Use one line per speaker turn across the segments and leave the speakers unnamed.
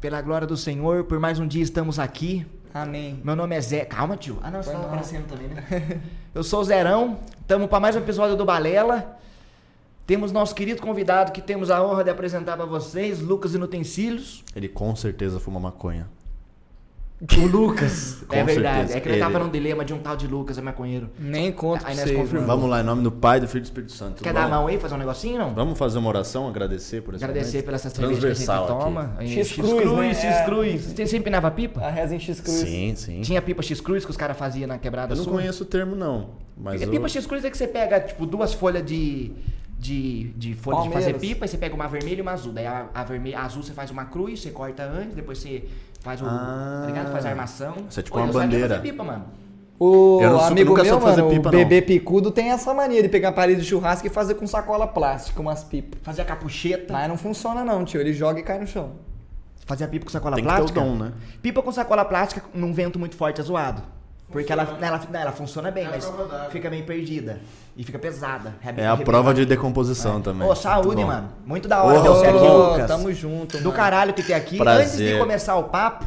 Pela glória do Senhor, por mais um dia estamos aqui.
Amém.
Meu nome é Zé. Calma, tio. Ah, não, você
Foi
tava
mal.
aparecendo também, né? Eu sou o Zerão. Tamo para mais um episódio do Balela. Temos nosso querido convidado que temos a honra de apresentar para vocês, Lucas Inutensílios.
Ele com certeza fuma maconha.
O Lucas.
Com
é verdade.
certeza.
É que ele tava
Ele.
num dilema de um tal de Lucas, é maconheiro.
Nem conto
Aí
pra
nós
vocês,
confirmamos.
mano.
Vamos lá, em nome do Pai, do Filho e do Espírito Santo.
Quer
tudo
dar a
bom?
mão aí, fazer um negocinho, não?
Vamos fazer uma oração, agradecer por esse
Agradecer
momento?
pela essa cerveja que a gente
Transversal aqui.
toma. Em
X-Cruz, né?
X-Cruz,
É.
X-Cruz. Você sempre empinava pipa?
A reza em X-Cruz.
Sim, sim.
Tinha pipa X-Cruz que os caras faziam na quebrada
Eu não
sua?
conheço o termo, não. Mas
é
eu-
pipa X-Cruz é que você pega, tipo, duas folhas de. De, de folha de fazer
Palmeiras.
pipa, e você pega uma vermelha e uma azul. Daí a, a vermelha, a azul você faz uma cruz, você corta antes, depois você faz o.
Ah.
tá ligado? Faz a armação.
Isso é tipo
Pô,
uma
eu sabia
bandeira.
fazer Pipa, mano.
O
Eu não sou-
amigo
nunca
meu,
soube fazer
mano,
pipa,
o
não.
bebê picudo, tem essa mania de pegar a parede de churrasco e fazer com sacola plástica umas pipas.
Fazer a capucheta.
Mas não funciona não, tio. Ele joga e cai no chão.
Fazer a pipa com sacola
Tem que ter
plástica.
o dom, né?
Pipa com sacola plástica num vento muito forte é zoado. Porque ela, ela, não, ela funciona
É
bem, mas fica meio perdida. E fica pesada.
É a prova de decomposição também.
né? É. Ô, saúde,
Muito bom.
mano. Muito da hora ter
Ô,
Então, você é aqui,
ô,
Lucas.
tamo junto,
Do
mano.
caralho que tem aqui.
Prazer.
Antes de começar o papo,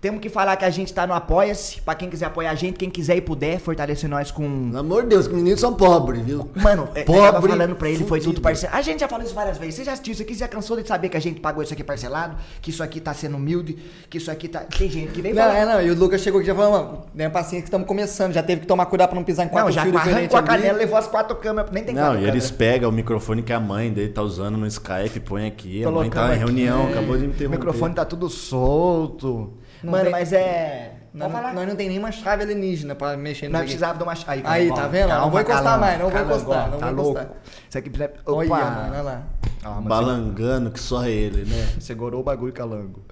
temos que falar que a gente tá no Apoia-se. Pra quem quiser apoiar a gente, quem quiser e puder, fortalecer nós com...
Pelo amor de Deus, que meninos são pobres, viu?
Mano, é, eu
Pobre
tava falando pra ele, foi
fudido.
tudo parcelado. A gente já falou isso várias vezes. Você já assistiu isso aqui, já cansou de saber que a gente pagou isso aqui parcelado, que isso aqui tá sendo humilde, que isso aqui tá. Tem gente que vem
Não, é,
falar.
não. E o Lucas chegou aqui e já falou, mano, tenha paciência que estamos começando. Já teve que tomar cuidado pra não pisar em
Não,
um
quatro
já
fios diferentes
arrancou a
ali.
canela, levou as quatro câmeras. Nem tem
Não,
quatro
e
câmeras.
eles pegam o microfone que a mãe dele tá usando no Skype, põe aqui. A mãe
Colocamos
tá em
aqui.
reunião, acabou de me
O
interromper.
microfone tá tudo solto.
Não
Mano,
tem-
mas é.
Nós,
Vamos
não-
falar.
nós não tem nenhuma chave alienígena pra mexer
Não é
nisso aqui.
precisava de uma. Aí,
Aí,
calma,
tá vendo?
calma,
não vou encostar
calma,
mais, não vou
calma,
encostar,
agora,
não
tá
vou
louco.
encostar.
Isso aqui precisa. Opa!
Olha, mano, olha lá.
Ó, mano,
Balangando, que só ele, né?
você segurou o bagulho calango.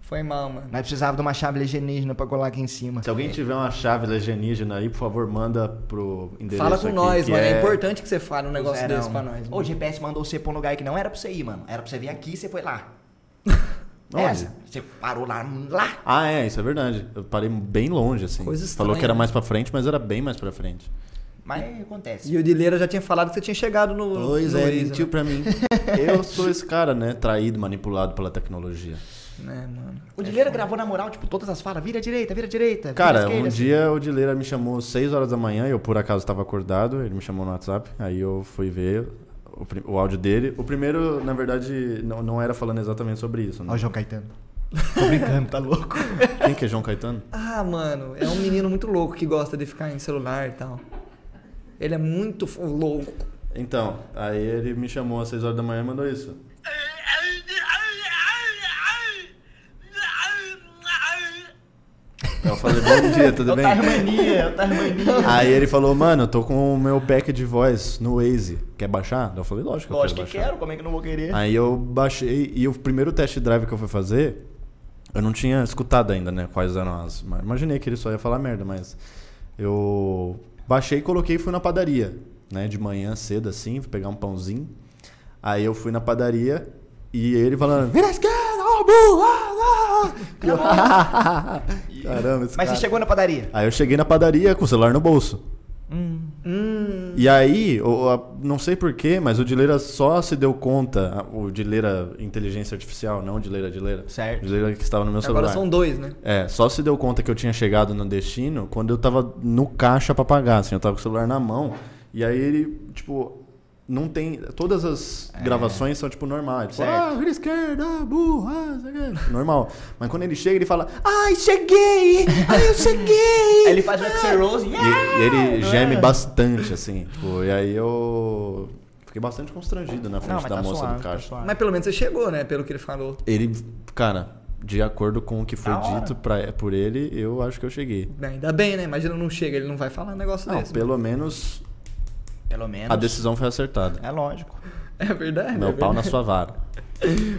Foi mal, mano.
Nós é precisava de uma chave alienígena pra colar aqui em cima. É.
Se alguém tiver uma chave alienígena aí, por favor, manda pro endereço
Fala com
aqui,
nós,
que
mano. É... importante que você fale um negócio
Zerão.
desse pra nós.
Ô, O GPS mandou você pra um lugar que não era pra você ir, mano. Era pra você vir aqui e você foi lá.
Onde?
Essa. Você parou lá, lá.
Ah, é, isso é verdade. Eu parei bem longe, assim.
Coisa
Falou
estranha,
que era
né?
mais pra frente, mas era bem mais pra frente.
Mas acontece.
E o Dileira já tinha falado que você tinha chegado no.
Pois
no né?
é,
Waze,
né?
mentiu pra mim. Eu sou esse cara, né? Traído, manipulado pela tecnologia.
né? É, mano.
O Dileira gravou na moral, tipo, todas as falas. Vira à direita, vira à direita. vira à
Cara,
esquerda,
um
assim.
dia o Dileira me chamou 6 horas da manhã, eu por acaso estava acordado, ele me chamou no WhatsApp, aí eu fui ver o, pri- o áudio dele. O primeiro, na verdade, não, não era falando exatamente sobre isso.
Ó,
Né?
o João Caetano. Tô brincando, tá louco.
Quem que é João Caetano?
Ah, mano, é um menino muito louco que gosta de ficar em celular e tal. Ele é muito f- louco.
Então, aí ele me chamou às 6 horas da manhã e mandou isso. Eu falei, bom dia,
É
tudo
tá
bem?
Otarmania, otarmania.
Aí ele falou, mano, eu tô com o meu pack de voz no Waze. Quer baixar? Eu falei, lógico, que eu
Lógico
quero
que
baixar.
quero, como é que eu não vou querer?
Aí eu baixei e o primeiro test drive que eu fui fazer, eu não tinha escutado ainda, né? Quais eram as. mas Imaginei que ele só ia falar merda, mas. Eu baixei, coloquei e fui na padaria, né? De manhã cedo assim, fui pegar um pãozinho. Aí eu fui na padaria e ele falando. Vira à esquerda, ô burro! ah, ah." E eu, Caramba, esse
Mas você
cara.
chegou na padaria.
Aí eu cheguei na padaria com o celular no bolso.
Hum.
E aí, o- a- não sei porquê, mas o Dileira só se deu conta, a- o Dileira Inteligência Artificial, não o Dileira Dileira.
Certo.
O Dileira que estava no meu celular.
Agora são dois, né?
É, só se deu conta que eu tinha chegado no destino quando eu tava no caixa pra pagar, assim, eu tava com o celular na mão. E aí ele, tipo, não tem. Todas as gravações são, tipo, normais. Tipo,
É. Certo.
ah, vira esquerda, burra, não sei o quê. normal. Mas quando ele chega, ele fala, ai, cheguei! Ai, eu cheguei!
Aí ele faz o Axel Rose e...
E, e ele
Não
geme
é?
bastante, assim. Tipo, e aí eu fiquei bastante constrangido na frente
tá
da moça
assim,
do caixa.
Mas pelo menos você chegou, né? Pelo que ele falou.
ele, cara, de acordo com o que foi
Da hora.
dito pra, por ele, eu acho que eu cheguei.
Bem, Ainda bem, né? Imagina não chega, ele não vai falar um negócio
Não,
desse.
pelo menos
Pelo menos.
a decisão foi acertada.
É lógico.
É verdade, é
Meu pau
verdade.
na sua vara.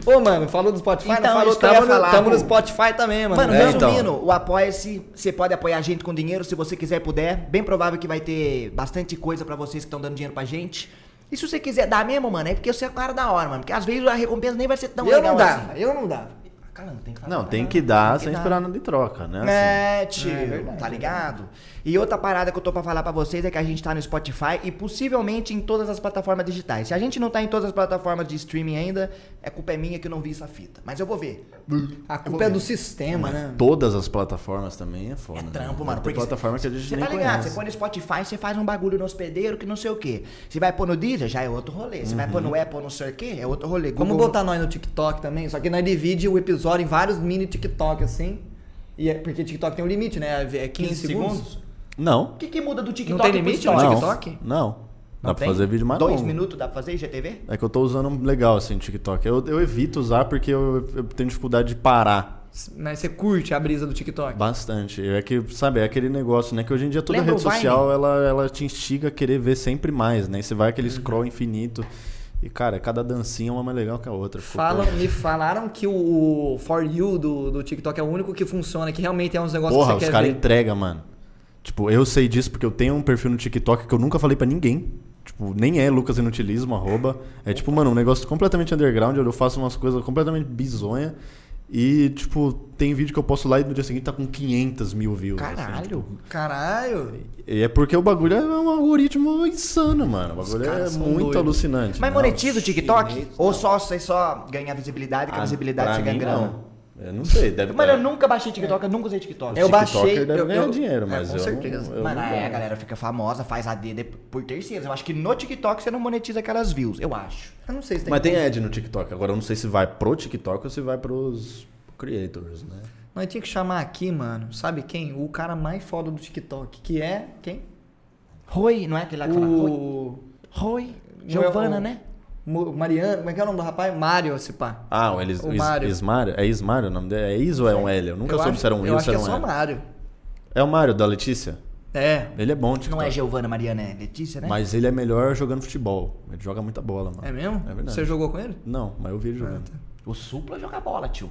Ô, mano, falou do Spotify,
Então,
não falou?
isso que eu ia
Tamo, no-
falar,
tamo no
mano.
Spotify também, mano.
Mano,
É,
resumindo,
então.
o Apoia-se, você pode apoiar a gente com dinheiro se você quiser e puder. Bem provável que vai ter bastante coisa pra vocês que estão dando dinheiro pra gente. E se você um quiser dar mesmo, mano, é porque você é o cara da hora, mano. Porque às vezes a recompensa nem vai ser tão
eu
legal
não
assim.
dava, eu não dava.
Caramba, tem que falar.
Não, tem
caramba,
que dar
tem
sem esperar nada em troca, né? Assim,
É, tio,
É verdade.
tá ligado? E outra parada que eu tô pra falar pra vocês é que a gente tá no Spotify e possivelmente em todas as plataformas digitais. Se a gente não tá em todas as plataformas de streaming ainda, é culpa é minha que eu não vi essa fita. Mas eu vou ver.
A
vou
culpa é
ver.
do sistema, né?
Assim, Todas as plataformas também é foda.
É
né?
trampo, mano,
Tem
porque
plataforma que a gente
Você
nem
tá ligado?
conhece.
Você põe no Spotify, você faz um bagulho no hospedeiro que não sei o quê. Você vai pôr no Deezer, já é outro rolê. Você vai pôr
Uhum.
no Apple, não sei o quê, é outro rolê.
Vamos
Google-
botar nós no TikTok também, só que nós divide o episódio em vários mini TikTok, assim. E é- porque TikTok tem um limite, né? É 15,
15
segundos.
segundos?
Não.
O que, que muda do TikTok
tem
pro
limite,
Stories?
No
não.
TikTok?
Não. Dá pra
tem?
fazer vídeo mais
Dois
longo.
minutos dá pra fazer IGTV?
É que eu tô usando um legal, assim, TikTok. Eu, eu evito usar porque eu, eu tenho dificuldade de parar
Mas você curte a brisa do TikTok.
bastante. É que, sabe, é aquele negócio, né? Que hoje em dia toda
Lembra
rede
o
social, ela, ela te instiga a querer ver sempre mais, né? E você vai aquele
Uhum.
scroll infinito. E, cara, cada dancinha é uma mais legal que a outra. Puta,
Falam, me falaram que o, o For You do, do TikTok é o único que funciona, que realmente é uns negócios
Porra,
que você
os
quer
caras
ver.
entregam, mano. Tipo, eu sei disso porque eu tenho um perfil no TikTok que eu nunca falei pra ninguém. Tipo, nem é Lucas Inutilismo, arroba. É tipo, mano, um negócio completamente underground, onde eu faço umas coisas completamente bizonha. E, tipo, tem vídeo que eu posto lá e no dia seguinte tá com 500 mil views. assim,
Caralho.
tipo.
Caralho!
E é porque o bagulho é um algoritmo insano, mano. O bagulho é
caras são
muito
doidos.
alucinante.
Mas
Não,
monetiza o TikTok?
chinês,
Ou só você só ganha visibilidade, que a
ah,
visibilidade
pra
você ganha
mim,
grana?
Não. Eu não sei, deve
Mano, eu
tá-
nunca baixei TikTok, eu nunca usei TikTok.
Eu
TikToker
baixei-
deve
eu-
ganhar
eu-
dinheiro,
é,
mas
com
eu não-
certeza.
eu
Mano,
não
é, a galera fica famosa, faz AD de- por terceiros. Eu acho que no TikTok você não monetiza aquelas views, eu acho.
Eu não sei se tem.
Mas tem ad no TikTok. Agora eu não sei se vai pro TikTok ou se vai pros creators, né?
Nós tinha que chamar aqui, mano, sabe quem? O cara mais foda do TikTok, que é quem?
Roi, não é aquele lá que fala Roi?
O.
Roi,
é
Giovana,
o-
né?
Mo- Mariano, como é que é o nome do rapaz? Mário, se pá.
Ah, o, eles,
O
o Is-
Mário.
Ismário? É Ismário o nome dele? É Is ou é um L? Eu nunca
Eu
soube
acho-
se era um
Eu
I ou
acho
se
que
era
é
um
só
L.
Mário.
É o Mário, da Letícia?
É,
Ele é bom no
Não
TikTok.
é Giovana Mariana, é Letícia, né?
Mas ele é melhor jogando futebol. Ele joga muita bola, mano.
é mesmo? Ah, tá.
É verdade.
Você jogou com ele?
Não, mas eu vi ele jogando.
O Supla joga bola, tio.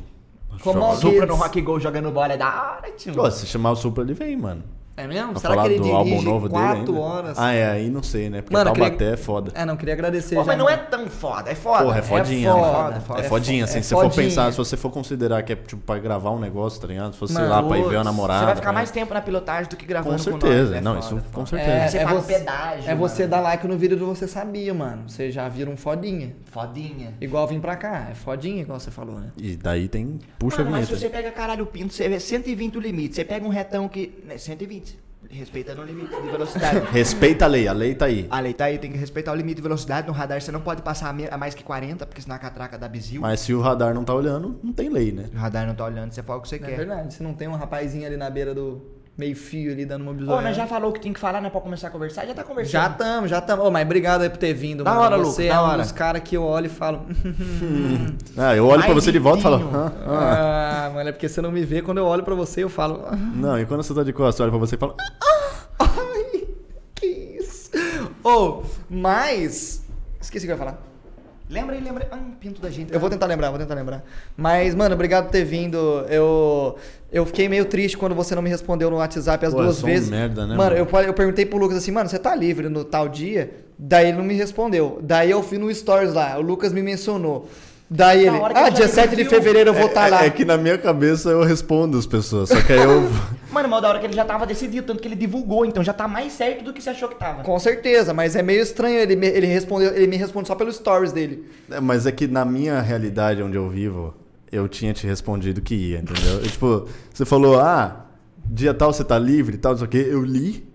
Como
Joga. um
O Supla
Kids.
no Rock Go jogando bola é da hora, tio.
Pô, se chamar o Supra, ele vem, mano.
É mesmo?
Pra
Será
falar
que ele
do álbum
dirige
novo dele ainda.
quatro horas?
Ah, é, aí não sei, né? Porque
Mano, eu queria-
Taubaté é foda.
É, não, queria agradecer.
Pô,
já, então.
mas não é
mano.
tão foda, é foda.
Porra, é fodinha. né?
foda, foda.
É fodinha, assim.
É
se você for
fodinha.
pensar, se você for considerar que é tipo pra gravar um negócio, tá ligado? Se fosse, sei
Mano,
lá, pra ir ver a
putz,
namorada.
Você vai ficar
né?
mais tempo na pilotagem do que gravando
Com
com nós,
certeza.
né?
Não,
Foda,
isso
foda.
com
É,
certeza.
Você
é
paga
você,
pedágio,
é você
mano.
dar like no vídeo do Você Sabia, mano. Você já vira um fodinha.
Fodinha.
Igual vim pra cá. É fodinha, igual você falou, né?
E daí tem. Puxa
Mano,
a
mas
vinheta.
se você pega caralho pinto, você vê 120 o limite. Você pega um retão que. né, 120. Respeitando o limite de velocidade.
Respeita a lei, a lei tá aí.
A lei tá aí, tem que respeitar o limite de velocidade. No radar você não pode passar a me- a mais que 40, porque senão a catraca dá bizil.
Mas se o radar não tá olhando, não tem lei, né?
O radar não tá olhando, você fala o que você
É
quer.
verdade. Se não tem um rapazinho ali na beira do meio fio ali dando uma
Ô,
bisoia.
nós já falou o que tem que falar, né? Pra começar a conversar, já tá conversando.
Já tamo, já tamo. Ô, mas obrigado aí por ter vindo,
Da
mano.
hora, Lucas,
você
da
é um
hora.
dos caras que eu olho e falo.
Ah, eu olho pra
Ai,
você de volta e falo.
lindinho.
"Hã?
ah, mano, é porque você não me vê. Quando eu olho pra você, eu falo. "Ah,
Não, e quando você tá de costas, eu olho pra você e falo. "Ah,
Ai, que isso. Ô, mas. Esqueci o que eu ia falar.
Lembra e lembra. Ah, um pinto da gente.
Eu vou tentar lembrar, vou tentar lembrar. Mas, mano, obrigado por ter vindo. Eu, eu fiquei meio triste quando você não me respondeu no WhatsApp as
Pô,
duas
sou um
vezes.
merda,
Mano,
né, mano?
eu, pa- eu perguntei pro Lucas assim, mano, você tá livre no tal dia? Daí ele não me respondeu. Daí eu fui no Stories lá, o Lucas me mencionou. Daí
Na
ele,
hora que
ah,
eu já
dia
me
7 de
viu."
fevereiro eu vou
é-
estar
é-
lá.
É que na minha cabeça eu respondo as pessoas. Só que aí eu.
Mano, mal da hora que ele já tava decidido, tanto que ele divulgou, então já tá mais certo do que você achou que tava.
Com certeza, mas é meio estranho ele me, ele respondeu, ele me responde só pelos stories dele.
É, Mas é que na minha realidade onde eu vivo, eu tinha te respondido que ia, entendeu? Eu, tipo, você falou, ah, dia tal você tá livre e tal, não sei o quê. Eu li,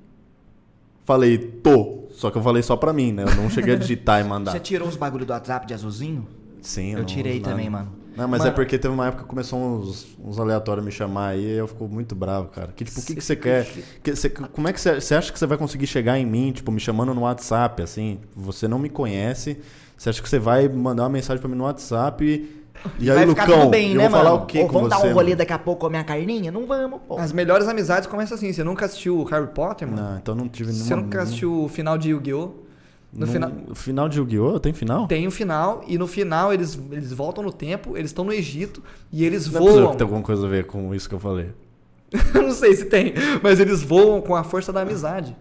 falei, tô. Só que eu falei só pra mim, né? Eu não cheguei a digitar e mandar.
Você tirou os bagulho do WhatsApp de azulzinho?
Sim,
Eu
Tá. não
tirei
uso nada.
também, mano.
Não, mas
Mano-
é porque teve uma época que começou uns, uns aleatórios a me chamar aí e eu fico muito bravo, cara. Que tipo, o que, que você quer? Que você- como é que você, você acha que você vai conseguir chegar em mim, tipo, me chamando no WhatsApp, assim? Você não me conhece, você acha que você vai mandar uma mensagem pra mim no WhatsApp e, e aí,
Vai
Lucão,
ficar tudo bem,
eu
né,
vou falar
mano?
o quê
Ou
com
vamos
você?
dar um rolê
mano?
daqui a pouco com a minha carninha? Não vamos, pô.
As melhores amizades começam assim. Você nunca assistiu Harry Potter, mano?
Não, então não tive nenhuma...
Você nunca assistiu o final de Yu-Gi-Oh? No final.
Final... final de Yu-Gi-Oh! Tem final?
Tem o final, e no final eles, eles voltam no tempo, eles estão no Egito e eles
Não é possível
voam.
que tem alguma coisa a ver com isso que eu falei.
Eu não sei se tem, mas eles voam com a força da amizade.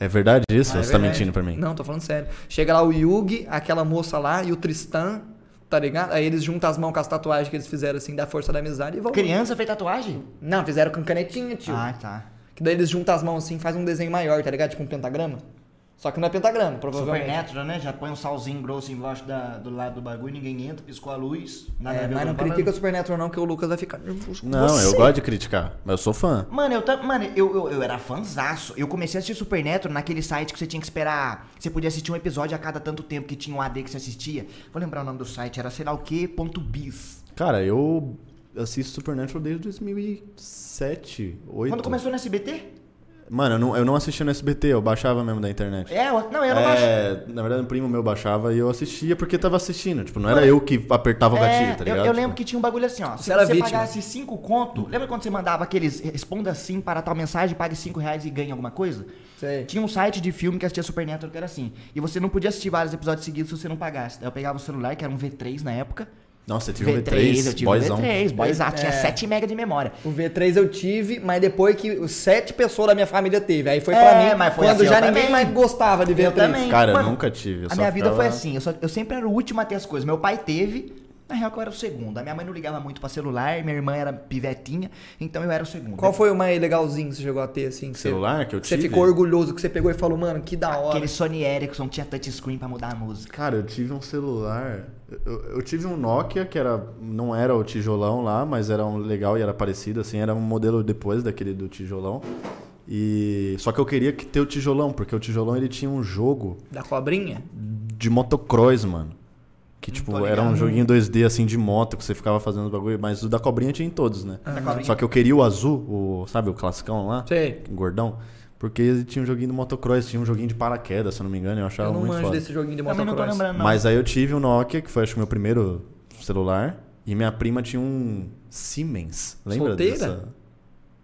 É verdade isso?
Ah,
ou
é
você tá
verdade.
mentindo pra mim?
Não, tô falando sério. Chega lá o Yugi, aquela moça lá, e o Tristan. Tá ligado? Aí eles juntam as mãos com as tatuagens que eles fizeram assim da força da amizade e vão.
Criança fez tatuagem?
Não, fizeram com canetinha, tio.
Ah, tá.
Que daí eles juntam as mãos assim, faz um desenho maior, tá ligado? Tipo um pentagrama. Só que não é pentagrama,
Super
provavelmente.
Neto, né? Já põe um salzinho grosso embaixo da- do lado do bagulho, ninguém entra, piscou a luz. Nada a
É,
ver
mas
com
não
o que eu tô
critica o Supernatural não, que o Lucas vai ficar nervoso com
Não, eu
você.
gosto de criticar, mas eu sou fã.
Mano, eu, tam- mano eu, eu, eu era fanzaço. Eu comecei a assistir Super Neto naquele site que você tinha que esperar. Você podia assistir um episódio a cada tanto tempo que tinha um AD que você assistia. Vou lembrar o nome do site, era sei lá o que, ponto bis.
Cara, eu assisto Supernatural desde 2007, 2008.
Quando começou no SBT?
Mano, eu não, eu não assistia no SBT, eu baixava mesmo da internet.
É, eu- não, eu não acho.
É, na verdade, um primo meu baixava e eu assistia porque tava assistindo. Tipo, não era eu que apertava o gatilho,
eu,
tá ligado?
eu lembro que tinha um bagulho assim, ó. Se
Você era
você
vítima.
pagasse cinco conto, lembra quando você mandava aqueles responda sim para tal mensagem, pague cinco reais e ganhe alguma coisa?
Sei.
Tinha um site de filme que assistia Super Neto que era assim. E você não podia assistir vários episódios seguidos se você não pagasse. Daí eu pegava o celular, que era um V3 na época.
Nossa, eu tive um
V3,
V3,
eu tive
boyzão.
um V3, boyzão, tinha
É.
7 mega de memória.
O V3 eu tive, mas depois que os sete pessoas da minha família teve. Aí foi
É,
pra mim,
mas foi
quando
assim,
já
eu
ninguém
também.
mais gostava de V3.
Eu também.
Cara, eu
Mano,
nunca tive. eu
A
só
minha vida
ficava-
foi assim, eu, só- eu sempre era o último a ter as coisas. Meu pai teve, na real que eu era o segundo. A minha mãe não ligava muito pra celular, minha irmã era pivetinha, então eu era o segundo.
Qual foi o mais legalzinho que você chegou a ter, assim? que você-
Celular que eu
que Você
tive?
ficou orgulhoso, que você pegou e falou, mano, que da hora.
Aquele Sony Ericsson tinha touchscreen pra mudar a música.
Cara, eu tive um celular. eu- Eu, eu tive um Nokia que era, não era o tijolão lá, mas era um legal e era parecido, assim, era um modelo depois daquele do tijolão. E só que eu queria que ter o tijolão, porque o tijolão ele tinha um jogo
Da cobrinha?
de motocross, mano. Que tipo,
tô
era um
ligado.
joguinho 2D assim de moto que você ficava fazendo os bagulho, mas o da cobrinha tinha em todos, né?
Da cobrinha.
Só que eu queria o azul, o, sabe, o classicão lá,
Sei.
gordão, porque ele tinha um joguinho de motocross, tinha um joguinho de paraquedas, se eu não me engano, eu achava
Eu não
muito
manjo
foda.
desse joguinho de
Também não tô
motocross.
lembrando, não.
Mas aí eu tive um Nokia, que foi acho que meu primeiro celular. E minha prima tinha um Siemens. Lembra
Solteira?
dessa?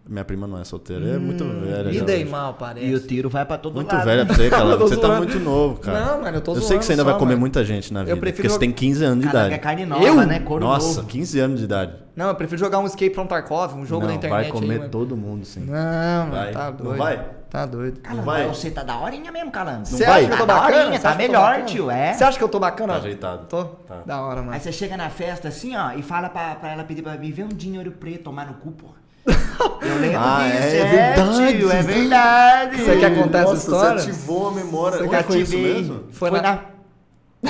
Minha prima não é solteira, é muito
Hum,
Hum,
velha. já
Me dei
hoje.
mal, parece.
E o tiro vai pra todo
Muito
lado.
velha pra você, cara.
Eu tô
Você tá
zoando.
muito novo, cara.
Não, mano, eu tô
Eu sei que você ainda
zoando
vai
só,
comer
mano.
muita gente na vida.
prefiro
Porque você
jogar-
tem 15 anos de
Caraca, é
idade.
carne nova,
Eu?
né? Couro
Nossa,
novo.
15 anos de idade.
Não, eu prefiro jogar um Escape from Tarkov, um jogo
não,
da internet.
vai
aí,
comer
mano.
todo mundo, sim.
Não, mano,
Vai.
tá
Não
doido.
vai?
Tá doido.
Calando,
Vai.
mas você tá daorinha mesmo, Calando.
Você
vai?
acha que eu tô
Tá
bacana?
daorinha,
Você
tá
acha que eu tô
melhor,
bacana?
tio, é.
Você acha que eu tô bacana?
Tá ajeitado.
Tô?
Tá.
Da hora, mano.
Aí você chega na festa assim, ó, e fala pra, pra ela pedir pra me ver um dinheiro preto tomar no cu, porra. Eu lembro
Ah,
disso,
é
tio, é
verdade.
verdade.
Você quer contar essa
Nossa,
história?
Você ativou a memória.
Eu
Ué, foi isso
ativei.
mesmo?
Foi,
Foi
na,
na-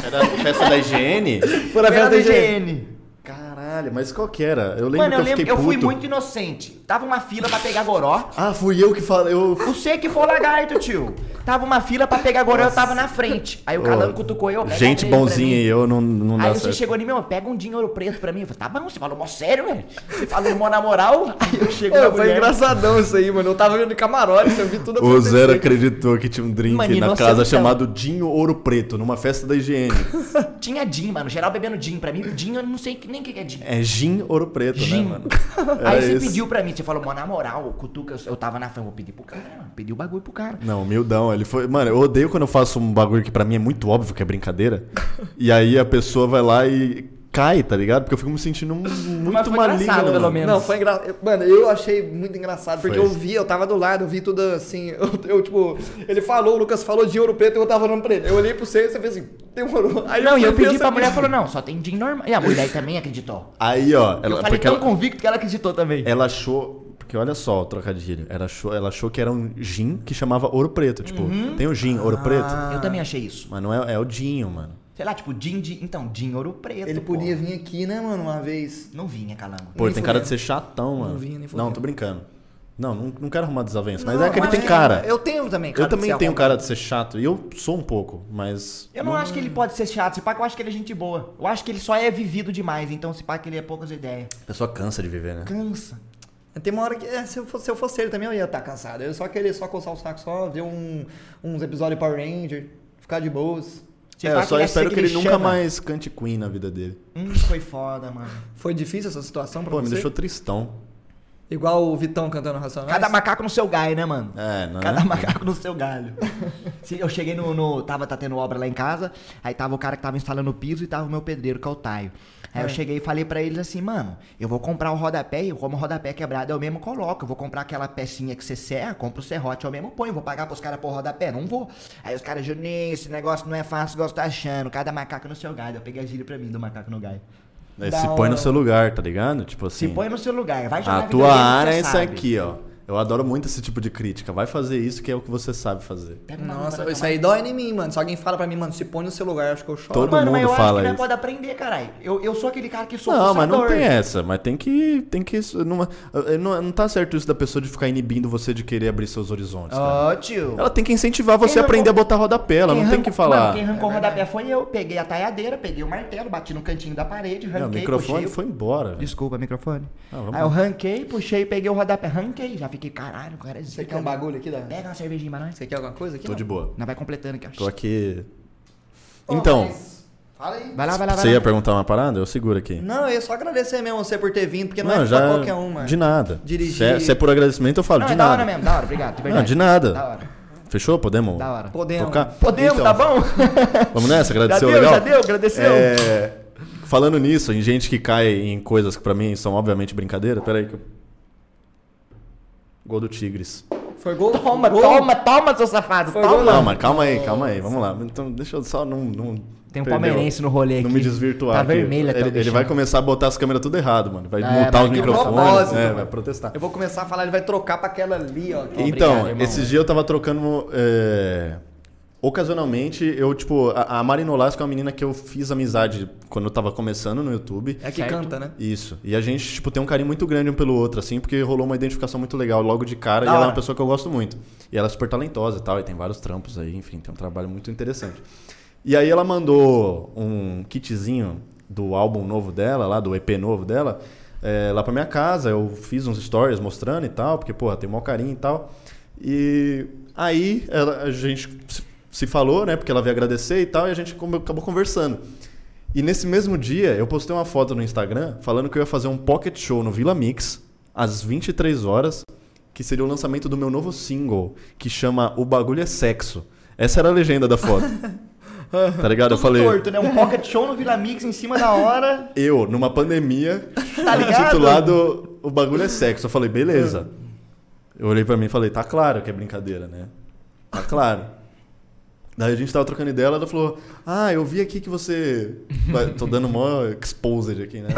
Era a festa da higiene?
Foi na
foi na
festa da higiene.
IGN.
Caralho, mas qual que era? Eu lembro
Mano, eu
que eu
lembro,
fiquei
eu fui
puto.
muito inocente. Tava uma fila pra pegar goró.
Ah, fui eu que falei. Eu...
Você que foi o lagarto, tio. Tava uma fila pra pegar goró, eu tava na frente. Aí o Calango um cutucou eu. "Pega
Gente
preto pra
bonzinha
mim."
e eu não, não dá
Aí você
certo.
chegou ali, meu, pega um dinheiro preto pra mim. Eu falei, tá bom, você falou mó sério, velho. Você falou mó na moral. Aí eu chego na
Ô, foi
mulher.
engraçadão isso aí, mano. Eu tava vendo de camarote, eu vi tudo
O Zero
acontecer.
acreditou que tinha um drink
Mano, e
na
você
casa
não-
chamado Dinho Ouro Preto, numa festa da higiene.
Tinha gin, mano. Geral bebendo gin. Pra mim, gin, eu não sei que- nem o que que é gin.
É Gin Ouro Preto,
Gin.
né, mano?
Aí
Era
você
isso.
pediu pra mim, você falou, mano, na moral, cutuca, eu, eu tava na fã, vou pedir pro cara, mano. Pedi o bagulho pro cara.
Não, humildão. Ele foi. Mano, eu odeio quando eu faço um bagulho que pra mim é muito óbvio que é brincadeira. e aí a pessoa vai lá e cai, tá ligado? Porque eu fico me sentindo um- muito
foi
maligno.
engraçado, pelo
mano.
menos.
Não, foi engraçado. Mano, eu achei muito engraçado, porque
Foi.
eu vi, eu tava do lado, eu vi tudo assim. Eu, eu, tipo, ele falou, o Lucas falou de ouro preto, eu tava olhando pra ele. Eu olhei pro você e você fez assim, demorou. Aí
Não, e eu
fui
pedi
ver,
pra
você-
mulher, ela falou, não, só tem gin normal. E a mulher também acreditou.
Aí,
eu
ó. Ela,
falei
porque
tão
ela,
convicto que ela acreditou também.
ela achou. Porque olha só o trocadilho. Ela achou, ela achou que era um gin que chamava ouro preto. Tipo,
Uhum.
tem o gin,
Ah.
ouro preto?
Eu também achei isso.
Mas não é, é o dinho, mano.
Sei lá, tipo, gin de... Então, gin ouro preto,
Ele
pô.
podia vir aqui, né, mano, uma vez.
Não vinha, calango.
Pô,
Nem
ele tem cara
fudendo.
de ser chatão, mano.
vinha, nem fudendo.
não, tô brincando. Não, não, não quero arrumar desavença. Mas
Não,
é que ele
mas
tem cara. Eu,
Eu tenho também, um cara. de
também
ser
tenho um
arrombado.
cara de ser chato. E eu sou um pouco, mas.
Eu não acho que ele pode ser chato, se pá que eu acho que ele é gente boa. Eu acho que ele só é vivido demais, então se pá que ele é poucas ideias.
A pessoa cansa de viver,
Tipo,
né?
Cansa.
Tem uma hora que, é, se, eu fosse, se eu fosse ele também, eu ia estar cansado. Eu só queria só coçar o saco, só ver um- uns episódios de Power Ranger, ficar de boas.
Se
é,
ah,
pá
eu só
ia ser
espero que ele, nunca
chama.
mais cante Queen na vida dele.
Hum, foi foda, mano.
Foi difícil essa situação pra
Pô, me
você?
deixou tristão.
Igual o Vitão cantando Racionais.
Cada macaco no seu gai, né, mano?
É, não é?
Cada macaco no seu galho. Se- Eu cheguei no, no- Tava tá tendo obra lá em casa, aí tava o cara que tava instalando o piso e tava o meu pedreiro, que é o Taio. Aí eu cheguei e falei pra eles assim, mano, eu vou comprar o rodapé e como o rodapé quebrado eu mesmo coloco. Eu vou comprar aquela pecinha que você serra, compro o serrote, eu mesmo ponho. Vou pagar pros caras por rodapé? Não vou. Aí os caras, Juninho, esse negócio não é fácil, igual você tá achando. Cada macaco no seu galho. Eu peguei a gíria pra mim do macaco no galho.
Daí
Da
se põe
hora.
no seu lugar, tá ligado? Tipo assim.
Se põe no seu lugar, vai jogar
A
vida
tua
livre,
área
você
é essa
sabe.
aqui, ó. Eu adoro muito esse tipo de crítica. Vai fazer isso que é o que você sabe fazer.
Pega uma lâmpada
Nossa,
na
isso aí dói em mim, mano. Se alguém fala pra mim, mano, se põe no seu lugar, eu acho que eu choro.
Todo-
mano, mas eu
mundo
acho
fala
que nós
isso.
pode aprender, caralho. Eu, eu sou aquele cara que sou
Não, mas não
fuçador.
tem essa. Mas tem que. Tem que isso- numa- eh, não, não tá certo isso da pessoa de ficar inibindo você de querer abrir seus horizontes. cara.
Ó, tio.
Ela tem que incentivar
Ah.
você
Quem
a aprender
arrancou-
a botar rodapé. Ela
Quem
não tem
arrancou-
que falar.
Mano, quem
É
arrancou o rodapé foi eu. Peguei a taiadeira, peguei o martelo, bati no cantinho da parede,
Não,
ranquei,
o microfone
puxei.
foi embora. velho.
Desculpa, microfone.
Ah, vamos
Aí eu ranquei, puxei, peguei o rodapé, ranquei. Já fiquei, caralho, cara. é
Você quer um bagulho aqui, Dan?
Pega uma cervejinha pra nós.
Você quer alguma coisa aqui?
Tô
não?
de boa.
Não vai completando aqui,
Tô
ó.
aqui. Então,
Fala aí.
Vai lá, vai lá,
você
vai
ia
lá.
perguntar uma parada? Eu seguro aqui.
Não, eu ia só agradecer mesmo você por ter vindo, porque não, é
já.
pra qualquer um, mano.
De nada.
Dirigir-
Se é, se é por agradecimento, eu falo.
Não,
de
é da
nada.
hora mesmo, da hora, obrigado. de
Não,
verdade.
de nada.
Da hora,
Fechou? Podemos?
da hora.
Podemos.
Tocar?
Podemos,
Então,
tá bom?
Vamos nessa?
Já
Agradeceu,
deu,
legal?
já deu, agradeceu.
É, Falando nisso, em gente que cai em coisas que pra mim são obviamente brincadeira. Pera aí que eu... Gol do Tigres.
Foi gol?
Toma,
Gol?
toma, toma, seu safado,
Foi
toma.
gol, né?
Não, mas calma aí, calma aí. Vamos lá. Então deixa eu só não... não
Tem um
perder o-
palmeirense no rolê aqui.
Não me desvirtuar.
Tá
aqui.
vermelha, tá, o
ele, ele
bichão.
vai começar a botar as câmeras tudo errado, mano. Vai
É, então,
montar
vai
os
de
microfones.
propósito,
É,
mano.
vai protestar.
Eu vou começar a falar, ele vai trocar pra aquela ali, ó.
E-
Então,
Obrigado, irmão.
esses dias eu tava trocando. é, Ocasionalmente, eu, tipo, a, a Mari Nolasco é uma menina que eu fiz amizade quando eu tava começando no YouTube.
É que
Certo.
canta, né?
Isso. E a gente, tipo, tem um carinho muito grande um pelo outro, assim, porque rolou uma identificação muito legal logo de
Da
cara. e ela é
hora.
uma pessoa que eu gosto muito. E ela é super talentosa e tal, e tem vários trampos aí, enfim, tem um trabalho muito interessante. E aí ela mandou um kitzinho do álbum novo dela, lá, do EP novo dela, é, lá pra minha casa. Eu fiz uns stories mostrando e tal, porque, porra, tem o maior carinho e tal. E aí ela- a gente se- se falou, né, porque ela veio agradecer e tal, e a gente come- acabou conversando. E nesse mesmo dia, eu postei uma foto no Instagram falando que eu ia fazer um pocket show no Vila Mix, às 23 horas, que seria o lançamento do meu novo single, que chama O Bagulho é Sexo. Essa era a legenda da foto. tá ligado? Eu falei,
torto, né? Um pocket show no Vila Mix em cima da hora.
eu, numa pandemia,
Tá ligado?
intitulado O Bagulho é Sexo. Eu falei, beleza. Eu olhei pra mim e falei, tá claro que é brincadeira, né? Tá claro. Daí a gente tava trocando ideia, ela falou, ah, eu vi aqui que você... Vai- Tô dando mó exposed aqui, né?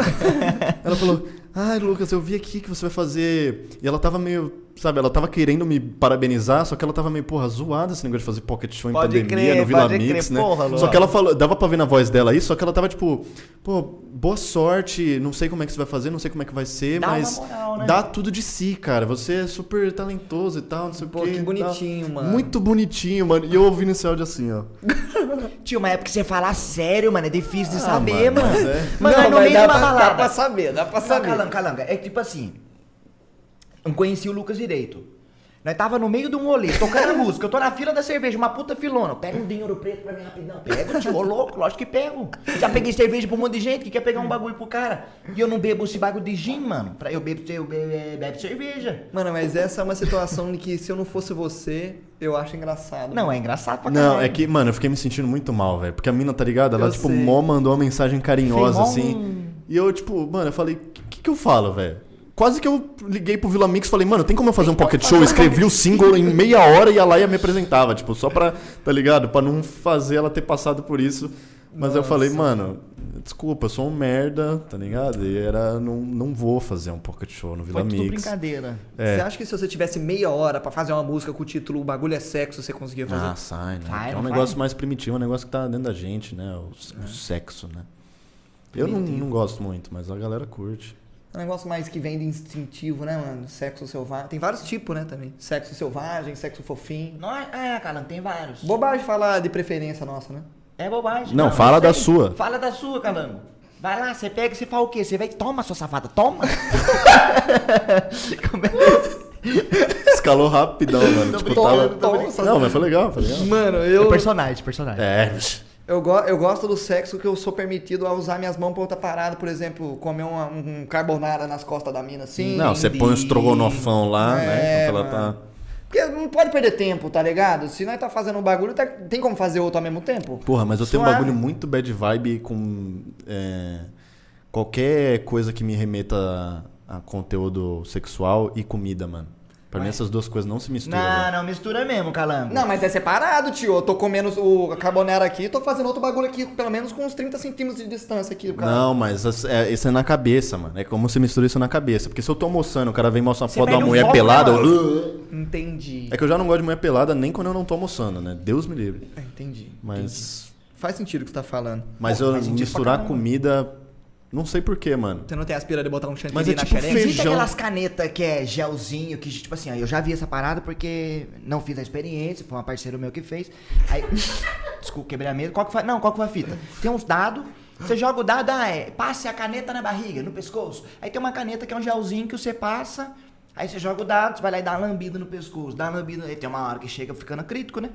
Ela falou, ah, Lucas, eu vi aqui que você vai fazer... E ela tava meio, sabe, ela tava querendo me parabenizar, só que ela tava meio, porra, zoada esse negócio de fazer pocket show em
Pode
pandemia,
crer,
no Vila
pode crer,
Mix, né?
porra, Luan.
só que ela falou, dava pra ver na voz dela isso, só que ela tava tipo, pô, boa sorte, não sei como é que você vai fazer, não sei como é que vai ser,
Dá uma
mas
moral, né?
dá tudo de si, cara. Você é super talentoso e tal, não sei o
Pô,
quê
que
e tal."
bonitinho, mano.
Muito bonitinho, mano. E eu ouvindo esse áudio assim, ó.
Tio, mas é porque você falar sério, mano. É difícil de
Ah,
saber,
mano,
mano.
mas é.
Mano, é no
vai
meio de
dar
uma
pra-
balada.
Dá pra saber, dá pra
Não,
saber.
calanga, calanga. É que, tipo assim. Não conheci o Lucas direito. Nós tava no meio de um rolê, tocando a música. Eu tô na fila da cerveja, uma puta filona. Pega um dinheiro preto pra mim rapidão. Pego, tio, ô louco, lógico que pego. Já peguei cerveja pra um monte de gente que quer pegar um bagulho pro cara. E eu não bebo esse bagulho de gin, mano. Pra eu bebo, eu bebo, bebo cerveja.
Mano, mas essa é uma situação em que se eu não fosse você, eu acho engraçado.
Não, é engraçado pra
Não,
caralho.
é que, mano, eu fiquei me sentindo muito mal, velho. Porque a mina, tá ligado? Ela,
Eu
tipo,
sei.
mó mandou uma mensagem carinhosa,
Fez mó
assim.
um-
E eu, tipo, mano, eu falei, o que, que eu falo, velho? Quase que eu liguei pro Vila Mix e falei, mano, tem como eu fazer um pocket show? Eu escrevi o single em meia hora e a Laia me apresentava, tipo, só pra, tá ligado? Pra não fazer ela ter passado por isso. Mas eu falei, mano, desculpa, eu sou um merda, tá ligado? E era, não, não vou fazer um pocket show no Vila
Foi tudo
Mix.
brincadeira.
É.
Você acha que se você tivesse meia hora pra fazer uma música com o título O Bagulho é Sexo, você conseguia fazer?
Ah, sai, né?
Vai,
é
não
um
vai?
negócio mais primitivo, é um negócio que tá dentro da gente, né? O, s- o sexo, né? Eu não, não gosto muito, mas a galera curte.
É um negócio mais que vem de instintivo, né, mano? Sexo selvagem. Tem vários tipos, né, também. Sexo selvagem, sexo fofinho.
Nós, é, Calango, tem vários.
Bobagem falar de preferência nossa, né?
É bobagem.
Não, fala da
sei.
sua.
Fala da sua, calango. Vai lá, você pega e você fala o quê? Você vai, toma, sua safada, toma. Como é?
Escalou rapidão, mano. tipo,
brincando,
tava...
tô
Não, mas foi legal, foi legal.
Mano,
É
eu.
personagem, personagem.
É,
Eu, go eu gosto do sexo que eu sou permitido a usar minhas mãos pra outra parada, por exemplo, comer uma- um carbonara nas costas da mina assim.
Não, você põe um estrogonofão lá, né?
É,
Enquanto ela
mano.
tá.
Porque não pode perder tempo, tá ligado? Se nós tá fazendo um bagulho, tá- tem como fazer outro ao mesmo tempo?
Porra, mas eu tenho um
Suave.
bagulho muito bad vibe com é, qualquer coisa que me remeta a, a conteúdo sexual e comida, mano. Pra mim essas duas coisas não se misturam.
Não,
velho.
não, mistura mesmo, calango.
Não, mas é separado, tio. Eu tô comendo o a carbonara aqui, tô fazendo outro bagulho aqui, pelo menos com uns 30 centímetros de distância aqui. cara.
Não, mas as- é, isso é na cabeça, mano. É como você mistura isso na cabeça. Porque se eu tô almoçando, o cara vem e mostra uma
Você
foto de
perde
uma
o
mulher
foco, né,
pelada. eu-
mano?
Entendi.
É que eu já não gosto de mulher pelada nem quando eu não tô almoçando, né? Deus me livre.
É, Entendi.
Mas.
Faz sentido o que você tá falando.
Mas
Pô,
eu
faz sentido é pra
misturar
caramba.
comida. Não sei porquê, mano.
Você não tem aspira de botar um chantilly
Mas é
na
tipo
xereca?
Existe
Feijão.
aquelas canetas que é gelzinho, que tipo assim, ó, eu já vi essa parada porque não fiz a experiência, foi um parceiro meu que fez. Aí, desculpa, quebrei a mesa. Qual que foi? Não, qual que foi a fita? Tem uns dados, você joga o dado, ah, é, passe a caneta na barriga, no pescoço. Aí tem uma caneta que é um gelzinho que você passa, aí você joga o dado, você vai lá e dá uma lambida no pescoço, dá uma lambida, aí tem uma hora que chega ficando crítico, né?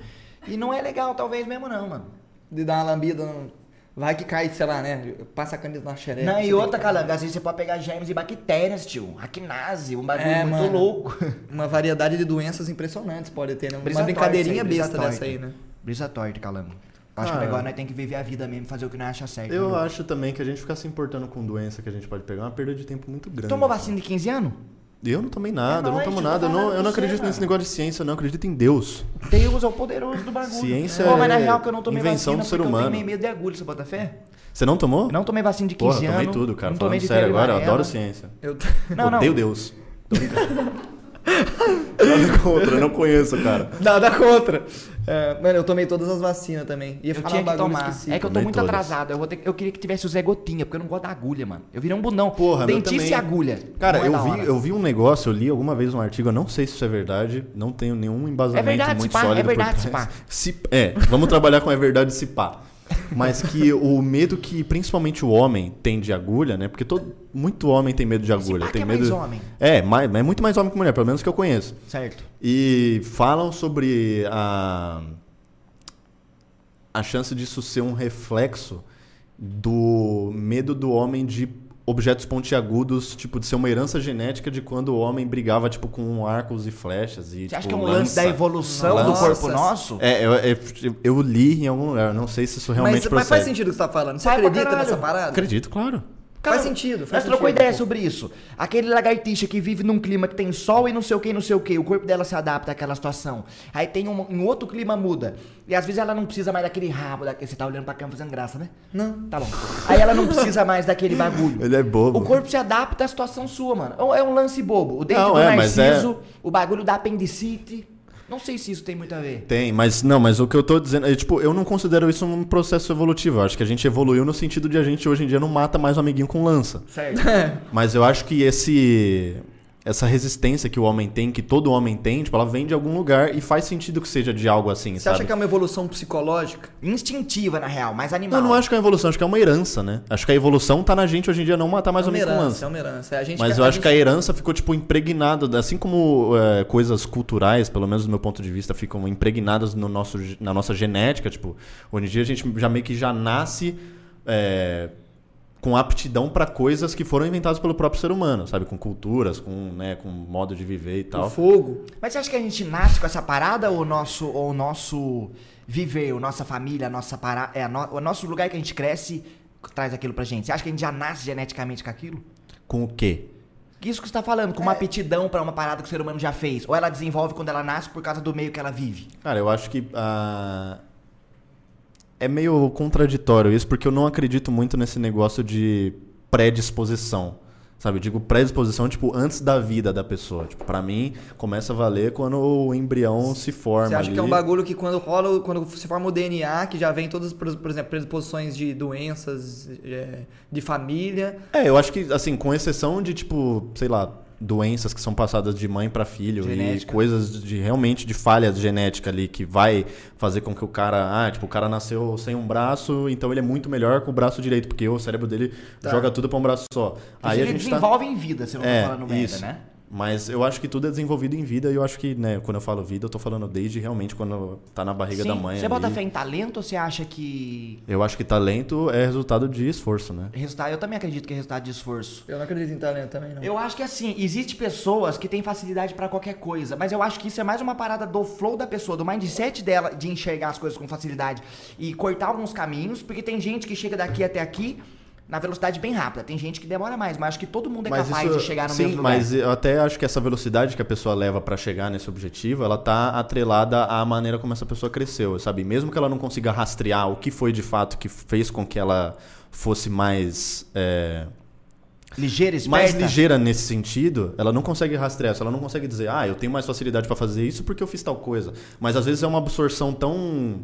E não é legal, talvez mesmo não, mano.
De dar uma lambida. no- Vai que cai, sei lá, né? Passa a camisa na xereca.
Não,
É, você
e
tem
outra, calanga, às vezes você pode pegar germes e bactérias, tio. Acnase, um bagulho
É,
muito
mano.
louco.
Uma variedade de doenças impressionantes pode ter, né? Uma
Brisa
brincadeirinha
torta aí,
besta
brisa
dessa aí,
torta.
né?
Brisa torta, calango. Acho que
Cara.
o negócio nós temos que viver a vida mesmo, fazer o que nós acha certo.
Ah, Eu
entendeu?
acho também que a gente ficar se importando com doença que a gente pode pegar é uma perda de tempo muito grande.
Tomou vacina de 15 anos?
Eu não tomei nada,
É
eu não
nóis,
tomo
eu tô
nada. Eu não,
falando
eu
pra
não
você,
acredito nesse
mano.
negócio de ciência, eu não acredito em Deus.
Deus é o poderoso do bagulho.
Ciência
Pô, mas na
é
real que eu não tomei
invenção do
vacina
ser
porque eu
humano.
tenho meio medo de agulha, você bota fé?
Você não tomou?
Eu não tomei vacina de 15
Porra, eu
anos.
tomei tudo, cara.
Não
Falando
tomei de
sério
febre
agora, eu
amarela.
adoro ciência.
Eu...
Não, não.
Odeio Deus. Tô brincando. Nada contra, eu não conheço, cara.
Nada contra. É, mano, eu tomei todas as vacinas também. Ia
Eu
falar
tinha
um
que
bagulho
tomar.
esqueci.
É que eu tô
Tomei
muito
todas.
atrasado. Eu, vou ter, que- eu queria que tivesse o Zé Gotinha, porque eu não gosto da agulha, mano. Eu virei um bunão.
Porra, meu
Dentice
também.
e agulha.
Cara,
Não é
eu
da hora.
vi, eu vi um negócio, eu li alguma vez um artigo, eu não sei se isso é verdade, não tenho nenhum embasamento
verdade,
muito
se pá, é
sólido
verdade,
por
se
trás.
pá.
Se- é, vamos trabalhar com é verdade se pá. Mas que o medo que principalmente o homem tem de agulha, né? Porque todo, muito homem tem medo de agulha.
pá que
tem
é
medo,
mais homem.
É, mais, é muito mais homem que mulher, pelo menos que eu conheço.
Certo.
Tipo, E falam sobre a, a chance disso ser um reflexo do medo do homem de objetos pontiagudos, tipo, de ser uma herança genética de quando o homem brigava, tipo, com arcos e flechas e,
Você acha que é
tipo,
um lance
lança.
da evolução do
Lança.
corpo nosso?
É, eu, é- eu li em algum lugar, eu não sei se isso realmente
mas, mas faz
procede.
sentido o que você tá falando. Você
Vai pra
acredita
caralho.
nessa parada?
Acredito, claro.
Faz sentido,
Nós
faz
trocou
sentido,
ideia
pô.
sobre isso. Aquele lagartixa que vive num clima que tem sol e não sei o que, não sei o que. O corpo dela se adapta àquela situação. Aí tem um, um outro clima muda. E às vezes ela não precisa mais daquele rabo. Daquele, você tá olhando pra cama fazendo graça, né?
Não.
Tá bom. Aí ela não precisa mais daquele bagulho.
Ele é bobo.
O corpo se adapta à situação sua, mano. Ou É um lance bobo. O dente
Não,
do
é, mas é-
narciso, o bagulho da apendicite. Não sei se isso tem muito a ver.
Tem, mas não, mas o que eu tô dizendo é, tipo, eu não considero isso um processo evolutivo. Eu acho que a gente evoluiu no sentido de a gente hoje em dia não mata mais o amiguinho com lança.
Certo.
Mas eu acho que esse essa resistência que o homem tem, que todo homem tem, tipo, ela vem de algum lugar e faz sentido que seja de algo assim,
Você
sabe?
acha que é uma evolução psicológica?
Instintiva, na real, mas animal.
Eu não acho que é uma evolução, acho que é uma herança, né? Acho que a evolução tá na gente hoje em dia não matar mais
é
o
uma
homem com
herança,
lança.
é uma herança. É, A gente
Mas eu acho que a herança ficou, tipo, impregnada, assim como é, coisas culturais, pelo menos do meu ponto de vista, ficam impregnadas no nosso, ge- na nossa genética, tipo, hoje em dia a gente já meio que já nasce é, com aptidão pra coisas que foram inventadas pelo próprio ser humano, sabe? Com culturas, com, né, com modo de viver e
O
tal.
fogo.
Mas você acha que a gente nasce com essa parada ou o nosso, ou o nosso viver, o nossa família, a nossa para, é, a no- o nosso lugar que a gente cresce traz aquilo pra gente? Você acha que a gente já nasce geneticamente com aquilo?
Com o quê?
Isso que você tá falando, com uma aptidão pra uma parada que o ser humano já fez. Ou ela desenvolve quando ela nasce por causa do meio que ela vive.
Cara, eu acho que ah, é meio contraditório isso, porque eu não acredito muito nesse negócio de predisposição. Sabe, eu digo predisposição, tipo, antes da vida da pessoa. Tipo, pra mim, começa a valer quando o embrião se forma
Você acha
ali.
que é um bagulho que quando rola, o- quando se forma o DNA, que já vem todas, por por exemplo, predisposições de doenças, é, de família.
É, eu acho que, assim, com exceção de, tipo, sei lá, doenças que são passadas de mãe pra filho
Genética.
e coisas de realmente de falha genética ali que vai fazer com que o cara, ah, tipo, o cara nasceu sem um braço, então ele é muito melhor com o braço direito, porque o cérebro dele joga tudo pra um braço só. Aí a
Tá. ele
gente tá
desenvolve em vida, se eu não
É,
tô falando merda,
isso.
né?
Mas eu acho que tudo é desenvolvido em vida e eu acho que, né, quando eu falo vida, eu tô falando desde realmente quando tá na barriga da mãe.
Você bota
ali.
fé em talento ou você acha que.
Eu acho que talento é resultado de esforço, né?
Resultado, eu também acredito que é resultado de esforço.
Eu não acredito em talento também, não.
Eu acho que assim, existe pessoas que têm facilidade pra qualquer coisa, mas eu acho que isso é mais uma parada do flow da pessoa, do mindset dela de enxergar as coisas com facilidade e cortar alguns caminhos, porque tem gente que chega daqui até aqui na velocidade bem rápida, tem gente que demora mais, mas acho que todo mundo é capaz de chegar no
sim,
mesmo lugar.
mas eu até acho que essa velocidade que a pessoa leva pra chegar nesse objetivo, ela tá atrelada à maneira como essa pessoa cresceu, sabe? Mesmo que ela não consiga rastrear o que foi de fato que fez com que ela fosse mais é,
Ligeira,
mais
esperta.
ligeira nesse sentido, ela não consegue rastrear isso, ela não consegue dizer, ah, eu tenho mais facilidade pra fazer isso porque eu fiz tal coisa. Mas às vezes é uma absorção tão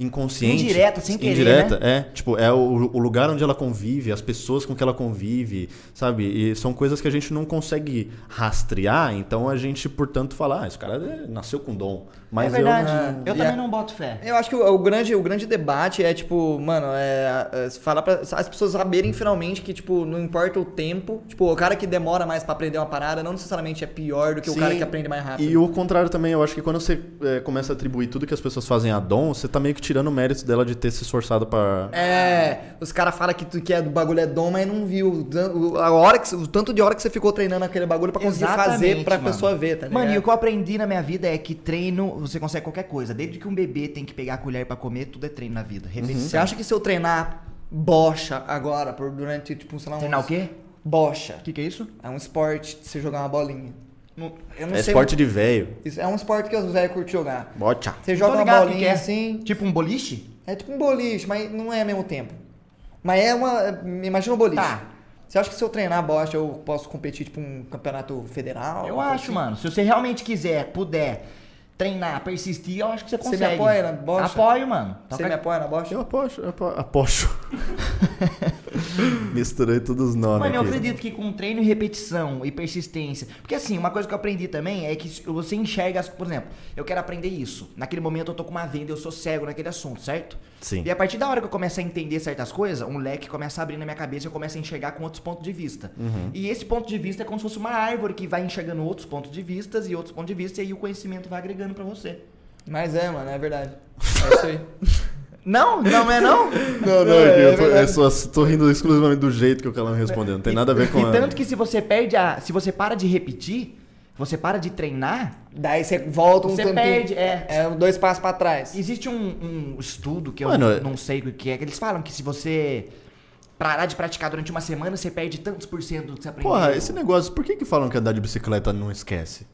inconsciente.
Indireta, sem querer,
Indireta,
né?
é. Tipo, é o, o lugar onde ela convive, as pessoas com que ela convive, sabe? E são coisas que a gente não consegue rastrear, então a gente, portanto, fala, ah, esse cara é- nasceu com dom.
É
Mas
verdade.
eu.
Eu,
Ah, e
também
a-
não boto fé.
Eu acho que o, o grande, o grande debate é, tipo, mano, é, é falar para as pessoas saberem finalmente que, tipo, não importa o tempo. Tipo, o cara que demora mais pra aprender uma parada não necessariamente é pior do que o
Sim.
cara que aprende mais rápido.
E o contrário também, eu acho que quando você é, começa a atribuir tudo que as pessoas fazem a dom, você tá meio que tirando o mérito dela de ter se esforçado pra.
É, os caras falam que, tu- que é do bagulho é dom, mas não viu o dan- o- a hora que, cê- o tanto de hora que você ficou treinando aquele bagulho pra conseguir fazer
Exatamente,
pra
mano.
pessoa ver, tá ligado?
Mano, e o que eu aprendi na minha vida é que treino, você consegue qualquer coisa. Desde que um bebê tem que pegar a colher pra comer, tudo é treino na vida.
Você
Repetição.
acha que se eu treinar bocha agora, por, durante, tipo, sei lá, uns...
Treinar o quê?
Bocha.
O que, que é isso?
É um esporte de você jogar uma bolinha. Não- eu não
É
sei-
esporte de velho.
Isso é um esporte que os velhos curtem jogar.
Bota.
Você
Tô
joga uma
ligado que
bolinha
é.
assim.
Tipo um boliche?
É tipo um boliche, mas não é ao mesmo tempo. Mas é uma. é- Imagina um boliche.
Tá.
Você acha que se eu treinar bosta eu posso competir, tipo, um campeonato federal?
Eu
Uma coisa assim?
acho, mano. Se você realmente quiser, puder treinar, persistir, eu acho que você
Você me
consegue.
apoia na bocha?
Apoio, mano.
assim?
Toca-
Você me apoia na bosta?
Eu aposto, eu apo- aposto. Misturei todos os nomes.
Mano, eu
aqui.
acredito que com treino e repetição e persistência. Porque assim, uma coisa que eu aprendi também é que se você enxerga, as- por exemplo, eu quero aprender isso. Naquele momento eu tô com uma venda, eu sou cego naquele assunto, certo?
Sim.
E a partir da hora que eu começo a entender certas coisas, um leque começa a abrir na minha cabeça e eu começo a enxergar com outros pontos de vista.
Uhum.
E esse ponto de vista é como se fosse uma árvore que vai enxergando outros pontos de vistas e outros pontos de vista e aí o conhecimento vai agregando pra você.
Mas é, mano, é verdade. É isso aí.
Não, não é não?
Não, não,
É,
é, eu, tô,
é
eu só tô rindo exclusivamente do jeito que o cara me respondeu. Não tem nada a ver com
E
a-
tanto que se você perde a, se você para de repetir, você para de treinar,
Daí você volta um
Você
tempinho.
perde, é.
dois passos pra trás.
Existe um, um estudo que eu
Mano, é-
não sei o que é, que eles falam que se você parar de praticar durante uma semana, você perde tantos por cento do que você aprendeu.
Porra, esse negócio, por que que falam que andar de bicicleta não esquece?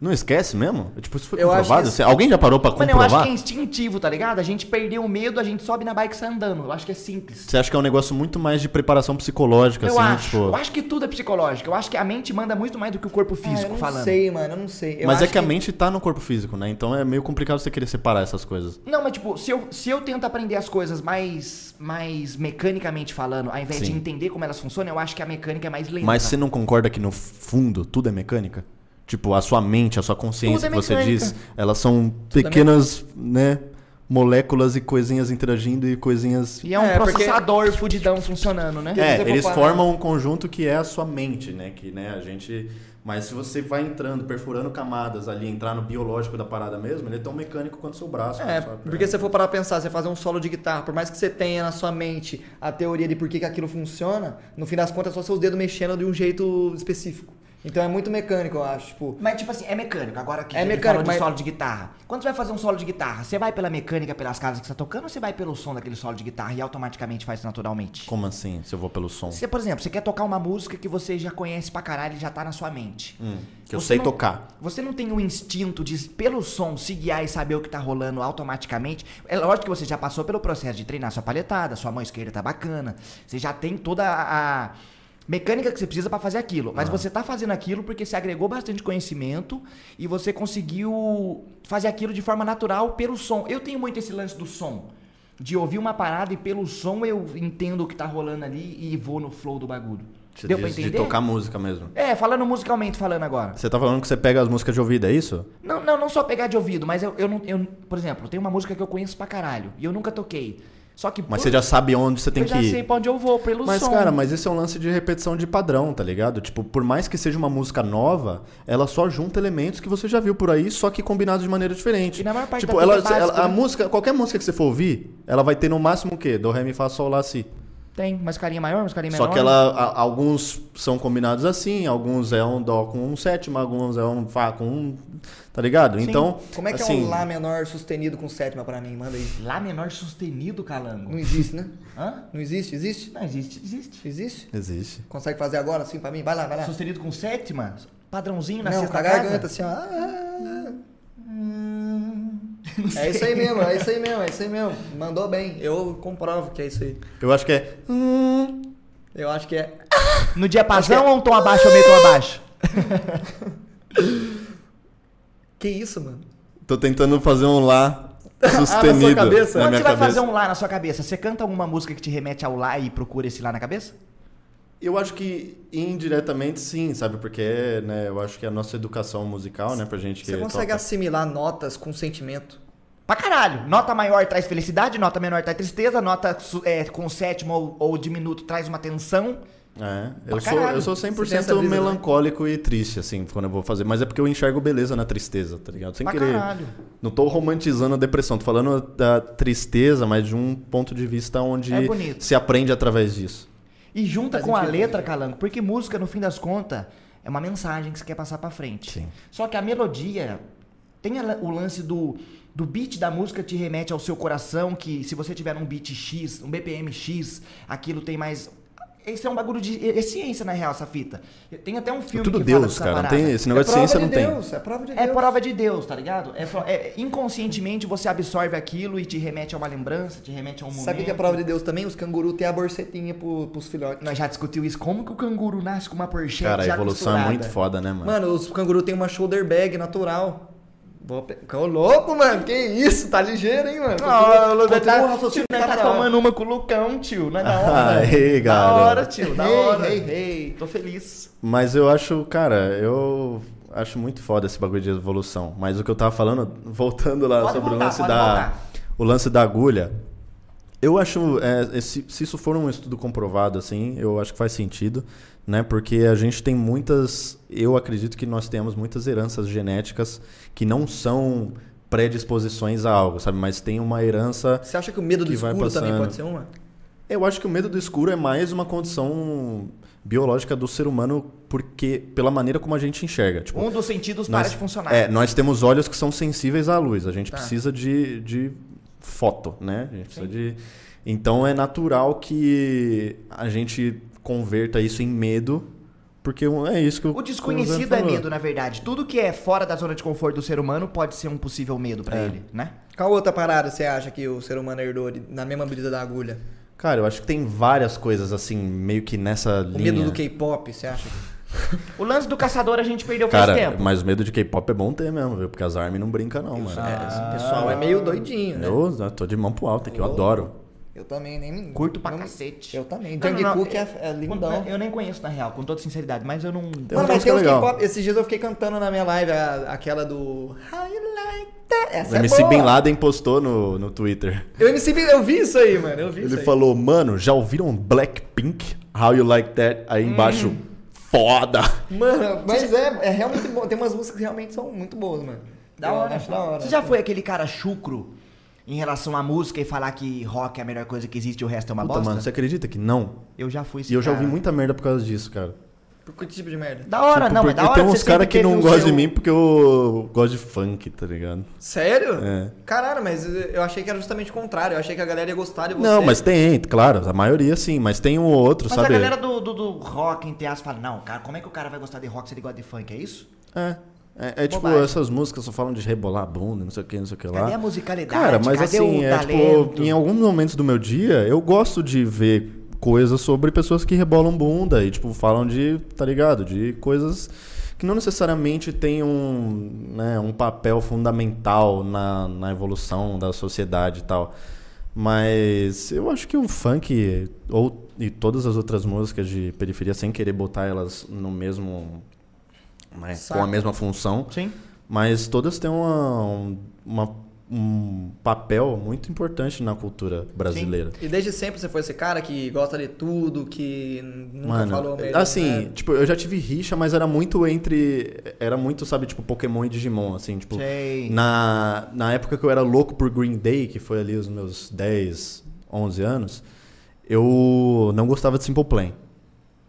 Não esquece mesmo? Tipo, isso foi
Eu acho
comprovado?
que-
Você- Alguém já parou pra
Mano, eu
comprovar?
acho que é instintivo, tá ligado? A gente perdeu o medo, a gente sobe na bike e sai andando. Eu acho que é simples.
Você acha que é um negócio muito mais de preparação psicológica,
eu
assim,
acho.
tipo...
Eu acho que tudo é psicológico. Eu acho que a mente manda muito mais do que o corpo
Ah, eu
físico
não
falando.
sei, mano, eu não sei. Eu
Mas é
acho
que a mente tá no corpo físico, né? Então é meio complicado você querer separar essas coisas.
Não, mas tipo, se eu, se eu tento aprender as coisas mais, mais mecanicamente falando, ao invés de
Sim.
entender como elas funcionam, eu acho que a mecânica é mais lenta.
Mas você não concorda que no fundo tudo é mecânica? Tipo, a sua mente, a sua consciência
Tudo é
que você
mecânica.
diz, elas são pequenas, né, moléculas e coisinhas interagindo e coisinhas.
E é um
É, porque-
processador fudidão funcionando, né?
se
É,
você for
eles
parar-
formam um conjunto que é a sua mente, né, que né, a gente mas se você vai entrando, perfurando camadas ali, entrar no biológico da parada mesmo, ele é tão mecânico quanto o seu braço.
É,
quanto a sua perna.
porque se você for parar pra pensar, você fazer um solo de guitarra, por mais que você tenha na sua mente a teoria de por que, que aquilo funciona, no fim das contas é só seus dedos mexendo de um jeito específico. Então é muito mecânico, eu acho. Tipo,
Mas, tipo assim, é mecânico. Agora que
É
ele
mecânico,
falou de
mas-
solo de guitarra. Quando você vai fazer um solo de guitarra, você vai pela mecânica, pelas casas que você tá tocando, ou você vai pelo som daquele solo de guitarra e automaticamente faz naturalmente?
Como assim? Se eu vou pelo som?
Você, por exemplo, você quer tocar uma música que você já conhece pra caralho e já tá na sua mente.
Hum, que eu
Você
sei
não-
tocar.
Você não tem o instinto de, pelo som, se guiar e saber o que tá rolando automaticamente? É lógico que você já passou pelo processo de treinar sua palhetada, sua mão esquerda tá bacana, você já tem toda a, a mecânica que você precisa pra fazer aquilo.
Ah.
Mas você tá fazendo aquilo porque você agregou bastante conhecimento e você conseguiu fazer aquilo de forma natural pelo som. Eu tenho muito esse lance do som. De ouvir uma parada e pelo som eu entendo o que tá rolando ali e vou no flow do bagulho.
Você
Deu pra
diz
entender?
de tocar música mesmo.
É, falando musicalmente falando agora.
Você tá falando que você pega as músicas de ouvido, é isso?
Não, não, não só pegar de ouvido, mas eu, eu não. Eu, por exemplo, tem uma música que eu conheço pra caralho e eu nunca toquei.
Só que por-
Mas você já sabe onde você tem
eu
que
já
ir.
sei pra onde eu vou, pelo
Mas,
som.
cara, mas esse é um lance de repetição de padrão, tá ligado? Tipo, por mais que seja uma música nova, ela só junta elementos que você já viu por aí, só que combinados de maneira diferente.
E na maior parte
tipo,
da
ela,
música é básico,
ela- a
né?
música, qualquer música que você for ouvir, ela vai ter no máximo o quê? Do, ré, mi, fá, sol, lá, si.
Tem uma escalinha maior, uma
É
escalinha menor.
Só que ela, a- alguns são combinados assim, alguns é um dó com um sétimo, alguns é um fá com um, tá ligado? Então,
Como é que
assim,
é um Lá menor sustenido com sétima pra mim? Manda aí.
Lá menor sustenido,
Não
Hum.
calango.
existe, né?
Hã?
Não existe? Existe?
Não existe, existe.
Existe?
Existe.
Consegue fazer agora assim pra mim? Vai lá,
É.
vai lá.
Sustenido com sétima? Padrãozinho na
Não, com
sexta
a
casa? Hum.
garganta assim, ó. Ah, ah. É isso aí mesmo, é isso aí mesmo, é isso aí mesmo. Mandou bem. Eu comprovo que é isso aí.
Eu acho que é.
Eu acho que é.
No
é
diapasão ou um tom abaixo ou meio tom abaixo?
Que isso, mano?
Tô tentando fazer um lá sustenido.
cabeça?
Ah, Na
Quando você vai
minha cabeça.
fazer um lá na sua cabeça, você canta alguma música que te remete ao lá e procura esse lá na cabeça?
Eu acho que indiretamente sim, sabe? Porque, né, eu acho que a nossa educação musical, né, pra gente que.
Você consegue
toca-
assimilar notas com sentimento.
Pra caralho! Nota maior traz felicidade, nota menor traz tristeza, nota su- é, com sétimo ou, ou diminuto traz uma tensão.
É,
Pra
eu sou,
caralho.
eu sou
Você tem essa
100%
brisa, né?
melancólico e triste, assim, quando eu vou fazer. Mas é porque eu enxergo beleza na tristeza, tá ligado? Sem
Pra
querer.
caralho.
Não tô romantizando a depressão, tô falando da tristeza, mas de um ponto de vista onde
É bonito.
se aprende através disso.
E junta
Faz
com a
sentido.
letra, Calango, porque música, no fim das contas, é uma mensagem que você quer passar pra frente.
Sim.
Só que a melodia tem a la- o lance do, do beat da música te remete ao seu coração, que se você tiver um beat X, um BPM X, aquilo tem mais. Esse é um bagulho de. É ciência, na real, essa fita. Tem até um filme
tudo
que fala
Deus,
dessa
cara. Não
parada.
tem, esse negócio de
prova
ciência
de
não tem.
Deus, É prova de Deus.
É prova de Deus, tá ligado? É, pro- é- inconscientemente você absorve aquilo e te remete a uma lembrança, te remete a um momento.
Sabe o que é prova de Deus também? Os cangurus têm a borsetinha pro, pros filhotes.
Nós já discutiu isso. Como que o canguru nasce com uma porchete
Cara, a
já
evolução é
costurada?
muito foda, né, mano?
Mano, os cangurus têm uma shoulder bag natural. Vou pe- Ô, louco, mano. Que isso? Tá ligeiro, hein, mano?
Não,
Continua-
nós
continua o
tá, tio,
um raciocínio
nós
que
tá
da hora.
tomando uma com o Lucão, tio. Não é da hora.
Aê,
da hora,
galera.
tio. Da
Ei,
hora.
ei, ei.
Tô feliz.
Mas eu acho, cara, eu acho muito foda esse bagulho de evolução. Mas o que eu tava falando, voltando lá
Pode
sobre
voltar,
o lance
pode
da.
voltar.
O lance da agulha. Eu acho, é, se, se isso for um estudo comprovado, assim, eu acho que faz sentido, né? Porque a gente tem muitas. Eu acredito que nós temos muitas heranças genéticas que não são predisposições a algo, sabe? Mas tem uma herança
Você acha que o medo do
Que vai
escuro também
passando.
pode ser uma?
eu acho que o medo do escuro é mais uma condição biológica do ser humano porque pela maneira como a gente enxerga. Tipo,
Um dos sentidos para de funcionar.
é, nós temos olhos que são sensíveis à luz. A gente
Tá.
precisa de, de foto, né? A gente precisa de... Então é natural que a gente converta isso em medo, porque é isso que o
O
Kurosawa
desconhecido é
falou.
medo, na verdade. Tudo que é fora da zona de conforto do ser humano pode ser um possível medo
É.
pra ele, né?
Qual outra parada você acha que o ser humano herdou de- na mesma brisa da agulha?
Cara, eu acho que tem várias coisas assim, meio que nessa
O
linha.
medo do K-pop, você acha?
O lance do caçador a gente perdeu faz
Cara,
tempo.
mas o medo de K-pop é bom ter mesmo, viu? Porque as armas não brinca não, mano.
É, esse
Ah.
pessoal é meio doidinho, né?
Eu eu tô de mão pro alto aqui, eu
Alô?
adoro.
Eu também, nem me...
Curto pra
não-
cacete.
Eu também.
Não, não,
Jungkook
não,
é, é lindão.
Eu nem conheço, na real, com toda sinceridade, mas eu não.
Tem
Mano,
uns
mas tem uns
legal.
K-pop... Esses dias eu fiquei cantando na minha live a- aquela do... How you like that?
O
Essa é
MC
boa.
Bin Laden postou no, no Twitter.
Eu, MC Bin... eu vi isso aí, mano. Eu vi isso
Ele
aí.
falou, mano, já ouviram Blackpink? How you like that? Aí
Hum.
embaixo, foda!
Mano, mas é, é realmente bom. Tem umas músicas que realmente são muito boas, mano. Eu acho da hora.
Você já foi aquele cara chucro em relação à música e falar que rock é a melhor coisa que existe e o resto é uma
Puta,
bosta?
mano, você acredita que não?
Eu já fui esse
E eu já
cara.
ouvi muita merda por causa disso, cara.
Por que tipo de merda?
Da hora,
Tipo,
não, mas
porque
da hora
tem
que
uns
você
caras
sempre
que
teve
não
o
gostam de
seu-
mim porque eu gosto de funk, tá ligado?
Sério?
É.
Caralho, mas eu achei que era justamente o contrário. Eu achei que a galera ia gostar de você.
Não, mas tem, claro, a maioria sim, mas tem um ou outro,
Então Mas
sabe?
a galera do, do, do rock em teatro fala, não, cara, como é que o cara vai gostar de rock se ele gosta de funk, é isso?
É. É, é tipo,
Bobagem.
essas músicas só falam de rebolar a bunda, não sei o que, não sei o que lá.
Cadê a musicalidade?
Cara, mas
Cadê
assim,
o
é,
talento?
tipo, em alguns momentos do meu dia, eu gosto de ver coisas sobre pessoas que rebolam bunda e, tipo, falam de, tá ligado? De coisas que não necessariamente têm um, né, um papel fundamental na, na evolução da sociedade e tal. Mas eu acho que o funk ou, e todas as outras músicas de periferia, sem querer botar elas no mesmo. né, com
Saco.
a mesma função.
Sim.
Mas todas têm uma, um- uma, um papel muito importante na cultura brasileira.
E desde sempre você foi esse cara que gosta de tudo, que nunca falou
Mano,
mesmo.
assim,
né?
tipo, eu já tive rixa, mas era muito entre. Era muito, sabe, tipo, Pokémon e Digimon, assim, tipo.
Sei.
Na, na época que eu era louco por Green Day, que foi ali os meus 10, 11 anos, eu não gostava de Simple Plan.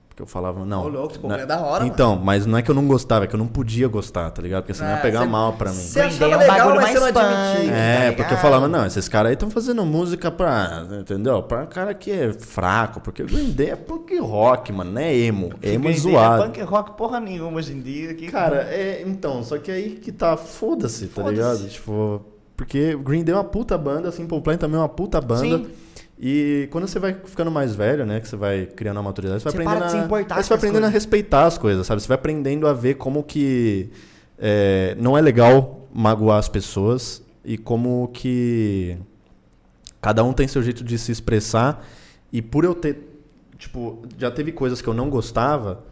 Porque eu falava, não.
Ô, louco, Simple
na-
Plan é da hora,
Então, mas não é que eu não gostava, é que eu não podia gostar, tá ligado? Porque senão
É,
ia pegar
cê-
mal pra mim.
Você
Green Day
achava
é um
legal,
bagulho
mas você não
mais
admitia.
punk.
É,
tá
porque eu
ligado?
falava, não, esses caras aí estão fazendo música pra, entendeu? Pra cara que é fraco, porque o Green Day é punk rock, mano, não é emo. Emo é
Green Day
zoado.
punk rock porra nenhuma hoje em dia. Que...
Cara,
né?
é, então, só que aí que tá, foda-se, tá
Foda-se.
ligado? Tipo, porque Green Day é uma puta banda, Simple Plan também é uma puta banda.
Sim.
E quando você vai ficando mais velho, né, que você vai criando a maturidade, você vai
Você
aprendendo
para de se
a-
importar
aí você vai
com as
aprendendo a
coisas.
respeitar as coisas, sabe? Você vai aprendendo a ver como que é, não é legal magoar as pessoas e como que cada um tem seu jeito de se expressar e por eu ter tipo já teve coisas que eu não gostava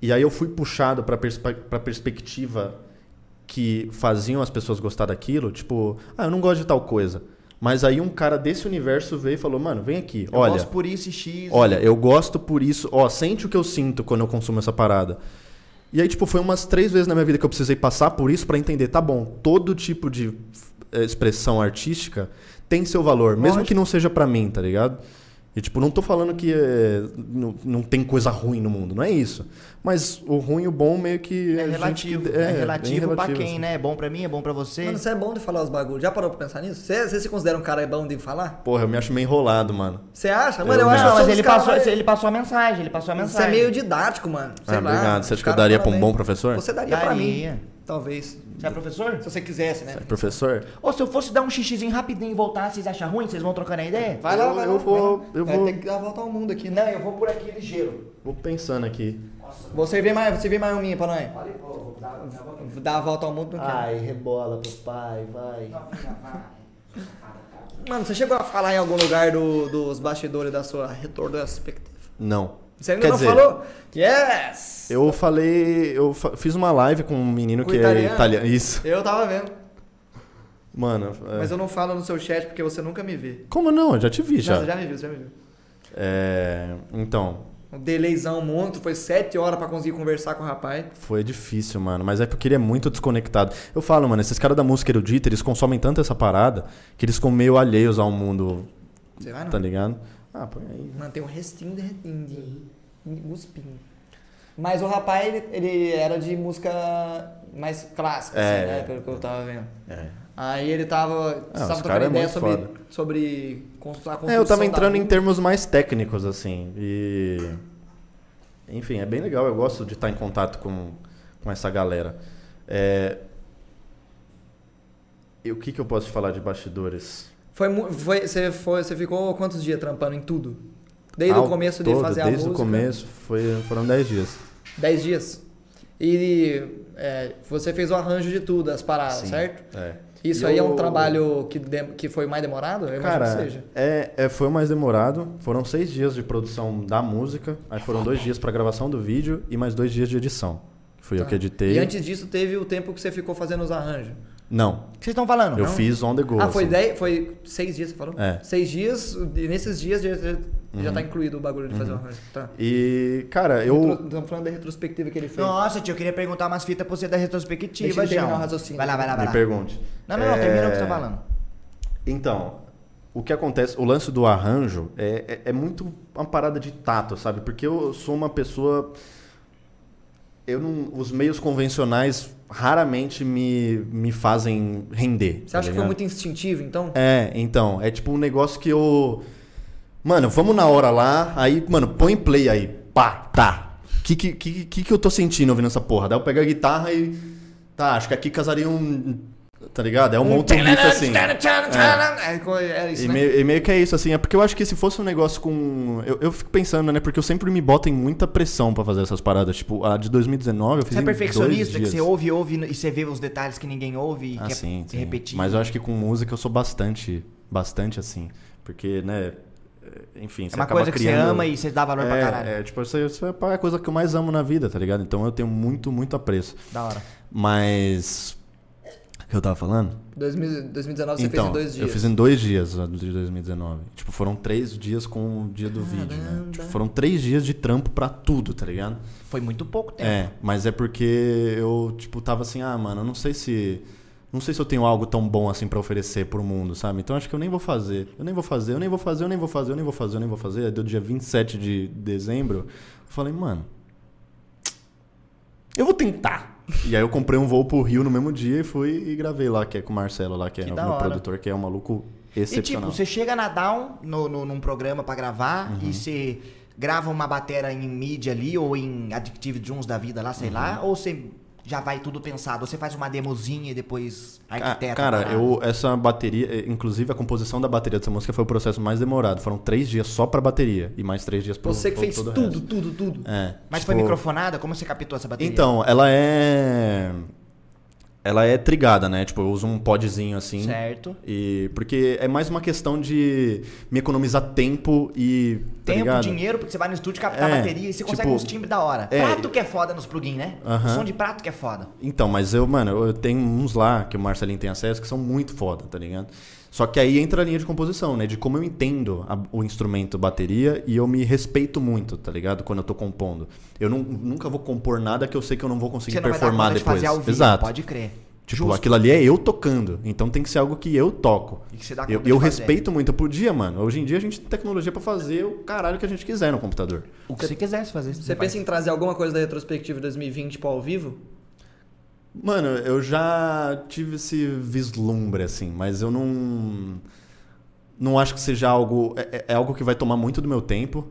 e aí eu fui puxado para para perspectiva que faziam as pessoas gostar daquilo tipo ah eu não gosto de tal coisa mas aí um cara desse universo veio e falou mano vem aqui
Eu
olha
gosto por isso e X.
Olha, eu gosto por isso. Ó, sente o que eu sinto quando eu consumo essa parada. E aí, tipo, foi umas três vezes na minha vida que eu precisei passar por isso pra entender, tá bom, todo tipo de eh, expressão artística tem seu valor, mesmo que não seja pra mim, tá ligado? E, tipo, não tô falando que eh, não, não tem coisa ruim no mundo, não é isso. Mas o ruim e o bom meio que.
É
a gente-
relativo. É,
bem
relativo pra quem,
assim.
né? É bom pra mim, é bom pra você.
Mano, você é bom de falar os bagulhos. Já parou pra pensar nisso? Você, você se considera um cara bom de falar?
Porra, eu me acho meio enrolado, mano.
Você acha? Mano, eu,
Eu
acho
não.
que
Não,
eu sou
mas
dos
ele
caras
passou,
mais-
ele passou a mensagem, ele passou a
Você é
mensagem.
meio didático, mano. Sei
Ah,
lá,
obrigado. Você
os
acha que eu
caras
daria pra
falam
um
bem.
bom professor?
Você daria pra mim.
Daria.
Talvez.
Você é professor?
Se você quisesse, né?
Professor?
Ou se eu fosse dar um xixizinho rapidinho e voltar, vocês acham ruim? Vocês vão trocando a ideia?
Vai lá,
Eu-
vai
eu
lá.
vou-
vai lá.
eu
Vai
vou-
ter que dar a volta ao mundo aqui.
Não, eu vou por aqui ligeiro.
Vou pensando aqui.
Vou servir mais, vou servir mais um minha pra nós. Vou dar a volta ao mundo não
Ah.
quero.
rebola pro pai, vai.
Mano, você chegou a falar em algum lugar do- dos bastidores da sua retorno da expectativa?
Não.
Você ainda
Quer
não
dizer,
falou? Yes!
Eu falei, eu fa- fiz uma live com um menino
Com
que
italiano?
é italiano. Isso.
Eu tava vendo.
Mano, é.
Mas eu não falo no seu chat porque você nunca me vê.
como não? Eu já te vi já.
Não, você já me viu, você já me viu.
É, então,
Um delayzão muito, foi sete horas pra conseguir conversar com o rapaz.
foi difícil, mano. Mas é porque ele é muito desconectado. Eu falo, mano, esses caras da música erudita, eles consomem tanto essa parada que eles ficam meio alheios ao mundo,
Você vai não?
tá ligado? Ah, põe aí.
Mano, tem um restinho derretendo. de Guspinho. Mas o rapaz, ele, ele era de música mais clássica,
É.
assim, né? Pelo que eu tava vendo.
É.
Aí ele tava.
Ah,
Ah,
os
tava
cara
trocando
é
ideia
muito
sobre,
foda.
sobre constru- a construção.
É, eu tava
da
entrando em
música.
termos mais técnicos, assim. E. Enfim, é bem legal. Eu gosto de estar em contato com, com essa galera. É... E o que, que eu posso falar de bastidores?
Foi, mu- foi, você, foi, você ficou quantos dias trampando em tudo? Desde
Ao
o começo de
todo,
fazer a música?
Desde o começo, foi, foram 10 dias.
10 dias. E é, você fez o arranjo de tudo, as paradas,
Sim.
certo?
É.
Isso
E
aí é
eu-
um trabalho que, dem- que foi mais demorado? Eu imagino que
Cara,
seja.
é, é, foi o mais demorado. Foram seis dias de produção da música, aí foram dois dias pra gravação do vídeo e mais dois dias de edição. Fui eu
Tá.
que editei.
E antes disso teve o tempo que você ficou fazendo os arranjos.
Não,
O que vocês estão falando?
eu
Não?
fiz on the go.
ah, foi,
assim.
dez, foi seis dias, você falou?
É. Uhum.
Seis dias, e nesses dias já, já- já tá incluído o bagulho de fazer o arranjo. Tá.
E, cara,
Eu...
eu.
Estamos falando da retrospectiva que ele fez.
Nossa, tio, eu queria perguntar umas fitas pra você da
Deixa
retrospectiva,
ele terminar
João.
o raciocínio.
Vai lá, vai lá, vai
Me
lá.
pergunte.
Não, não, não,
É,
termina o que você tá falando.
Então, o que acontece, o lance do arranjo é, é, é muito uma parada de tato, sabe? Porque eu sou uma pessoa. Eu não, os meios convencionais raramente me, me fazem render.
Você
tá
acha que foi
ligado?
muito instintivo, então?
É, então, é tipo um negócio que eu. Mano, vamos na hora lá, aí, mano, põe play aí. Pá, tá. Que que, que, que que eu tô sentindo ouvindo essa porra? Daí eu pego a guitarra e. Tá, acho que aqui casaria um. Tá ligado? É um monte de riff assim.
É, co- era isso,
E
né?
meio, e meio que é isso, assim. É porque eu acho que se fosse um negócio com. Eu, eu fico pensando, né? Porque eu sempre me boto em muita pressão pra fazer essas paradas. Tipo, a de 2019 eu fiz.
Você é
em
perfeccionista, que
dois dias.
você ouve, ouve e você vê os detalhes que ninguém ouve e
Ah,
quer
sim, sim.
repetir.
Mas eu acho que com música eu sou bastante, bastante assim. Porque, né? é, Enfim,
é
você
uma
acaba
coisa que você
criando-
ama e você dá valor pra
É,
caralho.
É, tipo, isso, isso é a coisa que eu mais amo na vida, tá ligado? Então eu tenho muito, muito apreço.
Da hora.
Mas. que eu tava falando?
2000 2019 você
então,
fez em dois dias.
eu fiz em dois dias a de 2019. Tipo, foram três dias com o dia do vídeo, né? Tipo, foram três dias de trampo pra tudo, tá ligado?
Foi muito pouco tempo.
É, mas é porque eu, tipo, tava assim, ah, mano, eu não sei se. Não sei se eu tenho algo tão bom assim pra oferecer pro mundo, sabe? Então acho que eu nem vou fazer. Eu nem vou fazer, eu nem vou fazer, eu nem vou fazer, eu nem vou fazer, eu nem vou fazer. Aí deu dia 27 de dezembro. Eu falei, mano. Eu vou tentar. E aí eu comprei um voo pro Rio no mesmo dia e fui e gravei lá, que é com o Marcelo lá, que é
Que
o
da
meu
hora.
produtor, que é um maluco
E tipo,
excepcional.
você chega na Down no, no- num programa pra gravar
Uhum.
e você grava uma batera em mídia ali ou em Addictive Drums da vida lá, sei lá,
Uhum.
ou você já vai tudo pensado, ou você faz uma demozinha e depois
Ca-
arquiteta. a
Cara,
parada?
eu, essa bateria, eh, inclusive a composição da bateria dessa música foi o processo mais demorado. Foram três dias só pra bateria e mais três dias pro
Você que
pro
fez
todo o
tudo,
resto.
tudo, tudo,
É.
Mas foi
tipo,
microfonada? Como você captou essa bateria?
Então, ela é. Ela é trigada, né? Tipo, eu uso um podzinho assim.
Certo.
E porque é mais uma questão de me economizar tempo e. tá
Tempo,
ligado?
dinheiro, porque você vai no estúdio captar
É,
bateria e você consegue
tipo,
uns timbres da hora.
é.
prato que é foda nos plugins, né?
Aham.
O som de prato que é foda.
Então, mas eu, mano, eu- eu tenho uns lá que o Marcelinho tem acesso que são muito foda, tá ligado? Só que aí entra a linha de composição, né? De como eu entendo a- o instrumento bateria e eu me respeito muito, tá ligado? Quando eu tô compondo. Eu não- nunca vou compor nada que eu sei que eu não vou conseguir
Você não vai dar
performar
conta de
depois.
fazer ao vivo,
Exato.
pode crer.
Tipo, aquilo ali é eu tocando. Então tem que ser algo que eu toco.
E que você dá
eu
conta
eu
de fazer.
respeito muito. Eu podia, mano. Hoje em dia a gente tem tecnologia pra fazer o caralho que a gente quiser no computador.
O que você quisesse fazer.
Você pensa em trazer alguma coisa da retrospectiva de 2020 para ao vivo?
Mano, eu já tive esse vislumbre, assim, mas eu não. Não acho que seja algo. É, é- é algo que vai tomar muito do meu tempo,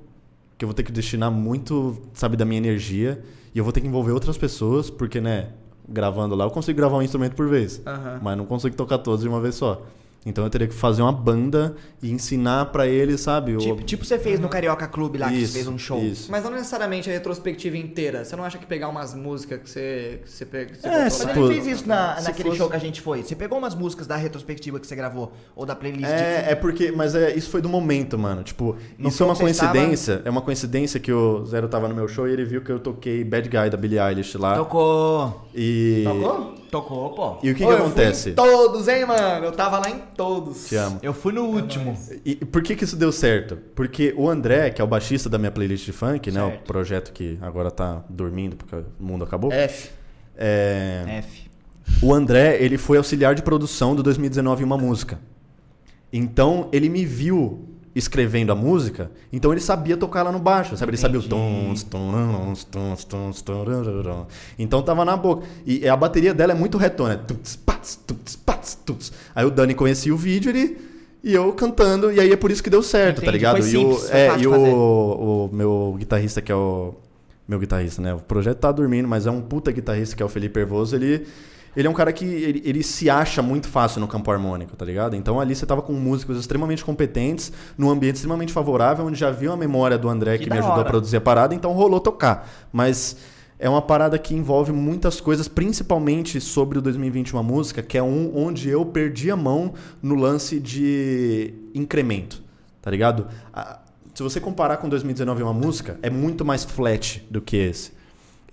que eu vou ter que destinar muito, sabe, da minha energia, e eu vou ter que envolver outras pessoas, porque, né, gravando lá, eu consigo gravar um instrumento por vez,
Aham.
mas não consigo tocar todos de uma vez só. Então eu teria que fazer uma banda e ensinar pra eles, sabe? o-
Tipo, tipo você fez no Carioca Clube lá, que você
Isso,
fez um show.
Isso.
Mas não necessariamente a retrospectiva inteira. Você não acha que pegar umas músicas que você, que você pega. Que você
É,
Mas
botou lá- né?
se
ele
Tipo,
fez isso na,
se
naquele
fosse-
show que a gente foi. Você pegou umas músicas da retrospectiva que você gravou, ou da playlist de...
É, é porque, mas é, isso foi do momento, mano. Tipo,
No
isso é uma
show que você
coincidência. É uma coincidência que o Zero tava no meu show e ele viu que eu toquei Bad Guy da Billie Eilish lá.
Tocou.
E.
Tocou? Tocou, pô.
E o que
Ô,
que
eu fui
acontece?
em todos, hein, mano? Eu tava lá em todos.
Te amo. É
Eu fui no último.
E por que que isso deu certo? Porque o André, que é o baixista da minha playlist de funk, né? O
Certo.
projeto que agora tá dormindo porque o mundo acabou.
F.
é,
F.
O André, ele foi auxiliar de produção do 2019 em uma música. Então, ele me viu escrevendo a música, então ele sabia tocar lá no baixo, sabe? Ele sabia o tom, tom, tom, tom, tom, tom, Então tava na boca. E a bateria dela é muito retona, né? Tuts, pats, tuts, pats, tuts. Aí o Dani conhecia o vídeo, ele e eu cantando, e aí é por isso que deu certo, tá
Entendi,
ligado?
foi
e o,
simples, foi
é,
fácil
e
de
o,
fazer.
o meu guitarrista que é o meu guitarrista, né? O projeto tá dormindo, mas é um puta guitarrista que é o Felipe Hervoso, ele ele é um cara que ele, ele se acha muito fácil no campo harmônico, tá ligado? Então ali você tava com músicos extremamente competentes, num ambiente extremamente favorável, onde já viu a memória do André que,
Que
me
da
ajudou a
hora.
produzir a parada, então rolou tocar. Mas é uma parada que envolve muitas coisas, principalmente sobre o 2021 a música, que é um onde eu perdi a mão no lance de incremento, tá ligado? A- Se você comparar com 2019 uma música, é muito mais flat do que esse.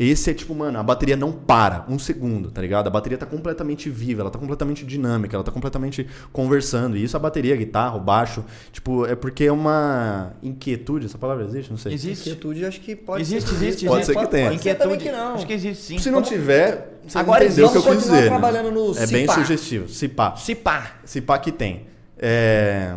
Esse é tipo, mano, a bateria não para um segundo, tá ligado? A bateria tá completamente viva, ela tá completamente dinâmica, ela tá completamente conversando. E isso a bateria, a guitarra, o baixo. Tipo, é porque é uma inquietude, essa palavra existe? Não sei.
Existe?
Inquietude, acho que pode
Existe,
ser.
existe,
Pode ser É. que tenha.
né? Pode ser também que não.
Acho que existe sim.
Se não
Como-
tiver, você
Então, Agora
entendeu o que eu
vamos
quis
continuar
dizer.
trabalhando no
É bem
Cipá.
sugestivo. Cipá.
Se pá.
Cipá que tem. É...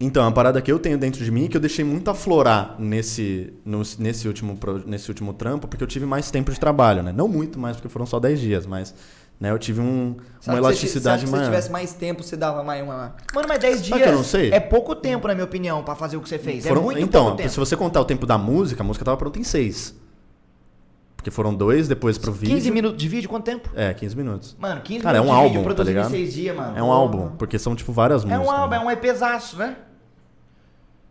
Então, é uma parada que eu tenho dentro de mim que eu deixei muito aflorar nesse, no- nesse, último, pro- nesse último trampo, porque eu tive mais tempo de trabalho, né? Não muito mais, porque foram só 10 dias, mas né, eu tive um, uma
Sabe que se- sabe
elasticidade
que Se
maior.
você tivesse mais tempo, você dava mais uma.
Mano, mas 10
Sabe
dias
Ah, que eu não sei?
é pouco tempo, na minha opinião, pra fazer o que você fez.
Foram-
É muito
então,
pouco tempo.
se você contar o tempo da música, a música tava pronta em 6. Porque foram dois, depois pro vídeo.
15 minutos de vídeo, quanto tempo?
É, 15 minutos. um
Mano, 15
Cara, é um
minutos de vídeo
álbum, tá
produzido
ligado?
em 6 dias, mano.
É um álbum, porque são tipo várias
É
músicas.
um álbum,
né?
é um EPzaço, né?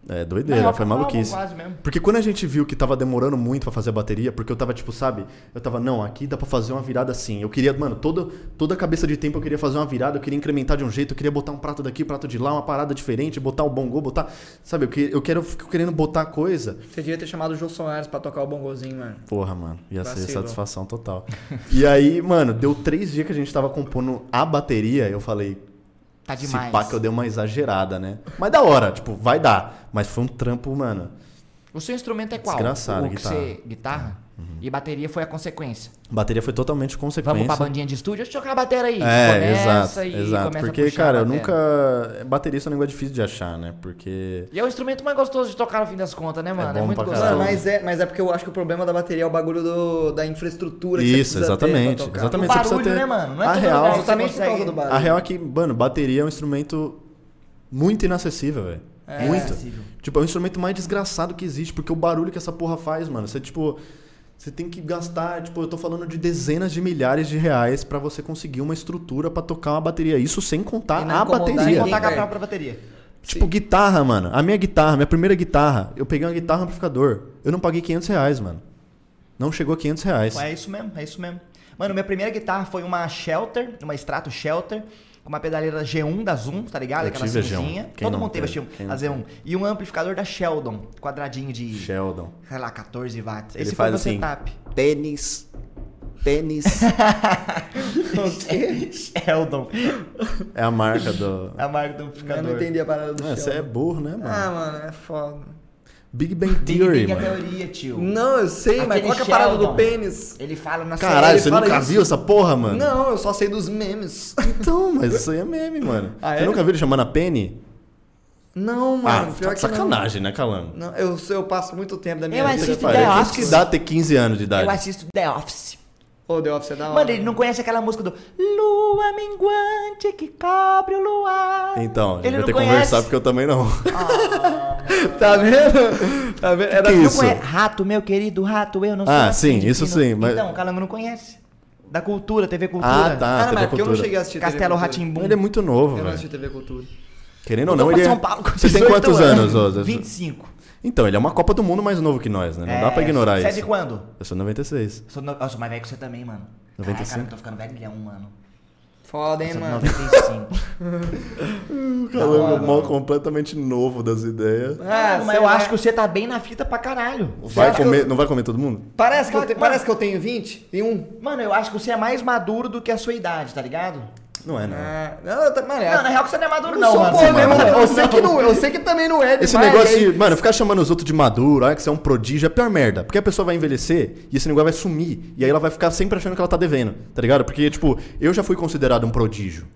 É doideira,
Não,
foi
eu tava
maluquice.
quase mesmo.
Porque quando a gente viu que tava demorando muito pra fazer a bateria, porque eu tava tipo, sabe? Eu tava, não, aqui dá pra fazer uma virada assim. Eu queria, mano, todo, toda a cabeça de tempo eu queria fazer uma virada, eu queria incrementar de um jeito, eu queria botar um prato daqui, um prato de lá, uma parada diferente, botar o bongô, botar. Sabe? Eu, que, eu quero, eu fico querendo botar coisa.
Você devia ter chamado o Jô Soares pra tocar o bongozinho, mano.
Porra, mano, ia ser
Vacilo.
satisfação total. E aí, mano, deu três dias que a gente tava compondo a bateria, eu falei,
Tá
se
demais.
pá que eu dei uma exagerada, né? Mas da hora, tipo, vai dar. Mas foi um trampo, mano.
O seu instrumento é qual?
Desgraçado,
o que
guitarra. Uhum.
Você, guitarra? E bateria foi a consequência.
Bateria foi totalmente consequência.
Vamos pra bandinha de estúdio? Deixa eu tocar a bateria aí.
É,
começa
exato,
e
exato.
começa a
Porque,
puxar a
cara, eu
bateria.
nunca. Baterista é um negócio difícil de achar, né? Porque.
E é o instrumento mais gostoso de tocar no fim das contas, né, mano? É,
bom
muito
pra
gostoso.
Mano,
caramba.
mas é, mas é porque eu acho que o problema da bateria é o bagulho do, da infraestrutura que
Isso,
você precisa
exatamente.
Ter pra tocar.
Exatamente.
O
você precisa
barulho,
ter...
né, mano? Não é
a
todo
real,
lugar que você
Justamente por causa
consegue-
do barulho.
A real é que, mano, bateria é um instrumento muito inacessível, velho. muito. Tipo, é o instrumento mais desgraçado que existe, porque o barulho que essa porra faz, mano, você, tipo. Você tem que gastar, tipo, eu tô falando de dezenas de milhares de reais pra você conseguir uma estrutura pra tocar uma bateria. Isso sem
E
contar
não
a
incomodar
bateria.
ninguém.
Contar com a
velho.
própria bateria.
Tipo, guitarra, mano. A minha guitarra, minha primeira guitarra, eu peguei uma guitarra amplificador. Eu não paguei 500 reais, mano. Não chegou a 500 reais.
É isso mesmo, é isso mesmo. Mano, minha primeira guitarra foi uma Shelter, uma Strato Shelter, com uma pedaleira G1 da Zoom, tá ligado?
Eu
Aquela
tive a G1.
cinzinha.
Quem
Todo
não
mundo teve a
teve?
G1,
Quem não
a Z1. E um amplificador da Sheldon, quadradinho de,
Sheldon.
sei lá, 14 watts.
Ele
Esse
faz
foi o
assim.
meu setup.
Tênis. Tênis.
Sheldon,
é a marca do.
a marca do
Eu
amplificador.
não entendi a parada do
Ah, Você é
Ah, Sheldon.
burro, né, mano?
Ah, mano, é foda.
Big Bang
Big
Theory,
Bang é
mano. Hum.
teoria, tio.
Não, eu sei, mas
Aquele
qual que é a parada
Sheldon.
do pênis?
Ele fala na
Caralho,
Ele
você
fala
nunca
isso.
viu essa porra, mano?
Não, eu só sei dos memes.
Então, mas isso aí é meme, mano.
Ah,
Você
é?
nunca viu ele chamando a Penny?
Não, mano,
ah,
pior
tá de
que não.
sacanagem, né, Calando?
Não, é eu, eu passo muito tempo da minha
Eu
vida.
assisto
fazendo
The
Por
isso.
isso que dá ter 15 anos de
Eu
idade.
assisto The Office.
Ô, The Office é da hora.
Mano, ele não conhece aquela música do Lua minguante que cobre o luar.
Então, a gente
ele
vai
não
ter que
conhece.
conversar porque eu também não.
Tá vendo? Tá vendo? É da
Que
Não
isso?
conhece- Rato, meu querido rato, eu não sou.
Ah,
assim
sim,
de
isso
fino.
sim, mas-
Então, o Calango não conhece. Da cultura, TV Cultura.
Ah, tá.
Ah, não,
TV
mas é porque eu não
Cultura.
cheguei a assistir
Castelo
TV Cultura.
Ratimbum.
Ele é muito novo,
Eu não
velho.
assisti TV Cultura.
Querendo ou
Mudou
não,
pra
ele é...
São Paulo com
Você tem
18
quantos anos, Oza?
25.
Então, ele é uma Copa do Mundo mais novo que nós, né? Não dá pra
você
ignorar isso.
é de quando?
Eu sou 96.
Eu sou, no... eu sou mais velho que você também, mano.
95?
Caralho, cara, eu tô ficando velho milhão, mano.
Foda, hein,
Eu sou de
É, mano.
95.
O Calango é mal completamente novo das ideias.
Ah,
Mano, mas
sei
eu
lá.
acho que você tá bem na fita pra caralho.
Vai
acha que
comer,
eu-
Não vai comer todo mundo?
Parece que, eu te-
Mano.
parece que eu tenho 20 e 1.
Mano, eu acho que você é mais maduro do que a sua idade, tá ligado?
Não é, não.
Ah, não, eu tô- mano, eu-
Não, na real que você não é maduro,
eu
não,
sou
mano.
porra
Você é
nenhuma.
maduro,
eu sei que não, eu sei que também não é demais.
Esse negócio
aí-
de, mano, ficar chamando os outros de maduro, ah, que você é um prodígio, é a pior merda. Porque a pessoa vai envelhecer e esse negócio vai sumir. E aí ela vai ficar sempre achando que ela tá devendo, tá ligado? Porque, tipo, eu já fui considerado um prodígio.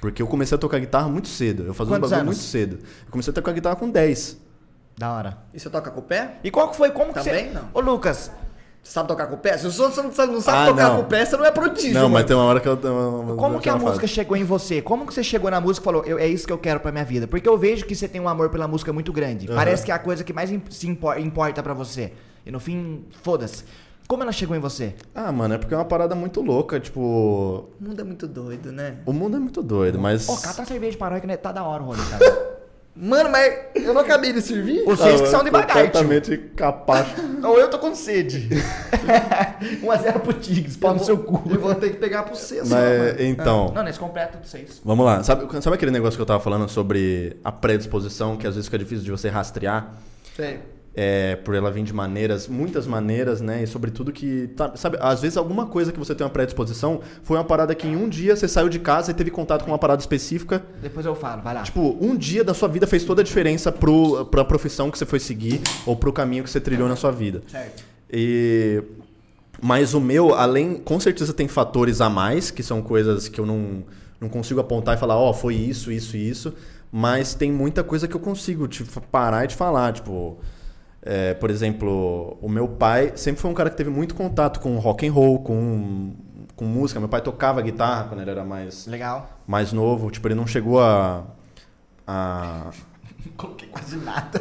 Porque eu comecei a tocar guitarra muito cedo. Eu fazia um
Quantos
bagulho
anos?
muito cedo. Eu comecei a tocar guitarra com 10.
Da hora.
E você toca com o pé?
E qual que foi? Como que
Também
você...
não.
Ô, Lucas,
Você sabe tocar com o pé? Se você não sabe, não sabe
Ah,
tocar
não.
com o pé, você não é prodígio.
não, mas
mano.
tem uma hora que eu.
Como que é a música chegou em você? Como que você chegou na música e falou, eu, é isso que eu quero pra minha vida? Porque eu vejo que você tem um amor pela música muito grande. Parece que é a coisa que mais im- se impor- importa pra você. E no fim, foda-se. Como ela chegou em você?
Ah, mano, é porque é uma parada muito louca. Tipo,
O mundo é muito doido, né?
o mundo é muito doido, mas.
Ó, cata a cerveja de paróquia, né? Tá da hora o rolê, cara.
Mano, mas eu não acabei de servir?
Vocês que
Ah,
são devagar, tio.
Completamente capaz.
Ou eu tô com sede. 1x0 pro Tigres, pau no seu cu.
Eu vou ter que pegar pro cesto.
mas, então.
Ah, Não, nesse completo de vocês.
Vamos lá, sabe, sabe aquele negócio que eu tava falando sobre a predisposição, que às vezes fica difícil de você rastrear?
Sei.
É, por ela vir de maneiras, muitas maneiras, né? E sobretudo que. tá- sabe, às vezes alguma coisa que você tem uma predisposição foi uma parada que em um dia você saiu de casa e teve contato com uma parada específica.
Depois eu falo, vai lá.
Tipo, um dia da sua vida fez toda a diferença pro, pra profissão que você foi seguir ou pro caminho que você trilhou na sua vida.
Certo.
E- Mas o meu, além, com certeza tem fatores a mais, que são coisas que eu não, não consigo apontar e falar, ó, foi isso, isso e isso. Mas tem muita coisa que eu consigo tipo, parar e te falar. Tipo, é, por exemplo, o meu pai sempre foi um cara que teve muito contato com rock and roll, com, com música. Meu pai tocava guitarra quando ele era mais,
Legal.
mais novo. Tipo, ele não chegou a. a-
Coloquei quase nada.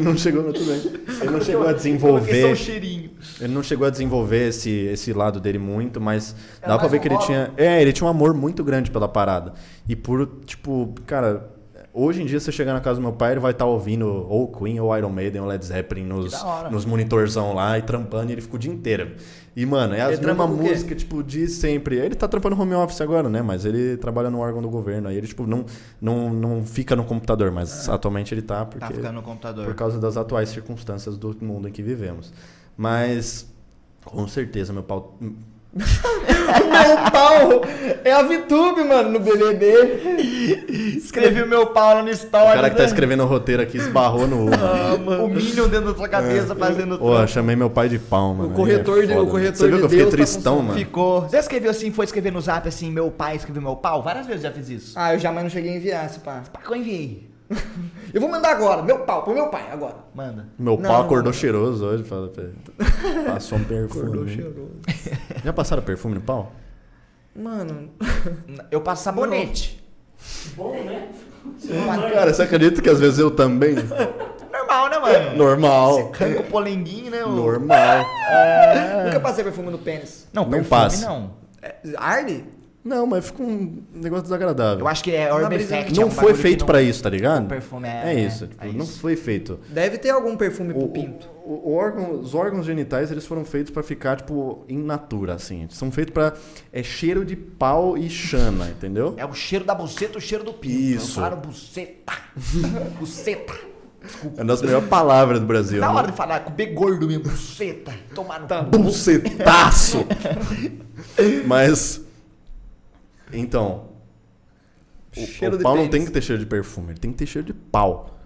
não chegou, não, tudo bem. Ele
Então,
não chegou
Coloquei
a
só um
desenvolver.
cheirinho.
Ele não chegou a desenvolver esse, esse lado dele muito, mas
Era
dá pra
mais
ver
um
que ele
hobby.
tinha. É, ele tinha um amor muito grande pela parada. E por, tipo, cara, Hoje em dia, você chegar na casa do meu pai, ele vai estar ouvindo ou Queen, ou Iron Maiden, ou Led Zeppelin nos, nos monitorzão lá e trampando, e ele fica o dia inteiro. E, mano, é a
Ele trampa
mesma
com o quê?
música, tipo, de sempre. Ele tá trampando home office agora, né? Mas ele trabalha no órgão do governo. Aí ele, tipo, não, não, não fica no computador, mas
É.
atualmente ele tá, porque.
Tá ficando no computador.
Por causa das atuais circunstâncias do mundo em que vivemos. Mas, com certeza, meu pau.
Meu pau é a VTube, mano, no BBB.
Escrevi o meu pau no
O
story.
cara que tá
né?
escrevendo o roteiro aqui esbarrou no. mano.
O Minion dentro da sua
É.
cabeça fazendo
Ô, eu chamei meu pai de pau, mano. Aí é
corretor de- o
mano.
corretor
Você viu
de
que eu fiquei
Deus tá
tristão,
funcionando.
mano?
Ficou. Você escreveu assim, foi escrever no zap assim, meu pai escreveu meu pau? Várias vezes eu já fiz isso.
Ah, eu jamais não cheguei a enviar esse pá.
Pá, que Ah, eu enviei.
Eu vou mandar agora, meu pau, pro meu pai, agora.
Manda.
Meu
Não,
pau
não.
acordou cheiroso hoje. fala pra ele. Passou um perfume. Já passaram perfume no pau?
Mano,
Eu passo sabonete.
Cara, você acredita que às vezes eu também?
Normal, né, mano?
Normal.
Arranca o polenguinho, né? o-
Normal. É.
nunca passei perfume no pênis.
Não,
Não
perfume
passa.
não.
É, Arde?
Não, mas fica um negócio desagradável.
Eu acho que é Orb Effect. é
não
um
foi
bagulho que
feito
não-
pra isso, tá ligado?
o perfume
é,
é-
isso,
é
tipo,
isso.
não foi feito.
Deve ter algum perfume
O,
pro pinto.
o- o órgão- os órgãos genitais eles foram feitos pra ficar tipo in natura, assim. São feitos pra é cheiro de pau e chana, entendeu?
É o cheiro da buceta, o cheiro do pinto.
Isso.
Eu falo buceta. buceta.
É a nossa melhor palavra do Brasil.
Na
né?
hora de falar, com o gordo mesmo, buceta. Tomar no
Tá
cu.
Bucetaço! Mas. Então. O,
Cheiro
o
de
pau não
pênis.
tem que ter cheiro de perfume, ele tem que ter cheiro de pau.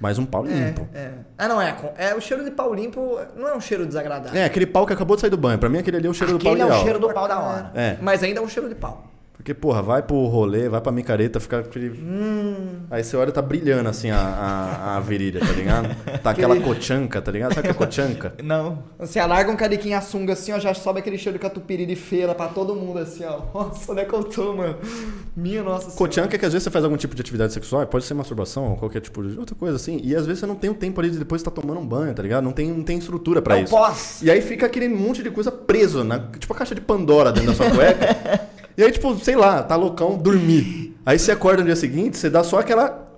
Mas um pau limpo.
É, é. Ah, não, é. com- é. O cheiro de pau limpo não é um cheiro desagradável. um
É. aquele pau que acabou de sair do banho. Pra mim, aquele ali é o cheiro
Aquele
do pau
é
ideal.
o cheiro do pau da hora.
É.
Mas ainda é um cheiro de pau.
Porque, porra, vai pro rolê, vai pra micareta, fica aquele.
Hum.
Aí você olha tá brilhando assim a, a, a virilha, tá ligado? Tá aquela cochanca, tá ligado? Sabe o que é cochanca?
Não.
Você alarga um cariquinho a sunga assim, ó, já sobe aquele cheiro de catupiry de feira pra todo mundo assim, ó. Nossa, onde é que eu tô, mano? Minha nossa senhora.
Cochanca é que às vezes você faz algum tipo de atividade sexual, pode ser masturbação ou qualquer tipo de outra coisa assim, e às vezes você não tem o tempo ali de depois estar tomando um banho, tá ligado? Não tem, não tem estrutura pra
Não
isso.
posso.
E aí fica aquele monte de coisa preso, na, tipo a caixa de Pandora dentro da sua cueca. e aí, tipo, sei lá, tá loucão, dormir. Aí você acorda no dia seguinte, você dá só aquela.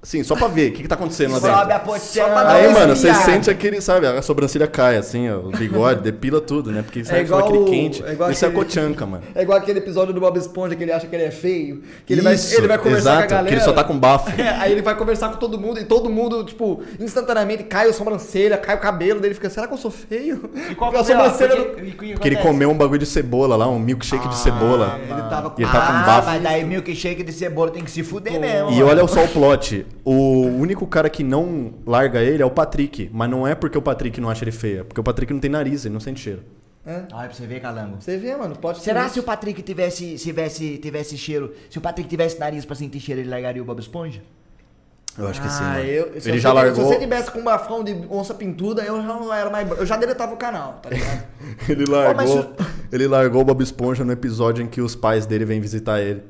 Assim, só pra ver o que, que tá acontecendo lá dentro.
Sobe a
pra
pochada.
dar
Aí,
uma
mano, você
esfriada.
sente aquele, sabe, a sobrancelha cai, assim, ó, o bigode, depila tudo, né? Porque sai
É igual
aquele
o-
quente.
é igual
Isso é
aquele-
cochanca, mano.
É igual aquele episódio do Bob Esponja que ele acha que ele é feio, que ele, vai,
Isso,
ele vai conversar
exato,
com a galera.
que ele só tá com bafo.
É, aí ele vai conversar com todo mundo e todo mundo, tipo, instantaneamente cai a sobrancelha, cai o cabelo dele, fica, será que eu sou feio?
E qual foi
a
a-
sobrancelha
porque-
do-
e que
Porque ele
acontece?
comeu um bagulho de cebola lá, um milkshake de cebola.
Ah, Ele tava com
E ele tá com
Ah,
bafo.
mas daí milkshake de cebola tem que se fuder mesmo.
um-
E olha só o plot. O único cara que não larga ele é o Patrick. Mas não é porque o Patrick não acha ele feio. É porque o Patrick não tem nariz, ele não sente cheiro.
Olha pra você ver, calango.
Você vê, mano, pode
Será
ser
se o Patrick tivesse, tivesse, tivesse cheiro, se o Patrick tivesse nariz pra sentir cheiro, ele largaria o Bob Esponja?
Eu acho que sim.
Ah,
mano.
eu, se
ele
eu
já
tivesse-
largou.
Se você tivesse com um bafão de onça pintuda, eu já não era mais. Eu já deletava o canal, tá ligado?
Ele largou. Ele largou o Bob Esponja no episódio em que os pais dele vêm visitar ele.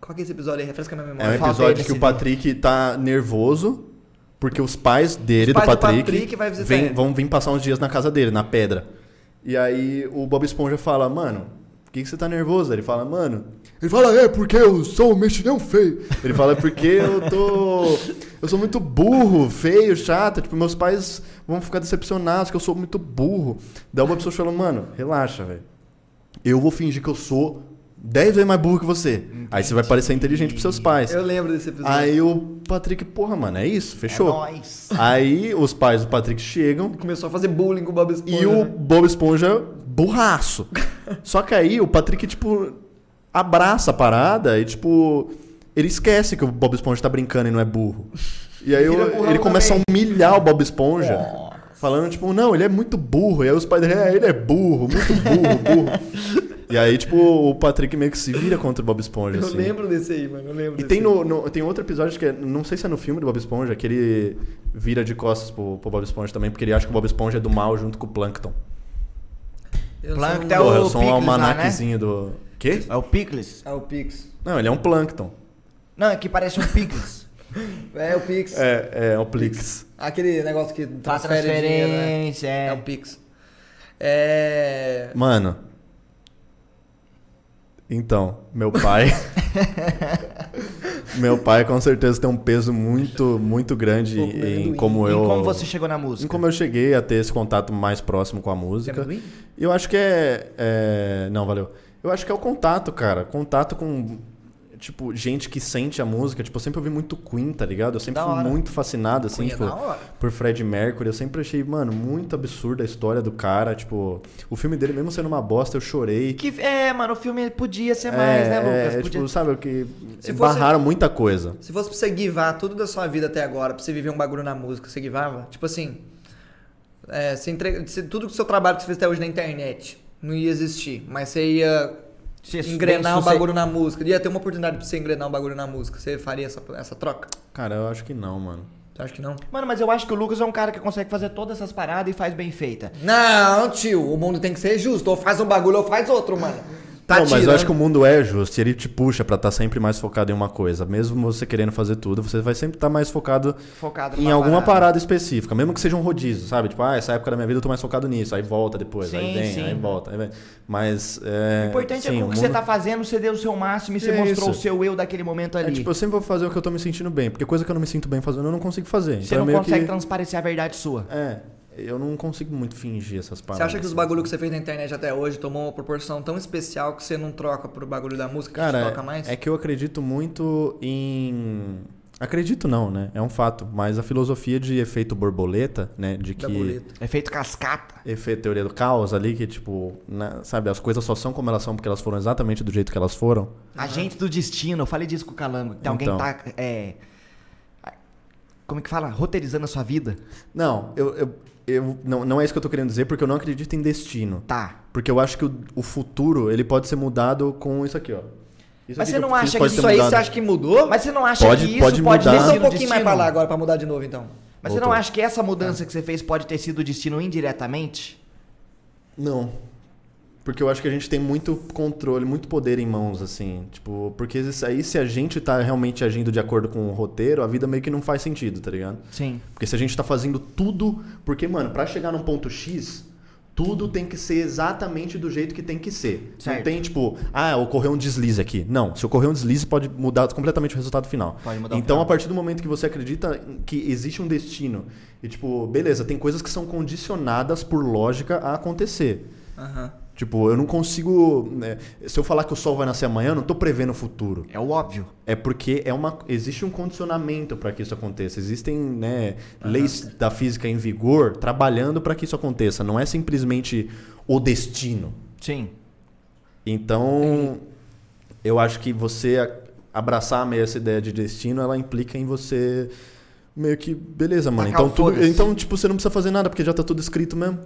Qual que é esse episódio aí? Refresca minha
É um
memória.
Faltei
episódio
nesse
que o Patrick tá nervoso porque os pais dele,
Os pais
do
do
Patrick,
Patrick vai visitar
vêm-
ele.
vão vir passar uns dias na casa dele, na pedra. E aí o Bob Esponja fala, mano, por que, que você tá nervoso? Ele fala, mano. Ele fala, é porque eu sou um mexilhão feio. Ele fala, porque eu tô. Eu sou muito burro, feio, chato. Tipo, meus pais vão ficar decepcionados que eu sou muito burro. Daí o Bob Esponja fala, mano, relaxa, velho eu vou fingir que eu sou 10 vezes mais burro que você. Aí você vai parecer inteligente pros seus pais.
Eu lembro desse episódio.
Aí o Patrick, porra, mano, é isso, fechou?
É nóis.
Aí os pais do Patrick chegam
Começou a fazer bullying com o Bob Esponja.
e
né?
o Bob Esponja burraço. Só que aí o Patrick, tipo, abraça a parada e, tipo, ele esquece que o Bob Esponja tá brincando e não é burro. E aí
Vira
o-
é burrão
ele começa
também.
a humilhar o Bob Esponja. Falando, tipo, não, ele é muito burro. E aí os pais dele, é, ele é burro, muito burro, burro. e aí, tipo, o Patrick meio que se vira contra o Bob Esponja,
Eu
assim.
lembro desse aí, mano. Eu lembro
E
desse
tem,
aí.
no, no- tem outro episódio que é, não sei se é no filme do Bob Esponja, que ele vira de costas pro, pro Bob Esponja também, porque ele acha que o Bob Esponja é do mal junto com o Plankton.
Eu
Plankton
sou
é
um-
Porra,
o
eu sou um
Pickles lá,
almanaquezinho do. Quê?
É o Pickles?
É o Pix.
Não, ele é um Plankton.
Não, é que parece um Pickles.
É o Pix.
É, é o Plix.
Aquele negócio que
Faz
transfere dinheiro, né?
transferência, é.
um
É o Pix. É...
Mano. Então, meu pai. meu pai com certeza tem um peso muito, muito grande
Pô, comendo
em
amendoim.
como eu.
Em como você chegou na música?
em como eu cheguei a ter esse contato mais próximo com a música.
amendoim?
Eu acho que é, é- Não, valeu. Eu acho que é o contato, cara. Contato com, tipo, gente que sente a música. Tipo, eu sempre ouvi muito Queen, tá ligado? Eu sempre
Da
fui
hora.
muito fascinado, assim,
Queen é
tipo,
da hora.
por Fred Mercury. Eu sempre achei, mano, muito absurda a história do cara. Tipo, o filme dele, mesmo sendo uma bosta, eu chorei.
Que, é, mano, o filme podia ser mais,
é,
né, Lucas?
é,
Podia-
tipo, sabe, o que
Se fosse-
barraram muita coisa.
Se fosse pra você guivar tudo da sua vida até agora, pra você viver um bagulho na música, você guivava? Tipo assim, é, você entre- se tudo que o seu trabalho que você fez até hoje na internet não ia existir, mas você ia
tipo,
Ser su-
engrenar o
bem suce-
bagulho na música, ia ter uma oportunidade pra você engrenar o bagulho na música, você faria essa, essa troca?
Cara, eu acho que não, mano.
Você acha que não?
Mano, mas eu acho que o Lucas é um cara que consegue fazer todas essas paradas e faz bem feita.
Não, tio, o mundo tem que ser justo, ou faz um bagulho ou faz outro, mano. Tá
não, mas eu
tirando-
acho que o mundo é justo e ele te puxa pra estar sempre mais focado em uma coisa. Mesmo você querendo fazer tudo, você vai sempre estar mais focado,
Focado
em
numa
alguma parada.
parada.
específica. Mesmo que seja um rodízio, sabe? Tipo, ah, essa época da minha vida eu tô mais focado nisso. Aí volta depois, aí
Sim,
vem,
sim.
aí volta. Aí vem. Mas. É,
O importante
sim,
é que o que você
mundo-
tá fazendo, você deu o seu máximo e você
É
mostrou
isso.
o seu eu daquele momento
É,
ali.
tipo, eu sempre vou fazer o que eu tô me sentindo bem. Porque coisa que eu não me sinto bem fazendo, eu não consigo fazer.
você
então é
não
meio
consegue
que.
transparecer a verdade sua.
É, eu não consigo muito fingir essas paradas. assim.
Você acha que os bagulhos que você fez na internet até hoje tomou uma proporção tão especial que você não troca pro bagulho da música, que
Cara,
você troca mais?
é que eu acredito muito em. Acredito não, né? É um fato. Mas a filosofia de efeito borboleta, né? De que.
da boleta.
É feito cascata.
Efeito teoria do caos ali, que tipo, na- sabe, as coisas só são como elas são porque elas foram exatamente do jeito que elas foram.
Agente do destino, eu falei disso com o Calango. Tem alguém
Então.
que tá. É, como é que fala? Roteirizando a sua vida?
Não, eu, eu, eu- não, não é isso que eu tô querendo dizer, porque eu não acredito em destino.
Tá.
Porque eu acho que o, o futuro, ele pode ser mudado com isso aqui, ó. Isso
Mas
aqui
você
eu
não
fiz
acha que
pode ser
Isso aí
mudado.
você acha que mudou?
Mas você não acha
Pode-
que
pode
isso pode
mudar.
ter
Desce
sido
um pouquinho mais
destino?
pra lá agora pra mudar de novo, então.
Mas você não
Voltou. É.
acha que essa mudança que você fez pode ter sido o destino indiretamente?
Não. Porque eu acho que a gente tem muito controle, muito poder em mãos, assim. Tipo, porque isso aí, se a gente tá realmente agindo de acordo com o roteiro, a vida meio que não faz sentido, tá ligado?
Sim.
Porque se a gente tá fazendo tudo. Porque, mano, pra chegar num ponto X, tudo tem que ser exatamente do jeito que tem que ser. Não
Certo.
tem, tipo, ah, ocorreu um deslize aqui. Não, se ocorrer um deslize, pode mudar completamente o resultado final.
Pode mudar o
então,
final.
a partir do momento que você acredita que existe um destino, e, tipo, beleza, tem coisas que são condicionadas por lógica a acontecer.
Aham.
Tipo, eu não consigo. né, se eu falar que o sol vai nascer amanhã, eu não tô prevendo o futuro.
É o óbvio.
É porque é uma, existe um condicionamento para que isso aconteça. Existem né, leis da física em vigor trabalhando para que isso aconteça. Não é simplesmente o destino.
Sim.
Então, eu acho que você a- abraçar meio essa ideia de destino, ela implica em você meio que, beleza, mano.
Tacar
Então,
o
tudo,
foda-se.
então, tipo, você não precisa fazer nada porque já tá tudo escrito mesmo.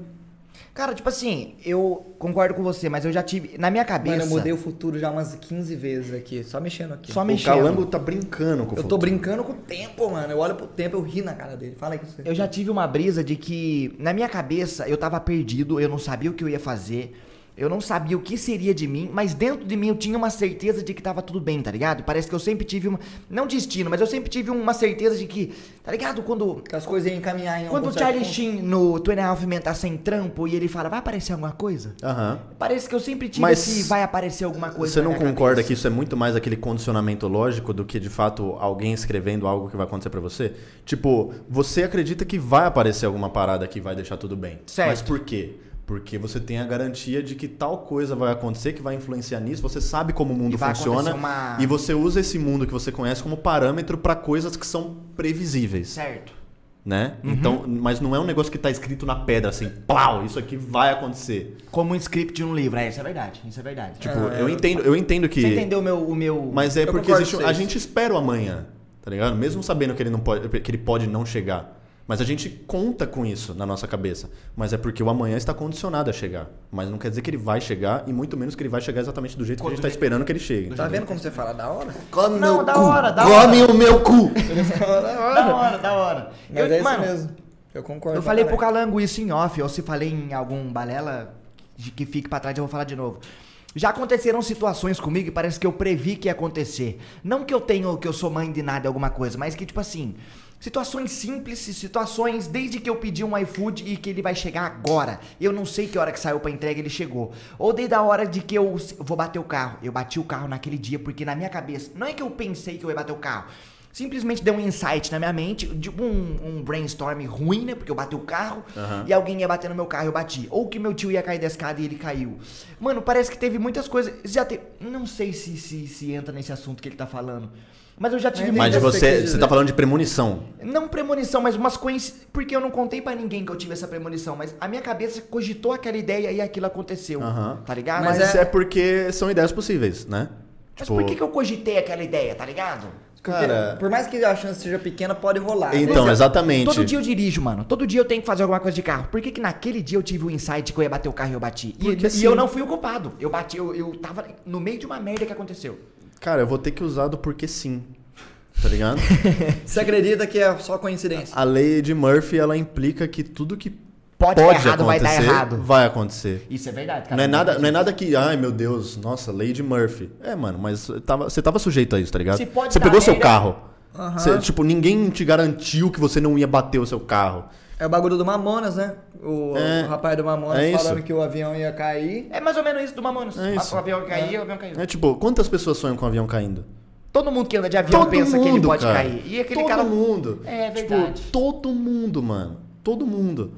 Cara, tipo assim, eu concordo com você, mas eu já tive. Na minha cabeça.
Mano, eu mudei o futuro já umas 15 vezes aqui, só mexendo aqui.
Só
O
mexendo.
Calango tá brincando com o
Eu tô
futuro.
brincando com o tempo, mano. Eu olho pro tempo, eu ri na cara dele. Fala aí com você.
Eu já tive uma brisa de que, na minha cabeça, eu tava perdido, eu não sabia o que eu ia fazer, eu não sabia o que seria de mim, mas dentro de mim eu tinha uma certeza de que tava tudo bem, tá ligado? Parece que eu sempre tive uma. Não destino, mas eu sempre tive uma certeza de que, tá ligado? Quando.
Que as coisas iam encaminhar em um
Quando
algum
o
certo
Charlie
ponto.
Sheen no Two and a Half Men tá sem trampo e ele fala, vai aparecer alguma coisa?
Aham.
Parece que eu sempre tive
Mas
esse vai aparecer alguma coisa.
Você
na
não
minha
concorda
cabeça.
que isso é muito mais aquele condicionamento lógico do que de fato alguém escrevendo algo que vai acontecer pra você? Tipo, você acredita que vai aparecer alguma parada que vai deixar tudo bem.
Certo.
Mas por quê? Porque você tem a garantia de que tal coisa vai acontecer, que vai influenciar nisso, você sabe como o mundo
vai
funciona
acontecer uma-
e você usa esse mundo que você conhece como parâmetro pra coisas que são previsíveis
Certo. Uhum.
né? Então, mas não é um negócio que tá escrito na pedra assim, plau, isso aqui vai acontecer.
Como um script de um livro. É, isso é verdade. Isso é verdade.
Tipo, eu entendo, eu entendo que
Você entendeu o meu, o meu.
Mas é
Eu
porque
concordo
existe,
com
a
vocês.
gente espera o amanhã, tá ligado? Mesmo sabendo que ele, não pode, que ele pode não chegar. Mas a gente conta com isso na nossa cabeça. Mas é porque o amanhã está condicionado a chegar. Mas não quer dizer que ele vai chegar, e muito menos que ele vai chegar exatamente do jeito que a gente está esperando que ele chegue.
Tá vendo como você fala? Da hora.
Come
Não, meu da cu. hora, da
Come o meu cu!
Da hora, da hora.
Mas
Eu-
é isso
mano,
mesmo. Eu concordo.
Eu falei pro Calango isso em off, ou se falei em algum balela de- que fique pra trás, eu vou falar de novo. Já aconteceram situações comigo e parece que eu previ que ia acontecer. Não que eu tenho, que eu sou mãe de nada, alguma coisa, mas que tipo assim, Situações simples, situações desde que eu pedi um iFood e que ele vai chegar agora. Eu não sei que hora que saiu pra entrega ele chegou. Ou desde a hora de que eu vou bater o carro. Eu bati o carro naquele dia porque na minha cabeça, não é que eu pensei que eu ia bater o carro. Simplesmente deu um insight na minha mente, tipo um, um brainstorm ruim, né? Porque eu bati o carro e alguém ia bater no meu carro e eu bati. Ou que meu tio ia cair da escada e ele caiu. Mano, parece que teve muitas coisas. Já te... Não sei se, se, se entra nesse assunto que ele tá falando. Mas eu já tive
Mas
muitas
Mas
Ainda você quer
você,
dizer.
você tá falando de premonição.
não premonição, mas umas coincidências. Porque eu não contei pra ninguém que eu tive essa premonição, mas a minha cabeça cogitou aquela ideia e aquilo aconteceu.
Aham.
Tá ligado?
Mas,
Mas,
Mas
é...
é-
porque são ideias possíveis, né?
por que, que eu cogitei aquela ideia, tá ligado?
Cara,
Por mais que a chance seja pequena, pode rolar. né?
então, exatamente.
Todo dia eu dirijo, mano. Todo dia eu tenho que fazer alguma coisa de carro. Por que, que naquele dia eu tive o insight que eu ia bater o carro e eu bati? E,
Porque
e
assim-
eu não fui o culpado. Eu bati, eu, eu tava no meio de uma merda que aconteceu.
Cara, eu vou ter que usar do porque sim. Tá ligado?
Você acredita que é só coincidência?
A lei de Murphy, ela implica que tudo que
Pode, dar
pode
errado, vai
acontecer,
dar errado.
vai acontecer.
Isso é verdade, cara.
Não é, nada, não é nada que, ai meu Deus, nossa, lei de Murphy. É, mano, mas tava- você tava sujeito a isso, tá ligado?
Se pode
você
dar
pegou seu
merda-
carro.
Aham.
Você, tipo, ninguém te garantiu que você não ia bater o seu carro.
É o bagulho do Mamonas, né? O,
É.
o rapaz do Mamonas
É isso.
falando que o avião ia cair.
É mais ou menos isso do Mamonas.
É isso.
O avião caiu, o avião caiu.
É tipo, quantas pessoas sonham com o avião caindo?
Todo mundo que anda de avião pensa que ele pode
cara.
cair. E aquele
todo
cara
mundo.
É verdade.
Tipo, todo mundo, mano. Todo mundo.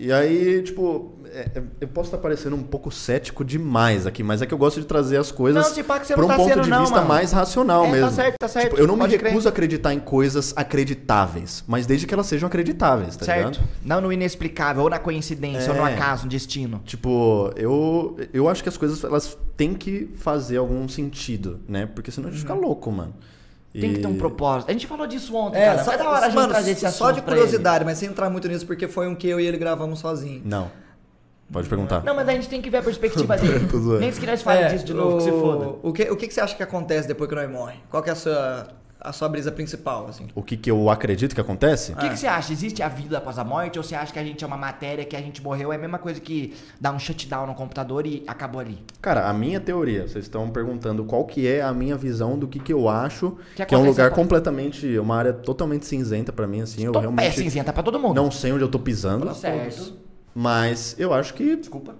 E aí, tipo, é- é- eu posso estar parecendo um pouco cético demais aqui, mas é que eu gosto de trazer as coisas
Não, se pá que você
pra um
não tá
ponto
sendo,
de
não,
vista
mano.
mais racional
É, tá
mesmo.
certo, tá certo.
Tipo, eu não me
Pode crer.
recuso a acreditar em coisas acreditáveis, mas desde que elas sejam acreditáveis, tá
certo?
ligado?
Não no inexplicável, ou na coincidência, ou no
É.
acaso, no destino.
Tipo, eu, eu acho que as coisas elas têm que fazer algum sentido, né? Porque senão a gente fica louco, mano.
Uhum. Tem que
E- É,
ter um propósito. A gente falou disso ontem, cara. Só,
É, só-
da hora a gente
mano,
trazer esse assunto
Só de
pra
curiosidade, mas sem entrar muito nisso, porque foi um que eu e ele gravamos sozinho.
Não. Pode perguntar.
ele. Não, mas a gente tem que ver a perspectiva dele.
Tô zoando.
Nem se que nós fale
É,
disso de novo, que se foda.
O que, o que que você acha que acontece depois que nós morre? Qual que é a sua, a sua brisa principal, assim?
o que, que eu acredito que acontece?
O que, que você acha? Existe a vida após a morte? Ou você acha que a gente é uma matéria que a gente morreu? É a mesma coisa que dar um shutdown no computador e acabou ali.
Cara, a minha teoria, vocês estão perguntando qual que é a minha visão do que, que eu acho, que,
Que
é um
acontece
lugar
com-
completamente, uma área totalmente cinzenta pra mim, assim, eu
Tô
realmente
pé cinzenta pra todo mundo.
não sei onde eu tô pisando,
certo.
mas eu acho que
Desculpa.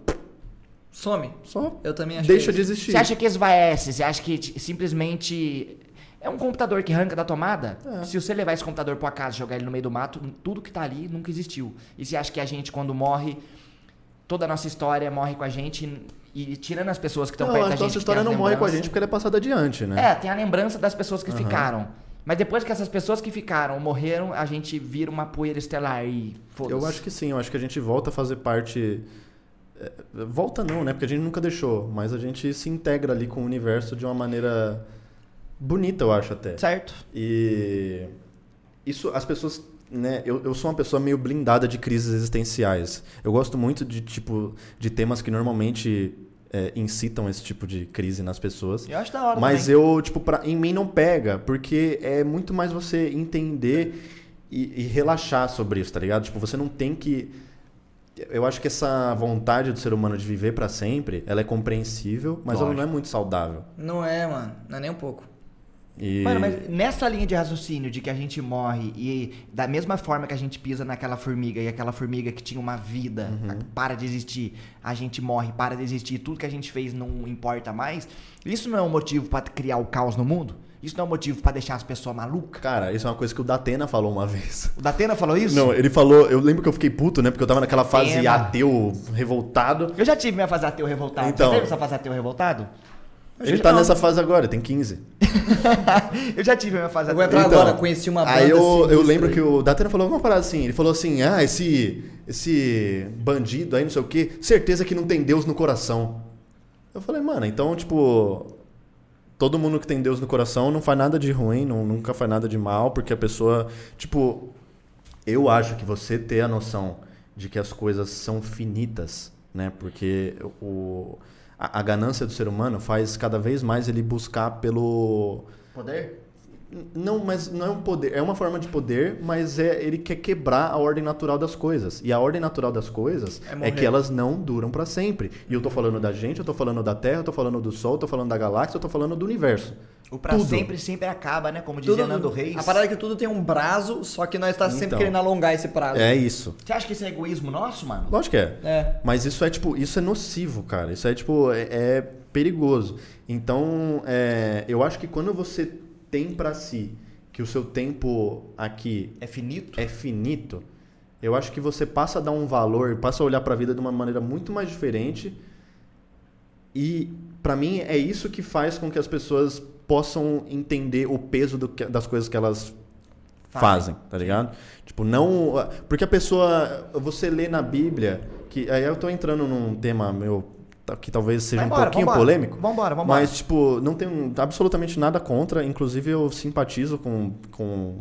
Some.
só
Eu também acho
deixa
que- é
de existir.
Você acha que esvaece? Você acha que t- simplesmente. É um computador que arranca da tomada?
É.
Se você levar esse computador pra casa e jogar ele no meio do mato, tudo que tá ali nunca existiu. E você acha que a gente, quando morre, toda a nossa história morre com a gente e, e tirando as pessoas que estão
Não,
perto
acho
da
que
gente.
nossa
tem
história
as
não morre com a gente
lembranças.
porque ela é passada adiante, né?
É, tem a lembrança das pessoas que ficaram. Mas depois que essas pessoas que ficaram morreram, a gente vira uma poeira estelar e foda-se.
Eu acho que sim, eu acho que a gente volta a fazer parte. é, Volta não, né? Porque a gente nunca deixou, mas a gente se integra ali com o universo de uma maneira bonita, eu acho até.
Certo?
E isso, as pessoas, né? Eu, eu sou uma pessoa meio blindada de crises existenciais. Eu gosto muito de tipo de temas que normalmente é, incitam esse tipo de crise nas pessoas.
Eu acho da hora.
Mas
também.
eu, tipo, pra, em mim não pega, porque é muito mais você entender e, e relaxar sobre isso, tá ligado? Tipo, você não tem que. Eu acho que essa vontade do ser humano de viver pra sempre, ela é compreensível, mas ela não é muito saudável.
Não é, mano. Não é nem um pouco.
E...
Mano, mas nessa linha de raciocínio de que a gente morre e da mesma forma que a gente pisa naquela formiga e aquela formiga que tinha uma vida
Uhum.
a- para de existir, a gente morre para de existir, tudo que a gente fez não importa mais. Isso não é um motivo pra criar o caos no mundo? Isso não é um motivo pra deixar as pessoas malucas?
Cara, isso é uma coisa que o Datena falou uma vez.
O Datena falou isso?
Não, ele falou. Eu lembro que eu fiquei puto, né? Porque eu tava naquela fase
Datena.
ateu, revoltado.
Eu já tive minha fase ateu revoltado.
Então.
Você teve essa fase ateu revoltado?
Ele tá nessa fase agora, tem 15.
Eu já tive minha fase
Eu vou
ateu.
entrar agora, conheci uma banda
Então, Aí eu, eu
sinistra
lembro
aí.
que o Datena falou alguma parada assim. Ele falou assim: ah, esse, esse bandido aí, não sei o quê, certeza que não tem Deus no coração. Eu falei, mano, então, tipo. Todo mundo que tem Deus no coração não faz nada de ruim, não, nunca faz nada de mal, porque a pessoa. Tipo, eu acho que você ter a noção de que as coisas são finitas, né? Porque o, a, a ganância do ser humano faz cada vez mais ele buscar pelo.
Poder?
N- Não, mas não é um poder, é uma forma de poder, mas é ele quer quebrar a ordem natural das coisas. E a ordem natural das coisas
É
é,
morrer.
que elas não duram pra sempre. E eu tô falando da gente, eu tô falando da Terra, eu tô falando do Sol, eu tô falando da galáxia, eu tô falando do universo.
O pra
Tudo.
sempre, sempre acaba, né? Como dizia
Tudo,
Nando Reis.
a parada é que tudo tem um prazo, só que nós tá sempre
Então.
querendo alongar esse prazo.
É isso.
Você acha que isso é egoísmo nosso, mano?
Lógico que é.
É.
Mas isso é tipo, isso é nocivo, cara. Isso é tipo, é, é perigoso. Então, é, eu acho que quando você tem pra si que o seu tempo aqui
É finito?
é finito, eu acho que você passa a dar um valor, passa a olhar pra vida de uma maneira muito mais diferente. E pra mim é isso que faz com que as pessoas possam entender o peso do que- das coisas que elas fazem, tá ligado? Tipo, não. Porque a pessoa. Você lê na Bíblia. que Aí eu tô entrando num tema meu. ta- Que talvez seja
Vai
um
embora,
pouquinho
vambora.
polêmico.
Vambora, vambora.
Mas, tipo, não tenho absolutamente nada contra. Inclusive, eu simpatizo com. com,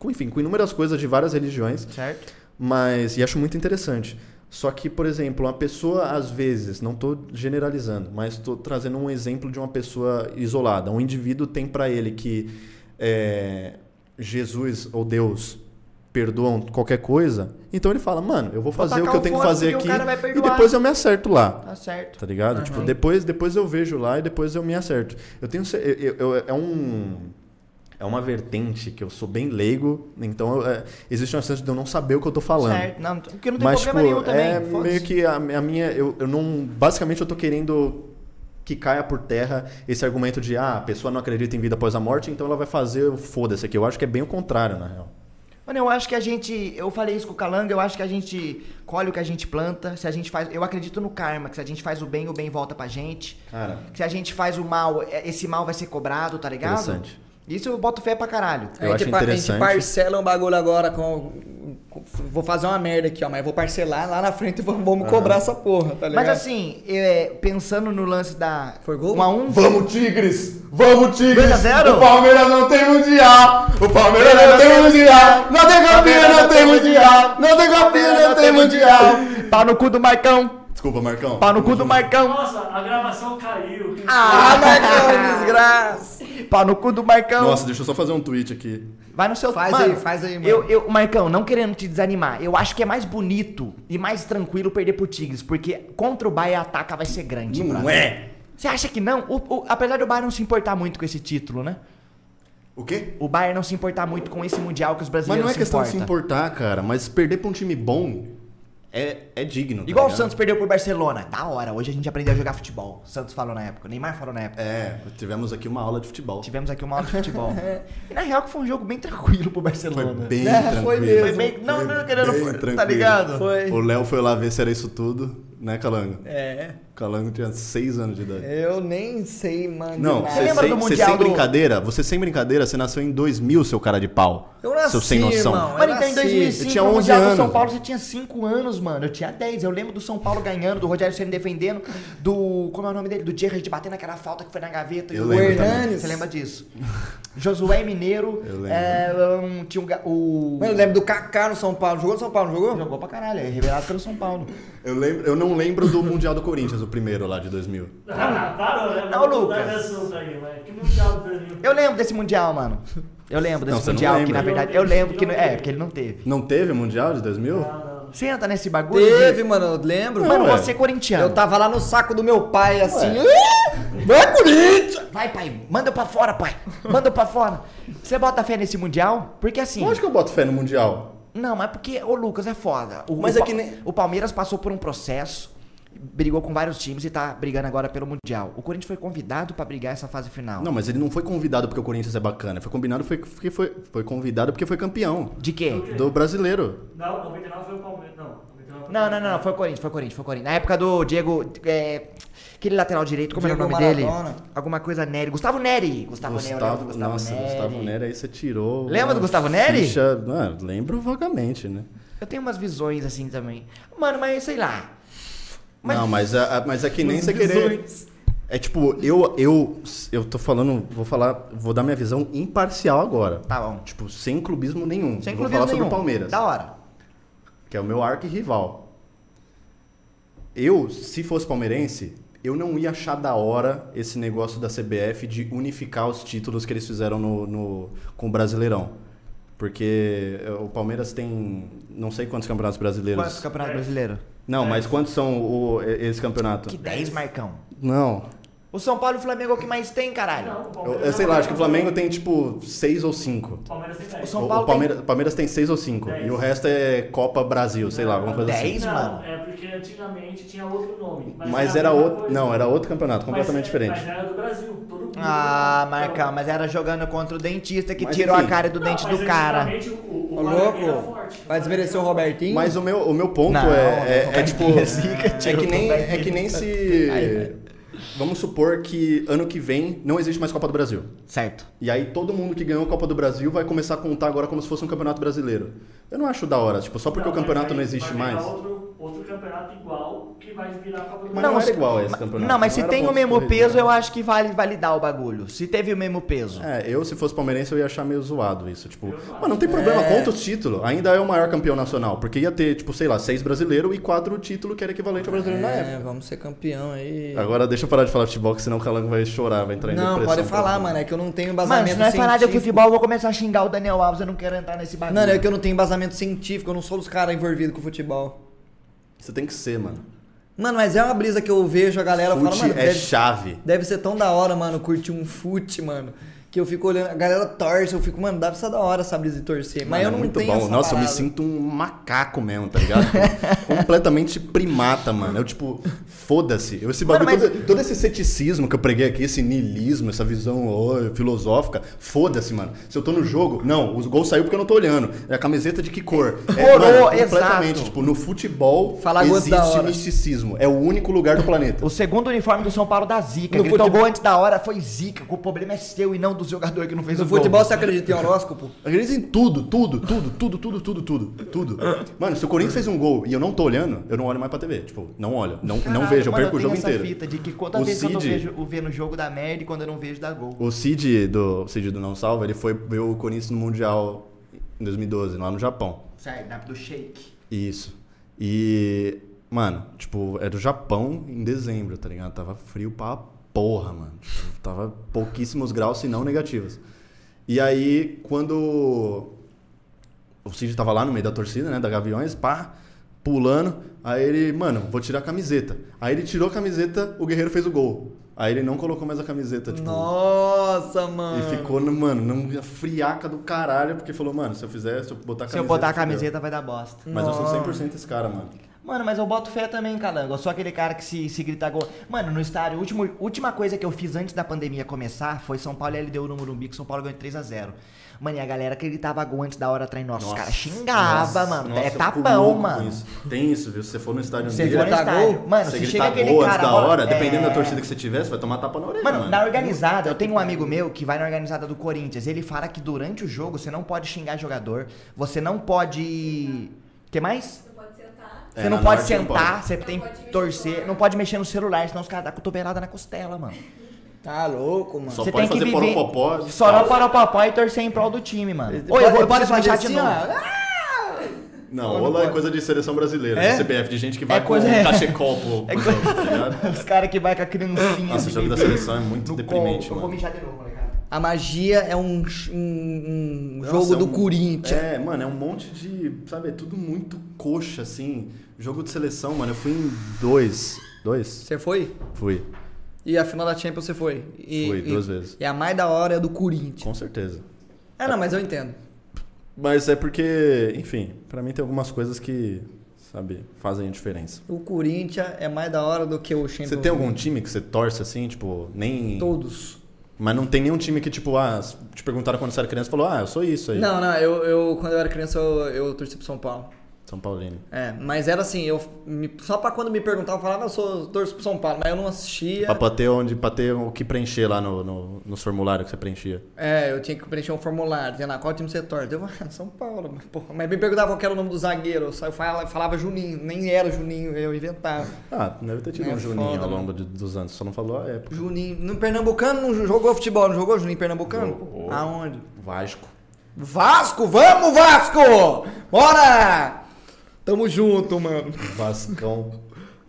com enfim, com inúmeras coisas de várias religiões.
Certo?
Mas. E acho muito interessante. Só que, por exemplo, uma pessoa, às vezes, não estou generalizando, mas estou trazendo um exemplo de uma pessoa isolada. Um indivíduo tem para ele que é, Jesus ou Deus perdoam qualquer coisa. Então ele fala, mano, eu vou fazer o
tacar
que eu
o
tenho que
fone
fazer
porque
aqui
o cara vai
e
perdoar.
depois eu me acerto lá.
Tá certo.
Tá ligado? Tipo, depois, depois eu vejo lá e depois eu me acerto. Eu tenho. cer- Eu, eu- eu- é um. É uma vertente que eu sou bem leigo, então eu- é, existe uma chance de eu não saber o que eu tô falando.
Certo. Não, porque não tem
Mas, tipo,
problema nenhum também.
é
foda-se.
meio que a, a minha. Eu, eu não. Basicamente, eu tô querendo que caia por terra esse argumento de, ah, a pessoa não acredita em vida após a morte, então ela vai fazer o foda-se aqui. Eu acho que é bem o contrário, na real.
Mano, eu acho que a gente. Eu falei isso com o Calanga, eu acho que a gente colhe o que a gente planta. Se a gente faz. Eu acredito no karma, que se a gente faz o bem, o bem volta pra gente.
Cara.
Que se a gente faz o mal, é- esse mal vai ser cobrado, tá ligado?
Interessante.
Isso eu boto fé pra caralho.
Eu
a,
acho
gente pa- a gente
interessante.
parcela um bagulho agora com, com- Vou fazer uma merda aqui, ó, mas vou parcelar lá na frente e vamos, vamos cobrar essa porra, tá ligado?
Mas assim, é, pensando no lance da.
Foi gol?
1 a 1
Vamos, Tigres! Vamos, Tigres!
2 a 0?
O Palmeiras não tem mundial! O Palmeiras não tem mundial! Não tem campeão, não tem mundial! Não tem campeão, não tem mundial!
Pau no cu do Marcão!
Desculpa, Marcão.
Pau no cu do Marcão!
Nossa, a gravação caiu.
Ah, Marcão, desgraça!
Pau no cu do Marcão!
Nossa, deixa eu só fazer um tweet aqui.
Vai no seu
Faz aí, faz aí, mano.
Eu, eu, Marcão, não querendo te desanimar, eu acho que é mais bonito e mais tranquilo perder pro Tigres, porque contra o Bahia a ataca vai ser grande.
Não
brother.
é!
Você acha que não? O- o- apesar do Bayern não se importar muito com esse título, né?
O quê?
O Bayern não se importar muito com esse mundial que os
Mas
brasileiros
não é
se
questão de se
importam.
importar, cara. Mas perder pra um time bom é, é digno. tá
Igual o
ligado?
Santos perdeu pro Barcelona. Da hora, hoje a gente aprendeu a jogar futebol. O Santos falou na época, o Neymar falou na época.
É, tivemos aqui uma aula de futebol.
Tivemos aqui uma aula de futebol. e na real que foi um jogo bem tranquilo pro
Foi
Barcelona.
bem
É,
tranquilo.
foi mesmo.
Foi bem- não, não, querendo-
bem
tá
tranquilo.
ligado?
Foi.
O Léo foi lá ver se era isso tudo, né, Calango?
É,
Calango tinha 6 anos de idade.
eu nem sei, mano.
Não,
nada.
você
É, lembra
sem,
do
você
Mundial
sem
do-
brincadeira, você sem brincadeira, você nasceu em 2000, seu cara de pau.
Eu nasci,
seu sem noção.
irmão.
Mano,
Eu
então em
nasci,
2005,
eu tinha
no
11
Mundial do São
anos.
Paulo você tinha 5 anos, mano. Eu tinha 10. Eu lembro do São Paulo ganhando, do Rogério Ceni defendendo, do... Como é o nome dele? Do Gerrard batendo aquela falta que foi na gaveta.
Eu
do
lembro também.
Você lembra disso? Josué Mineiro.
Eu lembro.
é, um, tinha um ga- o...
Mano, eu lembro do Kaká no São Paulo. Jogou no São Paulo, não jogou?
Jogou pra caralho, é revelado pelo São Paulo.
Eu, lembro, eu não lembro do Mundial do Corinthians, o primeiro lá de 2000.
Ah, parou, né?
Não,
Vamos mudar
Lucas.
de assunto aí, vai. Que mundial do Brasil?
Eu lembro desse Mundial, mano. Eu lembro
Não,
desse
você não
Mundial, que
lembra.
na verdade... Eu lembro que... não- É, porque ele não teve.
Não teve Mundial de 2000?
Não, não.
Senta nesse bagulho. de-
Teve, mano, eu lembro.
Mano,
ué.
você é corintiano.
eu tava lá no saco do meu pai, assim. "Ih, Vai, Corinthians!
Vai, pai, manda pra fora, pai. Manda pra fora. Você bota fé nesse mundial? Porque assim.
Lógico que eu boto fé no Mundial.
Não, mas porque o Lucas é foda. O,
Mas
o
é
Pa-
que nem-
o Palmeiras passou por um processo, brigou com vários times e tá brigando agora pelo mundial. O Corinthians foi convidado pra brigar essa fase final.
Não, mas ele não foi convidado porque o Corinthians é bacana. Foi combinado foi- porque foi, foi convidado porque foi campeão
De quê?
do brasileiro.
Não, 99 foi o Palmeiras. Não, 99 foi o
Não, não,
Palmeiras.
não, não, foi o Corinthians, foi o Corinthians, foi o Corinthians. Na época do Diego, é, aquele lateral direito, como era o
Diego
nome
Maradona.
dele? Alguma coisa Neri, Gustavo Neri. Gustavo, Neri, eu lembro do
Gustavo,
Gustavo
nossa,
Neri.
Gustavo Neri, aí você tirou.
Lembra
uma
do Gustavo Neri?
ficha- Ah, lembro vagamente, né?
Eu tenho umas visões assim também. Mano, mas sei lá. Mas-
Não, mas, a, a- mas é que nem você querer. É tipo, eu, eu, eu tô falando, vou falar, vou dar minha visão imparcial agora.
Tá bom.
Tipo, sem clubismo nenhum.
Sem
vou
clubismo
falar sobre
nenhum.
o Palmeiras,
Da hora.
que é o meu arqui-rival. Eu, se fosse palmeirense, eu não ia achar da hora esse negócio da CBF de unificar os títulos que eles fizeram no, no- com o Brasileirão. Porque eh, o Palmeiras tem não sei quantos campeonatos brasileiros.
Quantos campeonato brasileiro?
Não, mas quantos são o, esse campeonato?
Que 10, Marcão.
Não.
O São Paulo e o Flamengo é o que mais tem, caralho.
Não, o
Eu,
Palmeiras.
eu sei lá, acho que o
não.
Flamengo tem tipo seis ou cinco.
O Palmeiras tem
O
10.
São
O-
Paulo
o Palmeiras, Palmeiras tem seis ou cinco.
Dez.
E o resto é Copa Brasil, sei lá, alguma coisa assim.
Dez?
não,
mano.
É porque antigamente tinha outro nome. Mas,
Mas
a
era
mesma
outro.
coisa.
Não, era outro campeonato,
Mas- é,
completamente diferente.
Mas era do Brasil. Todo mundo.
tem... Ah, Marcão, mas era jogando contra o dentista que
Mas
tirou
enfim.
a cara do
Não,
dente
mas
do cara.
antigamente O, o,
Ô,
o Guarani era
louco,
forte.
vai desmerecer o Robertinho?
Mas o meu, o meu ponto
Não,
é,
não,
é, é tipo. É que nem, é que nem se. Vamos supor que ano que vem não existe mais Copa do Brasil.
Certo.
E aí todo mundo que ganhou a Copa do Brasil vai começar a contar agora como se fosse um campeonato brasileiro. Eu não acho da hora, tipo, só porque
Não,
o
mas
campeonato
aí
não existe
vai pegar
mais.
Outro, outro campeonato igual que vai virar Copa
Mas
do Brasil.
não era igual esse campeonato.
Não, mas se
era
tem o
pontos
mesmo
corridos,
peso,
né?
eu acho que vale validar o bagulho. Se teve o mesmo peso.
É, eu se fosse palmeirense eu ia achar meio zoado isso. Tipo,
Eu não
mas não tem problema, conta os títulos. Ainda é o maior campeão nacional. Porque ia ter, tipo, sei lá, seis brasileiros e quatro títulos que era equivalente ao brasileiro na
É,
época.
vamos ser campeão aí.
Agora deixa É, eu parar de falar futebol, que senão o Calango vai chorar, vai entrar em
Não,
depressão.
pode falar,
profundo.
mano. É que eu não tenho
Mano,
embasamento
se não é falar de
científico.
futebol, eu vou começar a xingar o Daniel Alves, eu não quero entrar nesse bagulho.
Mano, é que eu tipo- não tenho embasamento científico. Eu não sou dos caras envolvidos com futebol.
Você tem que ser, mano.
Mano, mas é uma brisa que eu vejo a galera. Eu falo,
Fute
mano,
é
deve,
chave.
deve ser tão da hora, mano, curtir um fute, mano. Que eu fico olhando, a galera torce, eu fico, mano, deve ser da hora essa brisa de torcer. Mas
Mano,
eu
é
não
muito
tenho
bom.
essa
Nossa, eu me
parada.
sinto um macaco mesmo, tá ligado? Tipo, Completamente primata, mano. Eu, tipo, foda-se. Eu, esse bagulho,
Mano, mas-
todo, todo esse ceticismo que eu preguei aqui, esse niilismo, essa visão ó, filosófica, foda-se, mano. Se eu tô no jogo, não, o gol saiu porque eu não tô olhando. É a camiseta de que cor? É,
Coroa,
mano,
exato.
completamente. Tipo, no futebol
Fala gosto da
existe
hora.
misticismo. É o único lugar do planeta.
O segundo uniforme do São Paulo da Zica.
No
Quem tocou
futebol-
antes da hora foi Zica. O problema é seu e não do jogador que não fez
No
o gol.
futebol você acredita em horóscopo?
Acredita em tudo, tudo, tudo, tudo, tudo, tudo, tudo, tudo. Mano, se o Corinthians fez um gol e eu não tô olhando, eu não olho mais pra TV. Tipo, não olho. Não, não
Caralho,
vejo, eu
mano,
perco o
tenho
jogo
essa
inteiro.
fita de que quantas
O
vezes eu não
Cid-
vejo o vendo jogo da merda e quando eu não vejo dá gol.
O Cid do Cid do Não Salva, ele foi ver o Corinthians no Mundial em 2012, lá no Japão.
Sai, dá do shake.
Isso. E, mano, tipo, era do Japão em dezembro, tá ligado? Tava frio pra porra, mano. Tipo, tava pouquíssimos graus, se não negativos. E aí, quando o Cid tava lá no meio da torcida, né, da Gaviões, pá, pulando. Aí ele, mano, vou tirar a camiseta. Aí ele tirou a camiseta, o Guerreiro fez o gol. Aí ele não colocou mais a camiseta, tipo,
Nossa, mano.
e ficou, no- mano, numa friaca do caralho, porque falou, mano, se eu fizer, se eu botar a camiseta.
Se eu botar a
fudeu.
camiseta vai dar bosta.
Mas eu
Nossa.
sou 100% esse cara, mano.
Mano, mas eu boto fé também, calango. Eu sou aquele cara que se, se gritar gol. Mano, no estádio, a última, última coisa que eu fiz antes da pandemia começar foi São Paulo e LDU no Morumbi, que São Paulo ganhou 3x0. Mano, e a galera que gritava gol antes da hora atrás, nossa, os caras xingava,
Nossa,
mano.
nossa,
é
eu fico
tapão,
louco com
mano.
isso. Tem isso, viu? Se você for no estádio
Você
antigo, é
for no
gritar
estádio.
gol,
Mano,
você
se
gritar
chega aquele
gol
cara.
antes da
rola-
hora, dependendo da
É.
torcida que você tiver, você vai tomar tapa na orelha,
Mano,
mano.
na organizada, eu tenho um amigo meu que vai na organizada do Corinthians. Ele fala que durante o jogo você não pode xingar jogador, você não pode. que mais?
Não pode sentar.
É,
você não
na
pode
norte não
sentar,
pode.
você
Não
tem
pode
que
mexer no
torcer,
celular.
não pode mexer no celular, senão os caras dão cotovelada na costela, mano.
Tá louco, mano.
Só
você
pode
tem que
fazer
viver.
poropopó.
Só não poropopó e torcer em prol do time, mano. Ou eu vou pode
Pode-
baixar
pode
de
fazer
novo.
assim, ó.
Não,
Ou não
Ola é
pode.
coisa de seleção brasileira,
É?
de CBF, de gente que vai
coisa- É
com um cachecol pro pro jogo, tá ligado?
Os caras que vai com a criancinha.
Nossa, o
de
jogo da
bebê
seleção é muito
no
deprimente,
colo. Eu vou
mano.
mijar de novo, molecada.
A magia é um, ch- um- um
Nossa,
jogo
é
do
um-
Corinthians.
É, mano, é um monte de. Sabe, é tudo muito coxa, assim. Jogo de seleção, mano. Eu fui em dois. Dois?
Você foi?
Fui,
E a final da Champions você foi? E,
Fui,
e-
duas vezes.
E a mais da hora é do Corinthians.
com certeza.
É, não, mas eu entendo.
Mas é porque, enfim, pra mim tem algumas coisas que, sabe, fazem a diferença.
O Corinthians é mais da hora do que o Champions.
Você tem algum time que você torce assim, tipo, nem.
Todos.
Mas não tem nenhum time que, tipo, ah, te perguntaram quando você era criança e falou, ah, eu sou isso aí.
Não, não, eu, eu quando eu era criança eu, eu torci pro São Paulo.
São Paulino.
É, mas era assim, eu me- só pra quando me perguntavam, eu falava, eu sou torço pro São Paulo, mas eu não assistia.
Pra, pra ter onde, pra ter o que preencher lá no, no, nos formulários que você preenchia.
É, eu tinha que preencher um formulário, dizendo, ah, qual time você torce? Eu falava, São Paulo, mas, porra, mas me perguntava qual que era o nome do zagueiro, eu só- eu falava, falava Juninho, nem era Juninho, eu inventava.
Ah, deve ter tido
É
um Juninho
foda,
ao
mano.
longo de- dos anos, só não falou "Ah, é, a época.
Juninho, no Pernambucano não jo- jogou futebol, não jogou Juninho Pernambucano?
Jogou.
Aonde?
Vasco.
Vasco, vamos Vasco! Bora! Tamo junto, mano.
Vascão.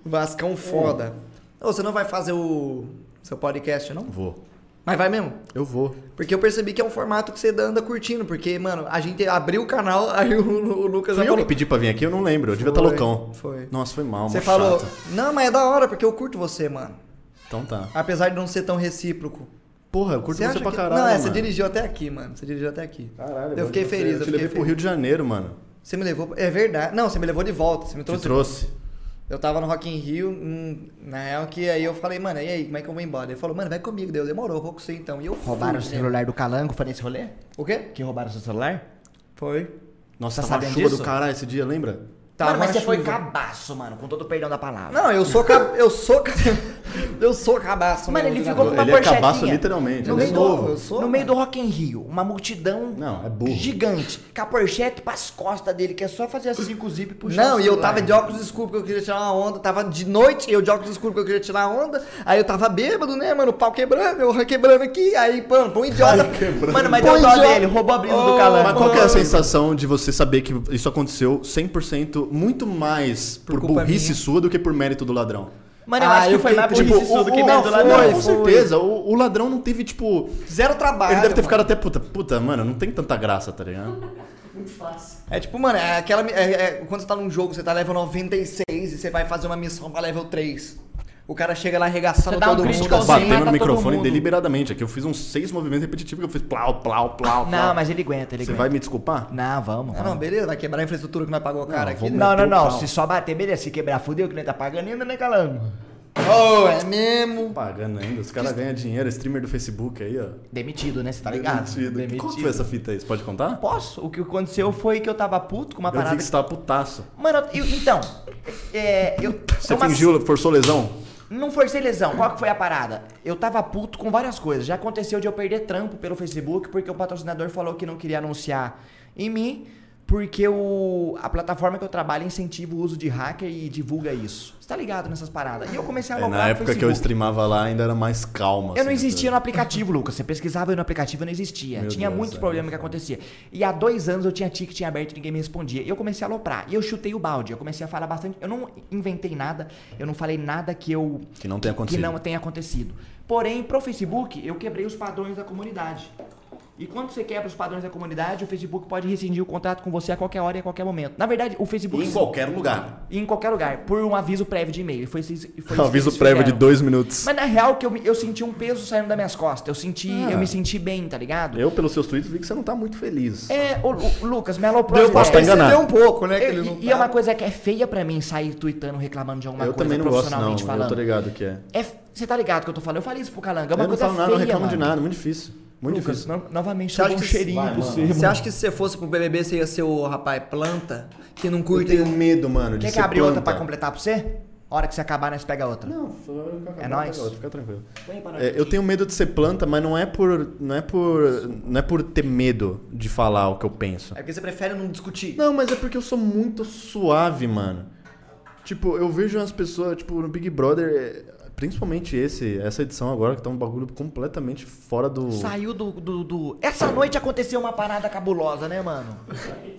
Vascão foda. Ô, você não vai fazer o seu podcast, não?
Vou.
Mas vai mesmo?
Eu vou.
Porque eu percebi que é um formato que você anda curtindo, porque, mano, a gente abriu o canal, aí o, Lu- o Lucas já
Fui eu que
falou.
pedi pra vir aqui, eu não lembro. Eu devia estar
Foi,
loucão.
foi.
Nossa, foi mal,
Você
mó
falou,
chato.
não, mas é da hora, porque eu curto você, mano.
Então tá.
Apesar de não ser tão recíproco.
Porra, eu curto você,
acha
pra
que-
caralho.
Não, é,
mano.
você dirigiu até aqui, mano. Você dirigiu até aqui.
Caralho,
Eu
bom
fiquei
de você.
feliz, eu
Eu te
fiquei
levei pro
feliz.
Rio de Janeiro, mano.
Você me levou. É verdade. Não, você me levou de volta. Você me
Então
Te
trouxe.
trouxe.
tá
Eu tava no Rock in Rio, hum, na real, que aí eu falei, mano, e aí, como é que eu vou embora? Ele falou, mano, vai comigo. Deu, demorou, eu vou com você então. E eu fui,
Roubaram o
né?
celular do Calango, foi nesse rolê?
O quê?
Que roubaram seu celular?
Foi.
Nossa,
Tá
tava
sabendo
chuva
disso?
do caralho esse dia, lembra?
Tava
mano, mas
uma
você foi
chuva.
cabaço, mano, com todo o perdão da palavra.
Não, eu sou cab... eu sou ca- eu sou cabaço. tá
Mano,
meu
ele
jogador.
ficou com uma
Ele é
porchetinha.
cabaço, literalmente,
No
ele é
meio
novo,
do,
eu sou,
no
mano.
meio do Rock in Rio, uma multidão
Não, é burro.
gigante. Com a porchete pras costas dele, que é só fazer assim com o zip e puxar
Não,
o
e eu
celular.
tava de óculos escuros porque eu queria tirar uma onda. Tava de noite e eu de óculos escuros porque eu queria tirar uma onda. Aí eu tava bêbado, né, mano? O pau quebrando, eu quebrando aqui. Aí, pô, pô, um idiota.
Mano, mas deu
Pô,
dó
idiota.
dele, roubou a brisa
Ô,
do Calango.
Mas qual que é a sensação de você saber que isso aconteceu 100% muito mais por,
culpa
burrice
minha.
sua do que por mérito do ladrão?
Mano, eu
Ah,
acho que
eu
foi
fiquei-
mais por
tipo,
isso
o-
do que
o-
medo
não,
do
Não,
ladrão.
com
foi.
certeza. O, o ladrão não teve, tipo.
Zero trabalho.
ele deve ter
mano.
ficado até puta. Puta, mano, não tem tanta graça, tá ligado?
Muito fácil.
É tipo, mano, é aquela. é- é- quando você tá num jogo, você tá level 96 e você vai fazer uma missão pra level 3. O cara chega lá arregaçando
Você dá um
todo mundo.
critical
assim.
Sim,
Batendo
mata
no
todo
microfone
mundo.
deliberadamente. Aqui eu fiz uns seis movimentos repetitivos que eu fiz plau, plau, plau. plau.
Não, mas ele aguenta, ele
Você
aguenta.
vai me desculpar?
Não, vamos,
Ah,
vamos.
não, beleza, vai quebrar a infraestrutura que nós pagou o cara aqui.
vamos-
né?
Não, não,
meteu o
não.
pau.
Se só bater, beleza. Se quebrar, fudeu, que nem tá pagando ainda, né, Calango?
Oh, é mesmo.
Pagando ainda. Os caras ganham dinheiro, streamer do Facebook aí, ó.
Demitido, né? Você tá ligado?
Demitido. Qual que foi essa fita aí? Você pode contar?
Posso? O que aconteceu foi que eu tava puto com uma
Eu vi
parada.
que você tava putaço.
Mano, eu- então. É. Eu.
Você
uma-
fingiu, forçou lesão?
Não forcei lesão. Qual que foi a parada? Eu tava puto com várias coisas. Já aconteceu de eu perder trampo pelo Facebook porque o patrocinador falou que não queria anunciar em mim. Porque o, a plataforma que eu trabalho incentiva o uso de hacker e divulga isso. Você tá ligado nessas paradas? E eu comecei a
É,
logar
na
no
época que eu
Facebook.
streamava lá ainda era mais calma.
Eu não
assim,
existia no
né?
aplicativo, Lucas. Você pesquisava e no aplicativo não existia.
Meu
tinha
Deus,
muitos
é.
problemas que acontecia. E há dois anos eu tinha ticket em aberto e ninguém me respondia. E eu comecei a aloprar. E eu chutei o balde. Eu comecei a falar bastante. Eu não inventei nada. Eu não falei nada que eu.
Que não tenha
Que não é
acontecido.
tenha acontecido. Porém, pro Facebook, eu quebrei os padrões da comunidade. E quando você quebra os padrões da comunidade, o Facebook pode rescindir o contrato com você a qualquer hora e a qualquer momento. Na verdade, o Facebook.
Em qualquer lugar.
em qualquer lugar, por um aviso prévio de e-mail. E foi, isso- e foi isso que
Um Aviso
eles
prévio de
fizeram.
dois minutos.
Mas na real que eu, me- eu senti um peso saindo das minhas costas. Eu senti,
Ah.
eu me senti bem, tá ligado?
Eu, pelos seus tweets, vi que você não tá muito feliz.
É, ô, Lu- Lucas, me aloprou
Deu
as
pra
posso
ideias.
estar enganado.
perceber um pouco, né? Que ele
Eu-
não
e, e é
tá.
uma coisa que é feia pra mim sair tweetando, reclamando de alguma
eu
coisa
também não gosto, não.
profissionalmente
Eu tô
falando.
ligado que é.
É f- Você tá ligado que eu tô falando? Eu falei isso pro Calanga. É uma
eu não
coisa
falo nada,
feia,
não reclamo de
mano.
nada. Muito difícil. Muito
Lucas,
difícil.
no- novamente,
Você
sou um
acha, que
cheirinho
Vai,
pro
mano.
ser,
você acha que se você fosse pro BBB, você ia ser o rapaz planta? Que não
Eu
curte. um-
tenho medo, mano, de
Quer que
ser
abrir outra
planta.
pra completar pra você? A hora que você acabar, nós pega outra.
Não, só eu acabar,
É nóis.
pega outra, Fica tranquilo. É, eu tenho medo de ser planta, mas não é por não é por não é por ter medo de falar o que eu penso.
É porque você prefere não discutir.
Não, mas é porque eu sou muito suave, mano. Tipo, eu vejo as pessoas, tipo, no Big Brother, é, principalmente esse, essa edição agora, que tá um bagulho completamente fora do.
Saiu do, do, do- Essa noite aconteceu uma parada cabulosa, né, mano?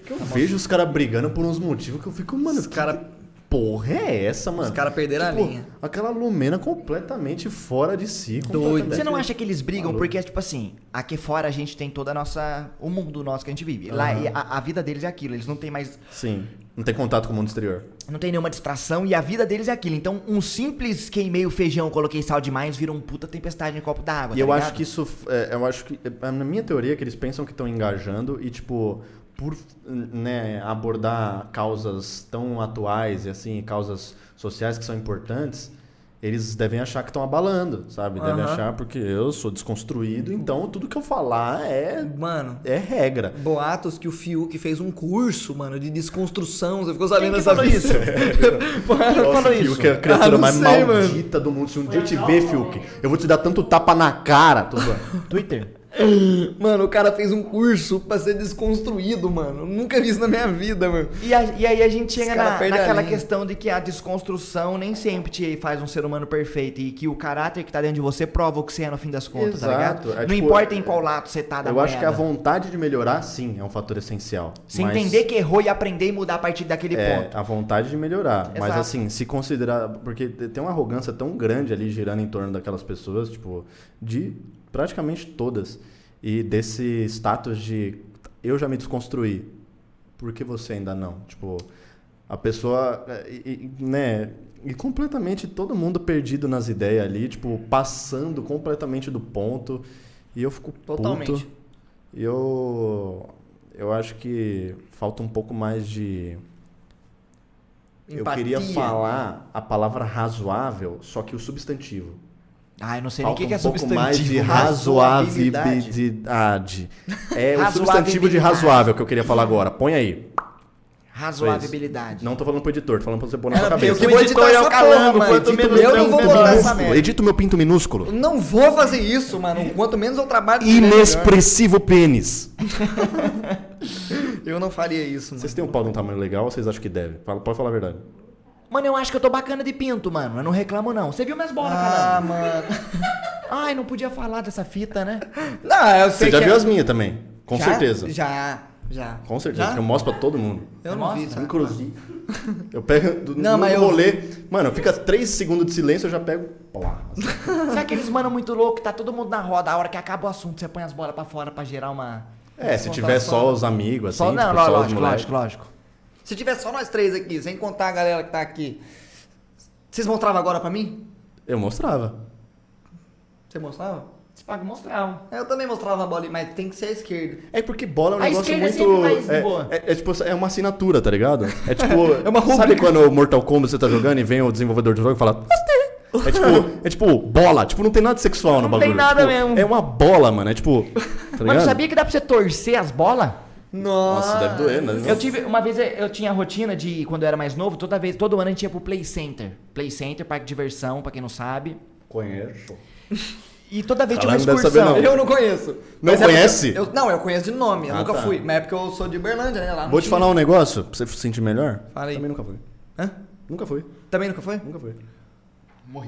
Eu vejo os caras brigando por uns motivos que eu fico, mano,
Os
que
cara-
porra é essa, mano?
cara perderam a
Tipo,
linha.
Aquela Lumena completamente fora de si.
Doido.
Você não
completamente-
acha que eles brigam?
Maluco.
Porque, tipo assim, aqui fora a gente tem toda a nossa. O mundo nosso que a gente vive. Lá e a, a vida deles é aquilo. Eles não têm mais.
Sim. Não tem contato com o mundo exterior.
Não tem nenhuma distração e a vida deles é aquilo. Então, um simples queimei o feijão, coloquei sal demais, vira um puta tempestade em copo d'água.
E
tá
eu acho
ligado?
que isso. é, eu acho que. é, na minha teoria, que eles pensam que estão engajando e, tipo, por né, abordar causas tão atuais e, assim, causas sociais que são importantes, eles devem achar que estão abalando, sabe? Devem
Aham.
achar porque eu sou desconstruído, então tudo que eu falar é.
Mano,
É regra.
boatos que o Fiuk fez um curso, mano, de desconstrução. Você ficou sabendo
que
essa
falou
vez?
isso?
Mano,
Nossa,
falou
Fiuk
isso?
é a
Ah,
criatura
não
mais
sei,
maldita do mundo. Se um dia eu te ver, Fiuk, eu vou te dar tanto tapa na cara. Tô zoando.
Twitter.
mano, o cara fez um curso pra ser desconstruído, mano. Eu Nunca vi isso na minha vida, mano.
E, a- e aí a gente chega
Os cara
na-
perdem a
naquela
linha.
questão de que a desconstrução nem sempre te faz um ser humano perfeito e que o caráter que tá dentro de você prova o que você é no fim das contas, tá
Exato.
ligado?
É
não
tipo-
importa em qual lado você tá da
Eu acho que a
moeda.
vontade de melhorar, sim, é um fator essencial.
Você
Mas-
entender que errou e aprender e mudar a partir daquele
É,
ponto.
a vontade de melhorar. Mas
Exato.
assim, se considerar. Porque te- tem uma arrogância tão grande ali girando em torno daquelas pessoas, tipo, de praticamente todas. E desse status de eu já me desconstruí. Por que você ainda não? Tipo, a A pessoa, e- e- né? E completamente todo mundo perdido nas ideias ali, tipo, passando completamente do ponto. E eu fico puto.
Totalmente.
E eu, eu acho que falta um pouco mais de... Eu queria
Empatia.
falar a palavra razoável, só que o substantivo.
Ah, eu não sei nem o que,
Falta
que é
um pouco
substantivo.
mais de razoabilidade. É o substantivo de
Razoabilidade.
razoável que eu queria falar agora. Põe aí.
Razoabilidade.
Não tô falando pro editor, tô falando pra você pôr na
É,
sua
porque
cabeça.
eu que vou editar essa porra, mano.
quanto
Edito
menos
eu não vou
pinto
botar essa
minúsculo.
merda.
Edita o meu pinto minúsculo.
Eu não vou fazer isso, mano. Quanto menos eu trabalho, melhor.
Inexpressivo pênis.
Eu não faria isso, mano.
Vocês têm um pau de um tamanho legal ou vocês acham que deve? Fala- Pode falar a verdade.
Mano, eu acho que eu tô bacana de pinto, mano. Eu não reclamo, não. Você viu minhas bolas,
Ah,
caramba?
mano.
Ai, não podia falar dessa fita, né?
Não, eu sei
Você já
que
viu
é-
as minhas também. Com
Já?
certeza.
Já, já.
Com certeza,
Já?
que eu mostro pra todo mundo.
Eu não vi,
né?
sabe?
Inclusive. Eu pego do,
Não,
no
mas eu-
rolê. Mano, fica 3 segundos de silêncio, eu já pego. ah, Plá.
Sabe aqueles mano muito louco que tá todo mundo na roda, a hora que acaba o assunto, você põe as bolas pra fora pra gerar uma.
É, se tiver só os amigos, assim,
Só, não,
tipo,
não,
só os
lógico,
moleques.
lógico, lógico.
Se tiver só nós três aqui, sem contar a galera que tá aqui, vocês mostravam agora pra mim?
Eu mostrava.
Você mostrava?
Você paga um mostrar.
Eu também mostrava a bola, mas tem que ser a esquerda.
É porque bola é um
A
negócio
esquerda é
muito.
sempre mais
é,
boa.
é- é tipo, é uma assinatura, tá ligado? É tipo.
É uma
sabe
rubrica.
quando o Mortal Kombat você tá jogando e vem o desenvolvedor do jogo e fala. "Gostei." É tipo, é tipo bola, tipo, não tem nada sexual no
Não tem
bagulho.
nada
Tipo,
mesmo.
É uma bola, mano. É tipo. Tá
Mano,
ligado?
sabia que dá pra você torcer as bolas?
Nossa, deve doer, né?
Eu tive, uma vez eu- eu tinha a rotina de, quando eu era mais novo, toda vez, todo ano a gente ia pro Play Center. Play Center, parque de diversão, pra quem não sabe.
Conheço.
E toda vez tinha uma
Caralho, não deve
excursão.
saber, não.
Eu não conheço.
Não
é
conhece?
porque Eu, não, eu conheço de nome, eu
Ah,
nunca
tá.
fui. Mas é porque eu sou de Uberlândia, né? Lá não
Vou te
tinha.
falar um negócio pra você se sentir melhor.
Fala aí.
Também nunca foi.
Hã?
Nunca foi.
Também nunca foi?
Nunca foi.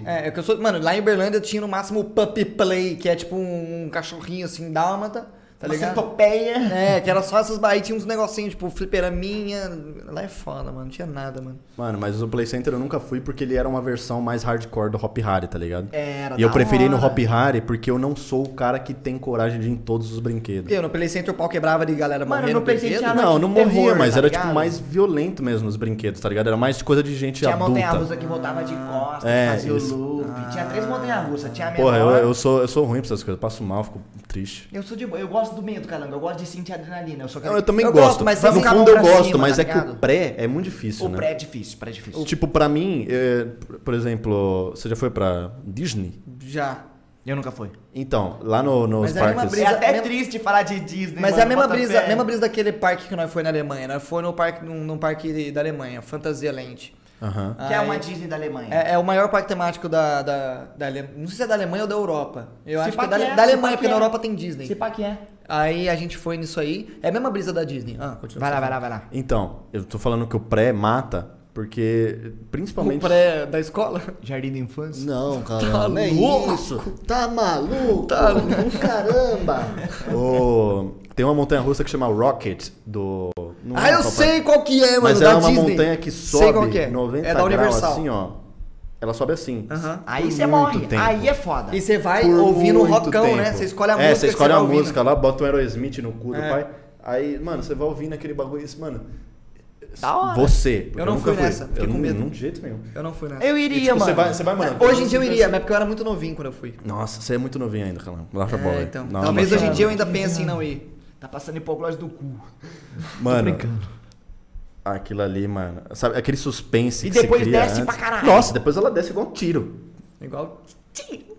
É, é que eu sou. Mano, lá em Uberlândia tinha no máximo o Puppy Play, que é tipo um cachorrinho assim, dálmata. Tá ligado?
centopeia.
É, que era só essas Bahia, tinha uns negocinhos, tipo, fliperaminha. Lá é foda, mano. Não tinha nada, mano.
Mano, mas o Play Center eu nunca fui porque ele era uma versão mais hardcore do Hop Harry, tá ligado?
Era
E eu
da
preferi ir no
hora.
Hop Harry porque eu não sou o cara que tem coragem de ir em todos os brinquedos.
Eu no Play Center o pau quebrava de galera
Mano,
morrendo.
no Play Center
brinquedo.
tinha-
Não, eu não
de
morria,
terror,
mas
tá
era
ligado?
tipo mais violento mesmo os brinquedos, tá ligado? Era mais coisa de gente
Tinha a montanha-russa
adulta.
que voltava de costas,
É,
fazia
isso.
o loop. Tinha três montanhas-russas, tinha a menor.
Porra, eu, eu sou, eu sou ruim pra essas coisas, eu passo mal, fico triste.
Eu sou de boa, eu gosto do medo, caramba. Eu gosto de sentir adrenalina. Eu sou
Não, eu também
Eu
gosto,
gosto, mas
no
sem ficar a
fundo
mão
eu
pra
gosto,
cima,
mas
tá
é que o
ligado?
pré é muito difícil,
O
né?
pré é difícil, pré é difícil.
Tipo, pra mim, é, por exemplo, você já foi pra Disney?
Já.
Eu nunca fui.
Então, lá no, nos
Mas é a mesma
parques.
brisa-
é até
mesmo-
triste falar de Disney.
Mas
mano,
é a mesma
bota
brisa,
fé.
mesma brisa daquele parque que nós foi na Alemanha. Nós foi no parque, num, num parque da Alemanha, Fantasia Land.
Aham.
Que é
Aí-
uma Disney da Alemanha.
É, é o maior parque temático da, da, da Ale- Não sei se é da Alemanha ou da Europa. Eu
Se
acho que
pá
é da,
que
Ale-
é,
da
se
Alemanha,
pá
porque
que
na
é.
Europa tem Disney.
Se pá que é.
Aí a gente foi nisso aí. É a mesma brisa da Disney. Ah, continua.
Vai lá, vai lá, vai lá.
Então, eu tô falando que o pré mata, porque principalmente.
O pré da escola?
Jardim da Infância.
Não, cara.
Tá
não é
louco?
isso. Tá maluco? Tá maluco. Caramba! Ô, tem uma montanha russa que chama Rocket do. não
ah,
é
eu
só pra-
sei qual que é, mano.
Mas
da
ela é uma
Disney.
montanha que sobe
sei qual que é.
90
é da
graus
Universal.
assim, ó. Ela sobe assim.
Aham.
Aí
Por
você
muito
morre.
tempo.
Aí é foda.
E você vai
Por
ouvindo o
muito
rockão, né?
tempo.
Você escolhe a
É,
música.
você
que
escolhe
vai
a
ouvindo.
música lá, bota um Aerosmith no cu do
É.
pai. Aí, mano, você vai ouvindo aquele bagulho e isso, mano.
Da hora.
Você. porque
Eu não
nunca
fui nessa, fiquei
Eu
com
não-
medo.
Não, de jeito nenhum.
Eu não fui nessa. É,
Eu
E,
iria,
tipo,
mano.
Você vai, você vai, mano.
Hoje em dia eu iria, mas porque eu era muito novinho quando eu fui.
Nossa, você é muito novinho ainda, Calão. Baixa a bola.
É,
aí.
então.
Não,
Talvez
baixa
hoje
a
em dia eu
bola.
ainda pense em não ir.
Tá passando hipoglose do cu.
Mano. Aquilo ali, mano. Sabe, aquele suspense
E
que você
depois
cria
desce
antes.
pra caralho.
Nossa, depois ela desce igual um tiro.
Igual.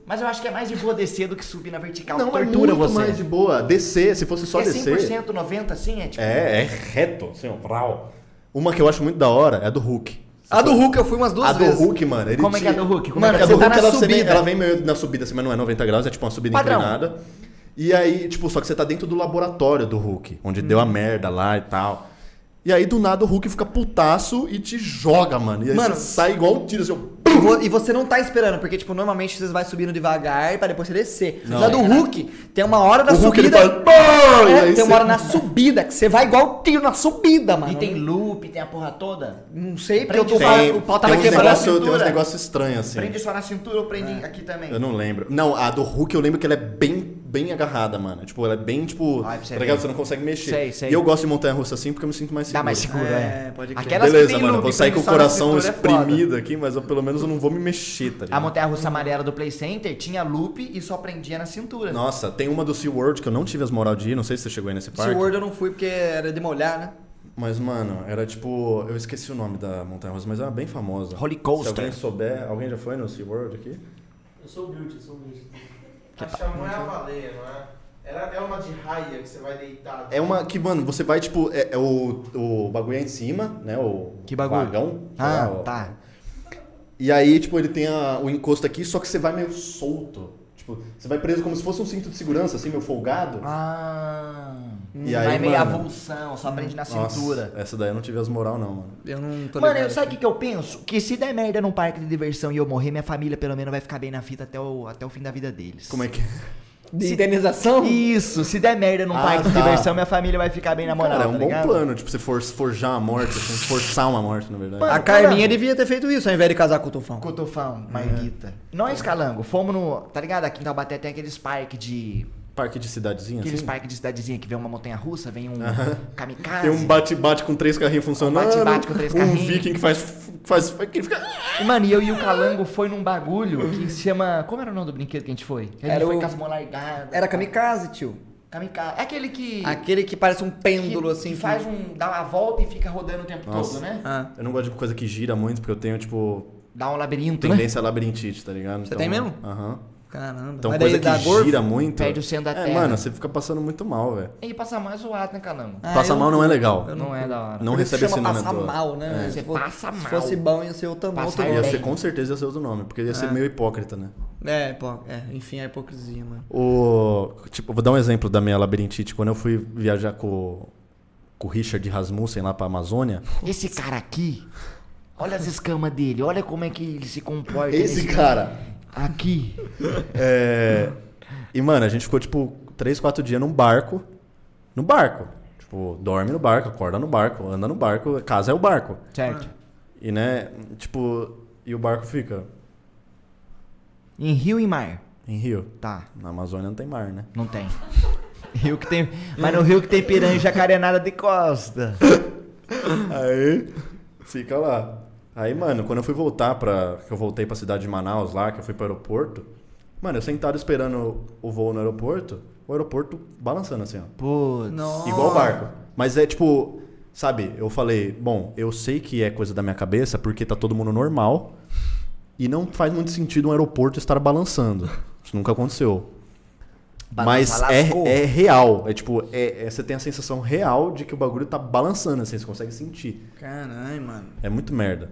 Mas eu acho que é mais de boa descer do que subir na vertical.
Não,
Tortura
é muito
você.
mais de boa. Descer, se fosse só
é
descer.
100%, 90% assim, é tipo...
É, é reto, assim, ó. Brau. Uma que eu acho muito da hora é a do Hulk.
A do Hulk eu fui umas duas
a do
vezes.
Hulk, mano. ele
Como é que é a
te-
do Hulk? Como
mano,
é que
a
é?
do
Você tá
Hulk
na
ela, você vem,
subida.
ela vem meio na subida, assim, mas não é 90 graus, é tipo uma subida
Padrão.
inclinada. E aí, tipo, só que você tá dentro do laboratório do Hulk, onde deu a merda lá e tal. E aí, do nada, o Hulk fica putaço e te joga, mano. E aí
Mano,
você sai igual um tiro, assim, ó.
E vo- E você não tá esperando, porque, tipo, normalmente vocês vai subindo devagar pra depois você descer. Já do Hulk, tem uma hora da
É. O Hulk, ele
subida.
faz, "Bam!" E
É,
aí
tem
você-
uma hora na subida, que você vai igual um tiro na subida, mano.
E tem loop, tem a porra toda.
Não sei, porque eu tô
Tem-
falando. O pau tá tava
tem uns
quebrando.
negócio- Tem uns
cintura.
negócios estranhos, assim.
Prende só na cintura ou prende aqui também?
Eu não lembro. Não, a do Hulk eu lembro que ela é bem bem agarrada, mano. Tipo, ela é bem, tipo,
Ai, pra você
tá ligado?
ver.
Você não consegue mexer.
Sei, sei.
E eu gosto de montanha russa assim porque eu me sinto mais seguro.
Dá mais seguro, é.
É, pode crer.
Aquelas que
Beleza,
tem
mano.
loop,
Vou sair
que
com o
não sabe se
coração
tudo é foda.
espremido aqui, mas eu, pelo menos eu não vou me mexer, tá
A
ligado?
montanha russa amarela do Play Center tinha loop e só prendia na cintura.
Nossa, tem uma do SeaWorld que eu não tive as moral de ir, não sei se você chegou aí nesse parque.
SeaWorld eu não fui porque era de molhar, né?
Mas, mano, era tipo. Eu esqueci o nome da montanha russa, mas é uma bem famosa.
Roller
Se
coaster.
alguém souber, alguém já foi no SeaWorld aqui?
Eu sou build, eu sou build.
A Xamã é a baleia, não é? Ela é uma de raia que você vai deitar.
É uma que, mano, você vai, tipo, é, é o, o bagulho é em cima, né? O
Que bagulho?
vagão.
Ah,
sei lá, o-
tá.
E aí, tipo, ele tem a- o encosto aqui, só que você vai meio solto. Tipo, você vai preso como se fosse um cinto de segurança, assim, meio folgado.
Ah.
E
vai
aí,
meio
mano?
avulsão, só prende na
Nossa,
cintura.
essa daí eu não tive as moral, não, mano.
Eu não tô
Mano,
ligado.
eu- sabe o que, que eu penso? Que se der merda num parque de diversão e eu morrer, minha família pelo menos vai ficar bem na fita até o, até o fim da vida deles.
Como é que é?
De indenização?
Isso, se der merda num
Ah,
parque de
tá.
diversão, minha família vai ficar bem na moral.
Cara, é
tá
um bom
ligado?
plano, tipo, você for, forjar a morte, assim, forçar uma morte, na verdade.
A Carminha devia ter feito isso ao invés de casar com o Tufão.
Cotofão,
É.
Marguita. Nós, Calango, fomos no. Tá ligado? Aqui em Taubaté tem aqueles parques de.
Parque de cidadezinha,
Aqueles
assim.
parques de cidadezinha que vem uma montanha russa, vem um kamikaze.
Tem um bate-bate com três carrinhos funcionando.
bate-bate com três
um
carrinhos.
viking que faz... faz que fica...
E, Mano, e eu e o Calango foi num bagulho que se chama. Como era o nome do brinquedo que a gente foi? Que A gente
Era
foi
o-
com as mãos largadas.
Era kamikaze, tio.
Kamikaze. É aquele que.
Aquele que parece um
que-
pêndulo, assim.
Que faz um. dá uma volta e fica rodando o tempo
Nossa.
todo, né?
Ah,
Eu não gosto de coisa que gira muito, porque eu tenho, tipo,
Dá um labirinto, né?
tendência à labirintite, tá ligado? Você
tem mesmo?
Aham.
caramba.
Então
Mas
coisa
daí
que
dá gorfo?
gira muito...
perde o centro da
é,
terra.
mano, você fica passando muito mal, velho.
E passa mais zoado, né, Calango?
Ah,
Passar
eu
mal não é legal.
eu
Não é da hora.
Não
Por isso
recebe
chama
esse nome à
passar
toa.
mal, né? Se
Você
for-
passa
Se
mal.
fosse bom, ia ser outro
Passa
outro
mal.
Ia
nome.
ser, com certeza ia ser outro nome, porque ia ser
É.
meio hipócrita, né?
É, pô, é, enfim, a hipocrisia, mano.
O, tipo, eu vou dar um exemplo da minha labirintite. Tipo, Quando eu fui viajar com, com o Richard Rasmussen lá pra Amazônia.
Esse cara aqui. Olha as escamas dele, olha como é que ele se comporta. nesse-
cara.
Aqui.
É, e, mano, a gente ficou, tipo, 3, 4 dias num barco. No barco. Tipo, dorme no barco, acorda no barco, anda no barco, casa é o barco.
Certo.
Ah.
E, né, tipo, e o barco fica
Em rio e mar.
em Rio.
Tá,
Na Amazônia não tem mar, né?
não tem. Rio que tem. Mas no rio que tem piranha e jacaré nada de costa.
Aí fica lá. Aí, mano, quando eu fui voltar pra. Que eu voltei pra cidade de Manaus lá, que eu fui pro aeroporto. Mano, eu sentado esperando o voo no aeroporto, o aeroporto balançando assim, ó.
Putz.
Nossa.
Ah.
Igual barco. Mas é tipo, sabe, eu falei, bom, eu sei que é coisa da minha cabeça, porque tá todo mundo normal. E não faz muito sentido um aeroporto estar balançando. Isso nunca aconteceu. Mas
lascou.
é, é real. É tipo, é, é- você tem a sensação real de que o bagulho tá balançando, assim, você consegue sentir.
Caralho, mano.
É muito merda.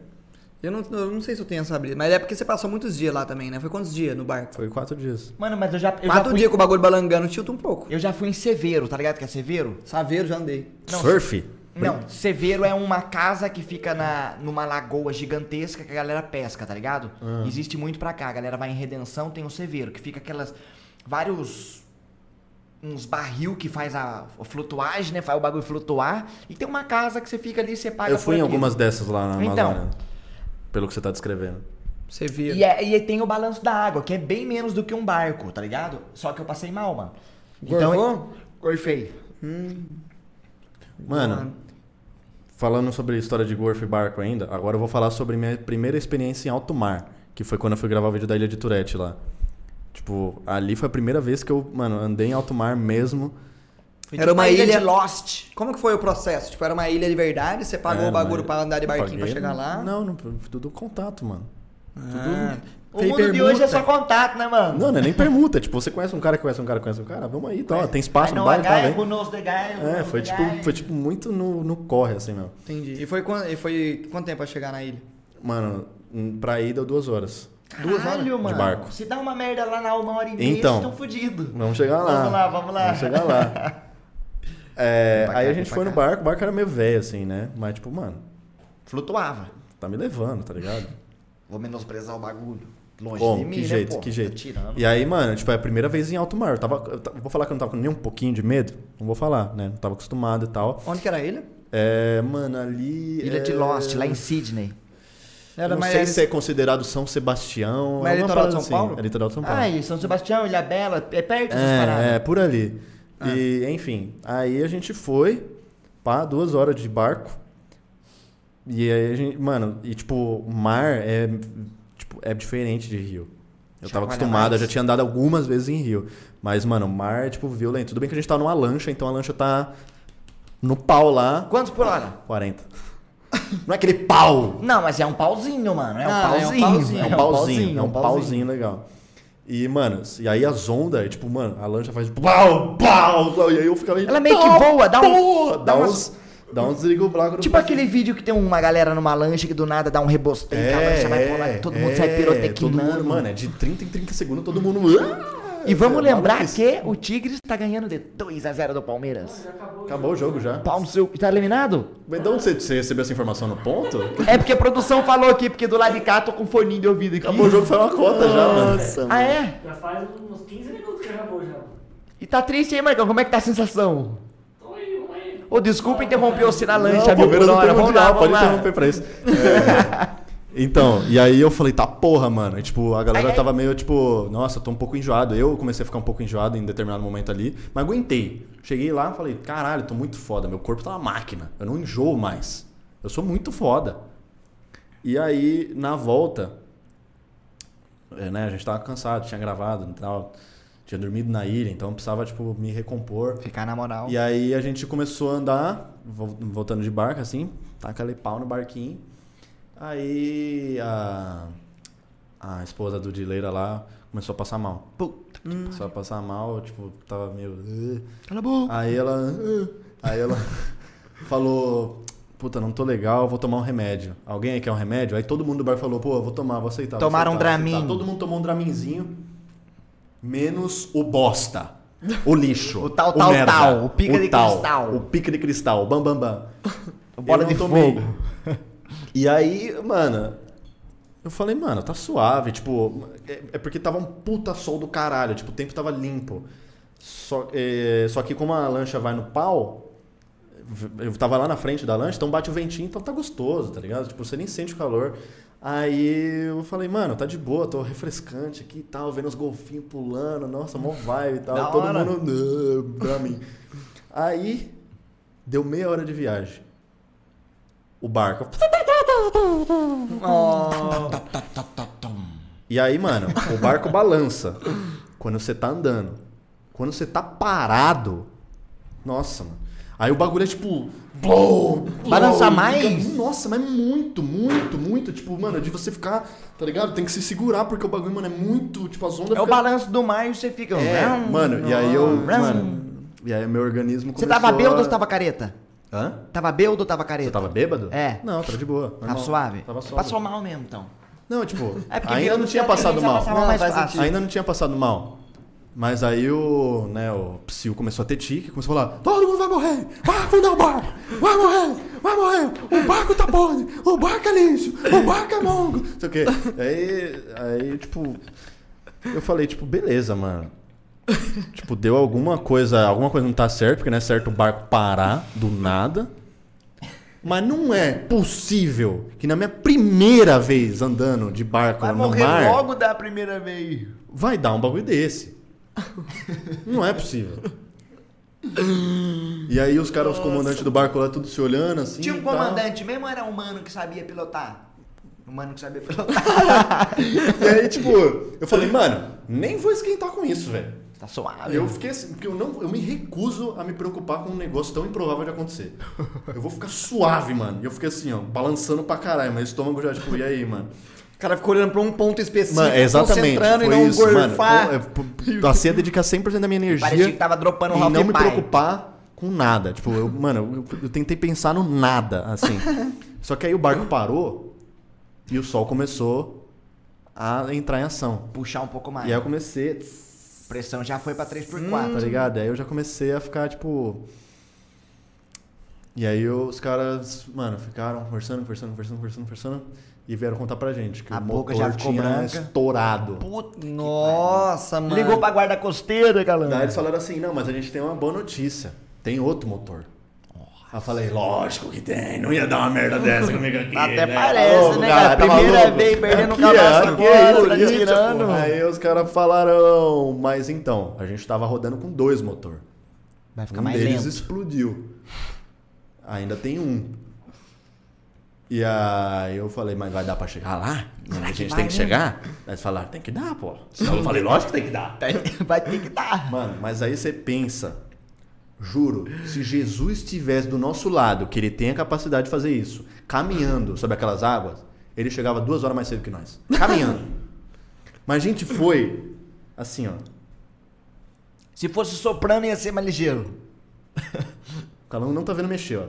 Eu não, eu não sei se eu tenho essa brisa, mas é porque você passou muitos dias lá também, né? Foi quantos dias no barco?
Foi quatro dias.
Mano, mas eu já. Eu já,
Quatro
fui,
dias com o bagulho balangando, tilta um pouco.
eu já fui em Severo, tá ligado que é Severo?
Saveiro, já andei.
Não,
Surf?
Não, Severo é uma casa que fica na, numa lagoa gigantesca que a galera pesca, tá ligado? Existe muito pra cá. A galera vai em Redenção, tem o Severo, que fica aquelas. vários. uns barril que faz a, a flutuagem, né? Faz o bagulho flutuar. E tem uma casa que você fica ali e você paga
Eu fui
por
em
aquilo.
algumas dessas lá na
Então.
Amazônia. Pelo que você tá descrevendo.
Saveiro.
E, é- e tem o balanço da água, que é bem menos do que um barco, tá ligado? Só que eu passei mal, mano. Então,
Gorfou?
Gorfei.
Mano, falando sobre história de gorfo e barco ainda, agora eu vou falar sobre minha primeira experiência em alto mar, que foi quando eu fui gravar o vídeo da Ilha de Turete lá. Tipo, ali foi a primeira vez que eu, mano, andei em alto mar mesmo.
Era uma ilha...
tipo de Lost.
Como que foi o processo? Tipo, era uma ilha de verdade, você pagou
Era
o bagulho
uma-
pra andar de barquinho pra
É, Paguei, né?
chegar lá?
Não, não, tudo contato, mano.
Ah,
O mundo de hoje é só contato, né, mano?
Não, não é nem permuta. tipo, você conhece um cara, conhece um cara, conhece um cara, vamos aí, tá, ó, tem
I
espaço no
know
bar,
a
tá,
guy
vem.
who knows the guy who
É,
knows
foi
the
tipo,
guy.
foi tipo muito no, no corre, assim, meu.
Entendi. E foi, quan- e foi quanto tempo pra chegar na ilha?
Mano, hum, pra ir deu duas horas.
Caralho,
duas horas de
mano.
barco.
Se dá uma merda lá na uma hora e meia,
Então.
vocês estão fodidos.
Vamos chegar lá.
Vamos lá, vamos lá.
Vamos chegar lá. É,
Vem pra
aí
cá,
a gente
vem
foi
pra
no
cá.
barco, o barco era meio velho, assim, né? Mas, tipo, mano,
Flutuava.
tá me levando, tá ligado?
Vou menosprezar o bagulho. Longe
Como?
de mim,
que
né,
jeito,
pô?
que
Tá
jeito.
tirando.
e aí, mano, tipo, é a primeira vez em alto mar. Eu tava, eu ta- vou falar que eu não tava com nem um pouquinho de medo? Não vou falar, né? Não tava acostumado e tal.
Onde que era a ilha?
É, mano, ali.
Ilha de
é-
Lost, lá em Sydney.
Era
não
mais-
sei
era-
se é considerado São Sebastião.
Mas é
alguma
litoral de
parada
São Paulo?
É litoral de São Paulo.
Ah, e São Sebastião, Ilha Bela, é perto dessas paradas.
É, é, por ali. E, enfim, aí a gente foi, pá, duas horas de barco. E aí a gente, mano, e tipo, mar é, tipo, é diferente de rio. Eu
Chacoalha
tava acostumado, eu
mais.
já tinha andado algumas vezes em rio. Mas, mano, mar é, tipo, violento. Tudo bem que a gente tá numa lancha, então a lancha tá no pau lá,
Quantos por hora?
40. Não é aquele pau!
Não, mas é um pauzinho, mano. É um
Ah, é um
pauzinho.
pauzinho.
É um
É um
pauzinho,
pauzinho,
é um
um
pauzinho legal. E, mano, e aí as ondas, tipo, mano, a lancha faz pau, pau, e aí eu ficava...
Ela meio que voa, dá um-
Porra, dá
dá
uns... Dá uns ligoblago no
Tipo aquele vídeo que tem uma galera numa lancha que do nada dá um rebostei, é, a lancha vai pro lado, todo mundo sai
é, todo
pirotecnando.
mundo, Mano, é de 30 em 30 segundos todo mundo...
E vamos
É
lembrar
maluquice.
que o Tigres tá ganhando de 2x0 do Palmeiras.
Então
Acabou o jogo já.
Pau no seu. Tá eliminado?
Mas de onde você, você recebeu essa informação no ponto?
É porque a produção falou aqui, porque do lado de cá tô com um foninho de ouvido aqui.
Acabou o jogo, foi uma cota já, mano. Nossa,
Ah, é?
Já faz uns 15 minutos que acabou já.
E tá triste aí, Marcão? Como é que tá a sensação?
Então aí, vamos aí.
Ô, desculpa interromper o na
Não,
lancha,
o
viu,
Palmeiras
por
não tem
hora. Vamos lá,
mundial, pode
vamos lá.
interromper pra isso. É. Então, e aí eu falei, tá porra, mano. E, tipo, a galera
Ai, ai.
tava meio tipo, nossa, tô um pouco enjoado. Eu comecei a ficar um pouco enjoado em determinado momento ali, mas aguentei. Cheguei lá falei, caralho, tô muito foda. Meu corpo tá uma máquina. Eu não enjoo mais. Eu sou muito foda. E aí, na volta, é, né, a gente tava cansado, tinha gravado e tal. Tinha dormido na ilha, então precisava, tipo, me recompor.
Ficar na moral.
E aí a gente começou a andar, vol- voltando de barco, assim, tacalei pau no barquinho. Aí a, a esposa do Dileira lá começou a passar mal. Começou a passar mal, tipo, tava meio. "Ugh".
Cala a boca.
Aí ela. "Ugh". Aí ela falou. Puta, não tô legal, vou tomar um remédio. Alguém aí quer um remédio? Aí todo mundo do bar falou, pô, eu vou tomar, vou aceitar. vou
Tomaram um
aceitar, vou aceitar."
Dramin.
Todo mundo tomou um draminzinho. Menos o bosta. O lixo.
O tal, tal,
merda,
tal, o pica de
tal,
cristal.
O pica de cristal. o Bam, bam, bam.
O bola
Eu
de
não tomei.
fogo.
E aí, mano... Eu falei, mano, tá suave. Tipo, é, é porque tava um puta sol do caralho. Tipo, o tempo tava limpo. Só, é, só que como a lancha vai no pau... Eu tava lá na frente da lancha, então bate o ventinho, então tá gostoso, tá ligado? Tipo, você nem sente o calor. Aí eu falei, mano, tá de boa, tô refrescante aqui e tal, vendo os golfinhos pulando, nossa, mó vibe e tal.
Da
Todo
hora.
mundo "Ah, pra mim. Aí deu meia hora de viagem. O barco. E aí, mano, o barco balança quando você tá andando. Quando você tá parado, nossa, mano. Aí o bagulho é tipo. Blow, blow,
Balança
fica-
mais?
nossa, mas muito, muito, muito. Tipo, mano, de você ficar, tá ligado? Tem que se segurar, porque o bagulho, mano, é muito. Tipo, as ondas
É o
ficam-
balanço do mar e você fica.
É,
Vrum,
mano, e aí eu.
vrum.
Mano, e aí meu organismo
Você
começou.
tava bêbado
a...
ou você tava careta?
Hã?
Tava bêbado ou tava careta?
Você tava bêbado?
É.
Não, tava de boa.
Tava
normal.
suave?
Tava suave.
Passou mal mesmo, então.
Não, tipo,
É porque
ainda
bêbado
não tinha
tem a
passado
tendência a
mal.
passar mal mais
faz
fácil.
Ainda não tinha passado mal. Mas aí o, né, o psiu começou a ter tique, começou a falar: todo mundo vai morrer, vai afundar o barco, vai morrer, vai morrer, o barco tá podre, o barco é lixo, o barco é mongo, não sei o quê. Aí, aí, tipo, eu falei, tipo, beleza, mano. tipo, deu alguma coisa, alguma coisa não tá certo, porque não é certo o barco parar do nada. Mas não é possível que na minha primeira vez andando de barco
Vai
no
morrer
mar
logo da primeira vez.
vai dar um bagulho desse. Não é possível. E aí os caras, os comandantes do barco lá, tudo se olhando assim.
Tinha um
e tal.
comandante mesmo era um mano que sabia pilotar? Um mano que sabia pilotar.
E aí, tipo, eu falei, mano, nem vou esquentar com isso, velho.
Tá suave.
Eu fiquei assim, porque eu, não, eu me recuso a me preocupar com um negócio tão improvável de acontecer. Eu vou ficar suave, mano. E eu fiquei assim, ó, balançando pra caralho, mas o estômago já, tipo, e aí, mano?
O cara ficou olhando pra um ponto específico,
Mano, é exatamente.
concentrando
Foi
e não
isso, mano. é,
gorfar.
Eu, eu, eu passei a assim, dedicar 100% da minha energia.
Parecia que tava dropando um
e
Ralph
não me
Pie.
preocupar com nada. Tipo, eu, mano, eu, eu tentei pensar no nada, assim. Só que aí o barco parou e o sol começou a entrar em ação.
Puxar um pouco mais.
E aí eu comecei, tss,
Pressão já foi pra 3 por
tá
4
ligado? Aí eu já comecei a ficar, tipo. E aí eu- os caras, mano, ficaram conversando, conversando, conversando, conversando, conversando. E vieram contar pra gente que
A
o
boca
motor
já ficou
tinha
branca.
estourado.
Nossa, mano.
Ligou pra guarda costeira,
Daí
galera.
eles falaram assim, não, mas a gente tem uma boa notícia. Tem outro motor. Aí eu falei, lógico que tem, não ia dar uma merda dessa comigo aqui.
Até parece, né, cara?
tá
Primeira
maluco?
vez perdendo
Aqui
um cabaço
é, aqui
fora,
é isso,
tá
isso,
tirando.
porra. Aí os caras falaram, mas então, a gente tava rodando com dois motor.
Vai ficar
um
mais
deles
lento.
explodiu. Ainda tem um. E aí eu falei, mas vai dar pra chegar lá? a gente tem
né?"
que chegar? Aí eles falaram, tem que dar, pô. Eu falei, lógico que tem que dar.
Tá Vai ter que tá. dar.
Mano, mas aí você pensa, juro, se Jesus estivesse do nosso lado, que ele tem a capacidade de fazer isso, caminhando sobre aquelas águas, ele chegava duas horas mais cedo que nós. Caminhando. mas a gente foi assim, ó.
Se fosse soprando, ia ser mais ligeiro.
O Calão não tá vendo mexer, ó.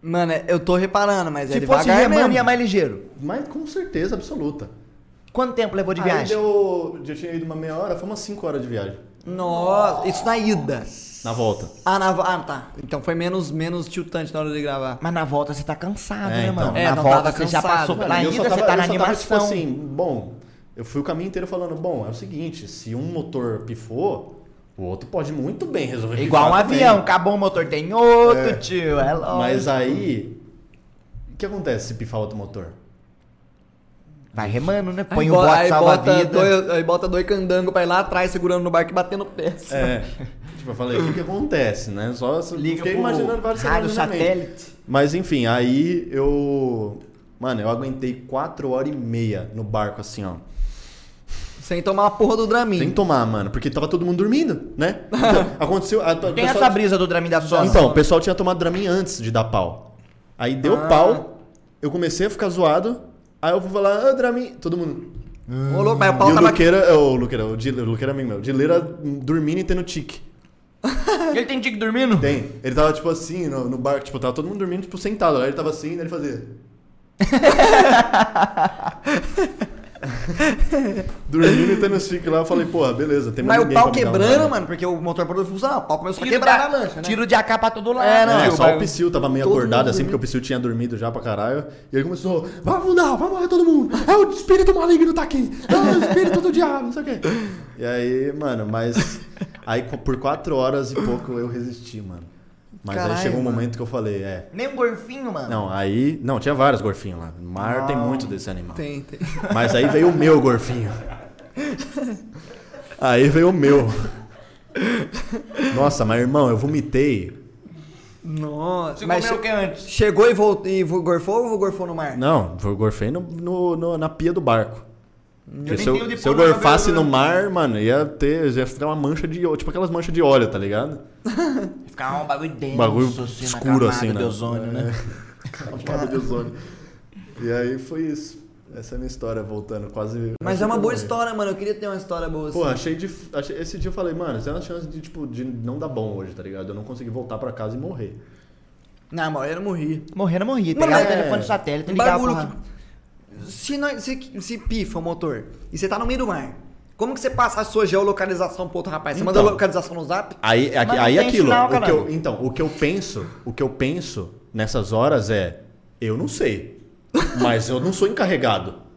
Mano, é- eu tô reparando, mas é
Se fosse
devagar
remando,
mesmo.
ia mais ligeiro.
Mas com certeza absoluta.
Quanto tempo levou de
Aí
viagem?
deu. Já tinha ido uma meia hora, foi umas 5 horas de viagem.
Nossa, isso na ida.
Na volta.
Ah, na, vo- ah, tá. Então foi menos, menos tiltante na hora de gravar.
Mas na volta você tá cansado,
É,
né,
então.
mano?
É,
na
não,
volta
tava
você já
cansado.
passou
Mano,
pela
eu
ainda, você
só tava-
tá na
eu só tava, tipo
animação.
assim, bom, eu fui o caminho inteiro falando, bom, é o seguinte, se um motor pifou, o outro pode muito bem resolver
É
pifar
Igual um
também.
avião, acabou o motor, tem outro, tio. É lógico.
Mas aí, o que acontece se pifar outro motor?
Vai remando, né? Põe
Aí
um
o
bo-
bote
aí bota,
salva-vida.
dois, aí bota dois candango pra ir lá atrás, segurando no barco e batendo o pé.
É, tipo, eu falei, o que, que acontece, né? Só só
Liga
fiquei
pro
imaginando vários
rádio
cenários na mente.
satélite.
Mas enfim, aí eu... Mano, eu aguentei 4 horas e meia no barco, assim, ó.
Sem tomar a porra do Dramin.
Sem tomar, mano, porque tava todo mundo dormindo, né? Então, aconteceu. A, a- o
Tem
pessoal-
essa brisa do Dramin da
né?
Sona.
Então, o pessoal tinha tomado Dramin antes de dar pau. Aí deu
Ah.
pau, eu comecei a ficar zoado. Aí eu vou falar, ah, Dramin. Todo mundo.
Ô, louco, mas o
e
pau
o
tava
Luqueira, é, o Luqueira, o Dile- o Luqueira é amigo meu. O Dileira dormindo e tendo tique.
Ele tem tique dormindo?
Tem. Ele tava tipo assim, no, no barco, tipo, tava todo mundo dormindo, tipo, sentado. Aí ele tava assim, daí ele fazia. dormindo e tendo os tique lá, eu falei, porra, beleza, tem mais
Mas o
ninguém
pau
pra me dar um
quebrando,
Dramin.
mano, porque o motor parou de funcionar. O pau começou a
Tiro
quebrar
da-
na lancha, né?
Tiro de AK pra todo lado.
É, não,
É,
tio,
só
mas-
o Psyu tava meio
todo
acordado
mundo
assim,
dormindo.
porque o Psyu tinha dormido já pra caralho. E ele começou, vai mudar, vai morrer todo mundo. É o espírito maligno tá aqui. É o espírito do diabo, não sei o quê. E aí, mano, mas... Aí co- por quatro horas e pouco eu resisti, mano. Mas
Caralho,
aí chegou um
mano.
momento que eu falei, é...
Nem um gorfinho, mano.
Não, aí... Não, tinha vários gorfinhos lá. No mar tem muito desse animal.
Tem, tem.
Mas aí veio o meu gorfinho. Aí veio o meu. Nossa, mas irmão, eu vomitei
Nossa.
Você
Mas
comeu o que
che-
antes?
chegou e, voltou, e vo- gorfou ou gorfou no mar?
Não, eu gorfei no, no- no- na pia do barco. Porque se
tenho de
eu, se eu
pôr na
gorfasse
cabeça,
no mar, mano, ia ter, ia ficar uma mancha de óleo, tipo aquelas manchas de óleo, tá ligado?
Ficava um bagulho denso,
Um bagulho
assim, na
escuro
camada
assim, né?
de ozônio, né?
Camada de ozônio. E aí foi isso. Essa é a minha história, voltando quase...
Mas é uma boa
Quase.
história, mano. Eu queria ter uma história boa assim.
Pô, achei de. achei- esse dia eu falei, mano, tem uma chance de, tipo, de não dar bom hoje, tá ligado? Eu não consegui voltar pra casa e morrer.
Não, mas eu não morri.
Morrendo, morri.
Mano,
Pegava o
é-
telefone do satélite e
Um
ligava
bagulho
pra...
que. Se, nós, se, se pifa o motor e você tá no meio do mar, como que você passa a sua geolocalização pro outro rapaz? Você manda a
Então.
localização no zap?
Aí, aqui-
não
aí
tem
aquilo.
sinal,
o que eu-
caralho.
então, o que eu penso, o que eu penso nessas horas é, eu não sei, mas eu não sou encarregado.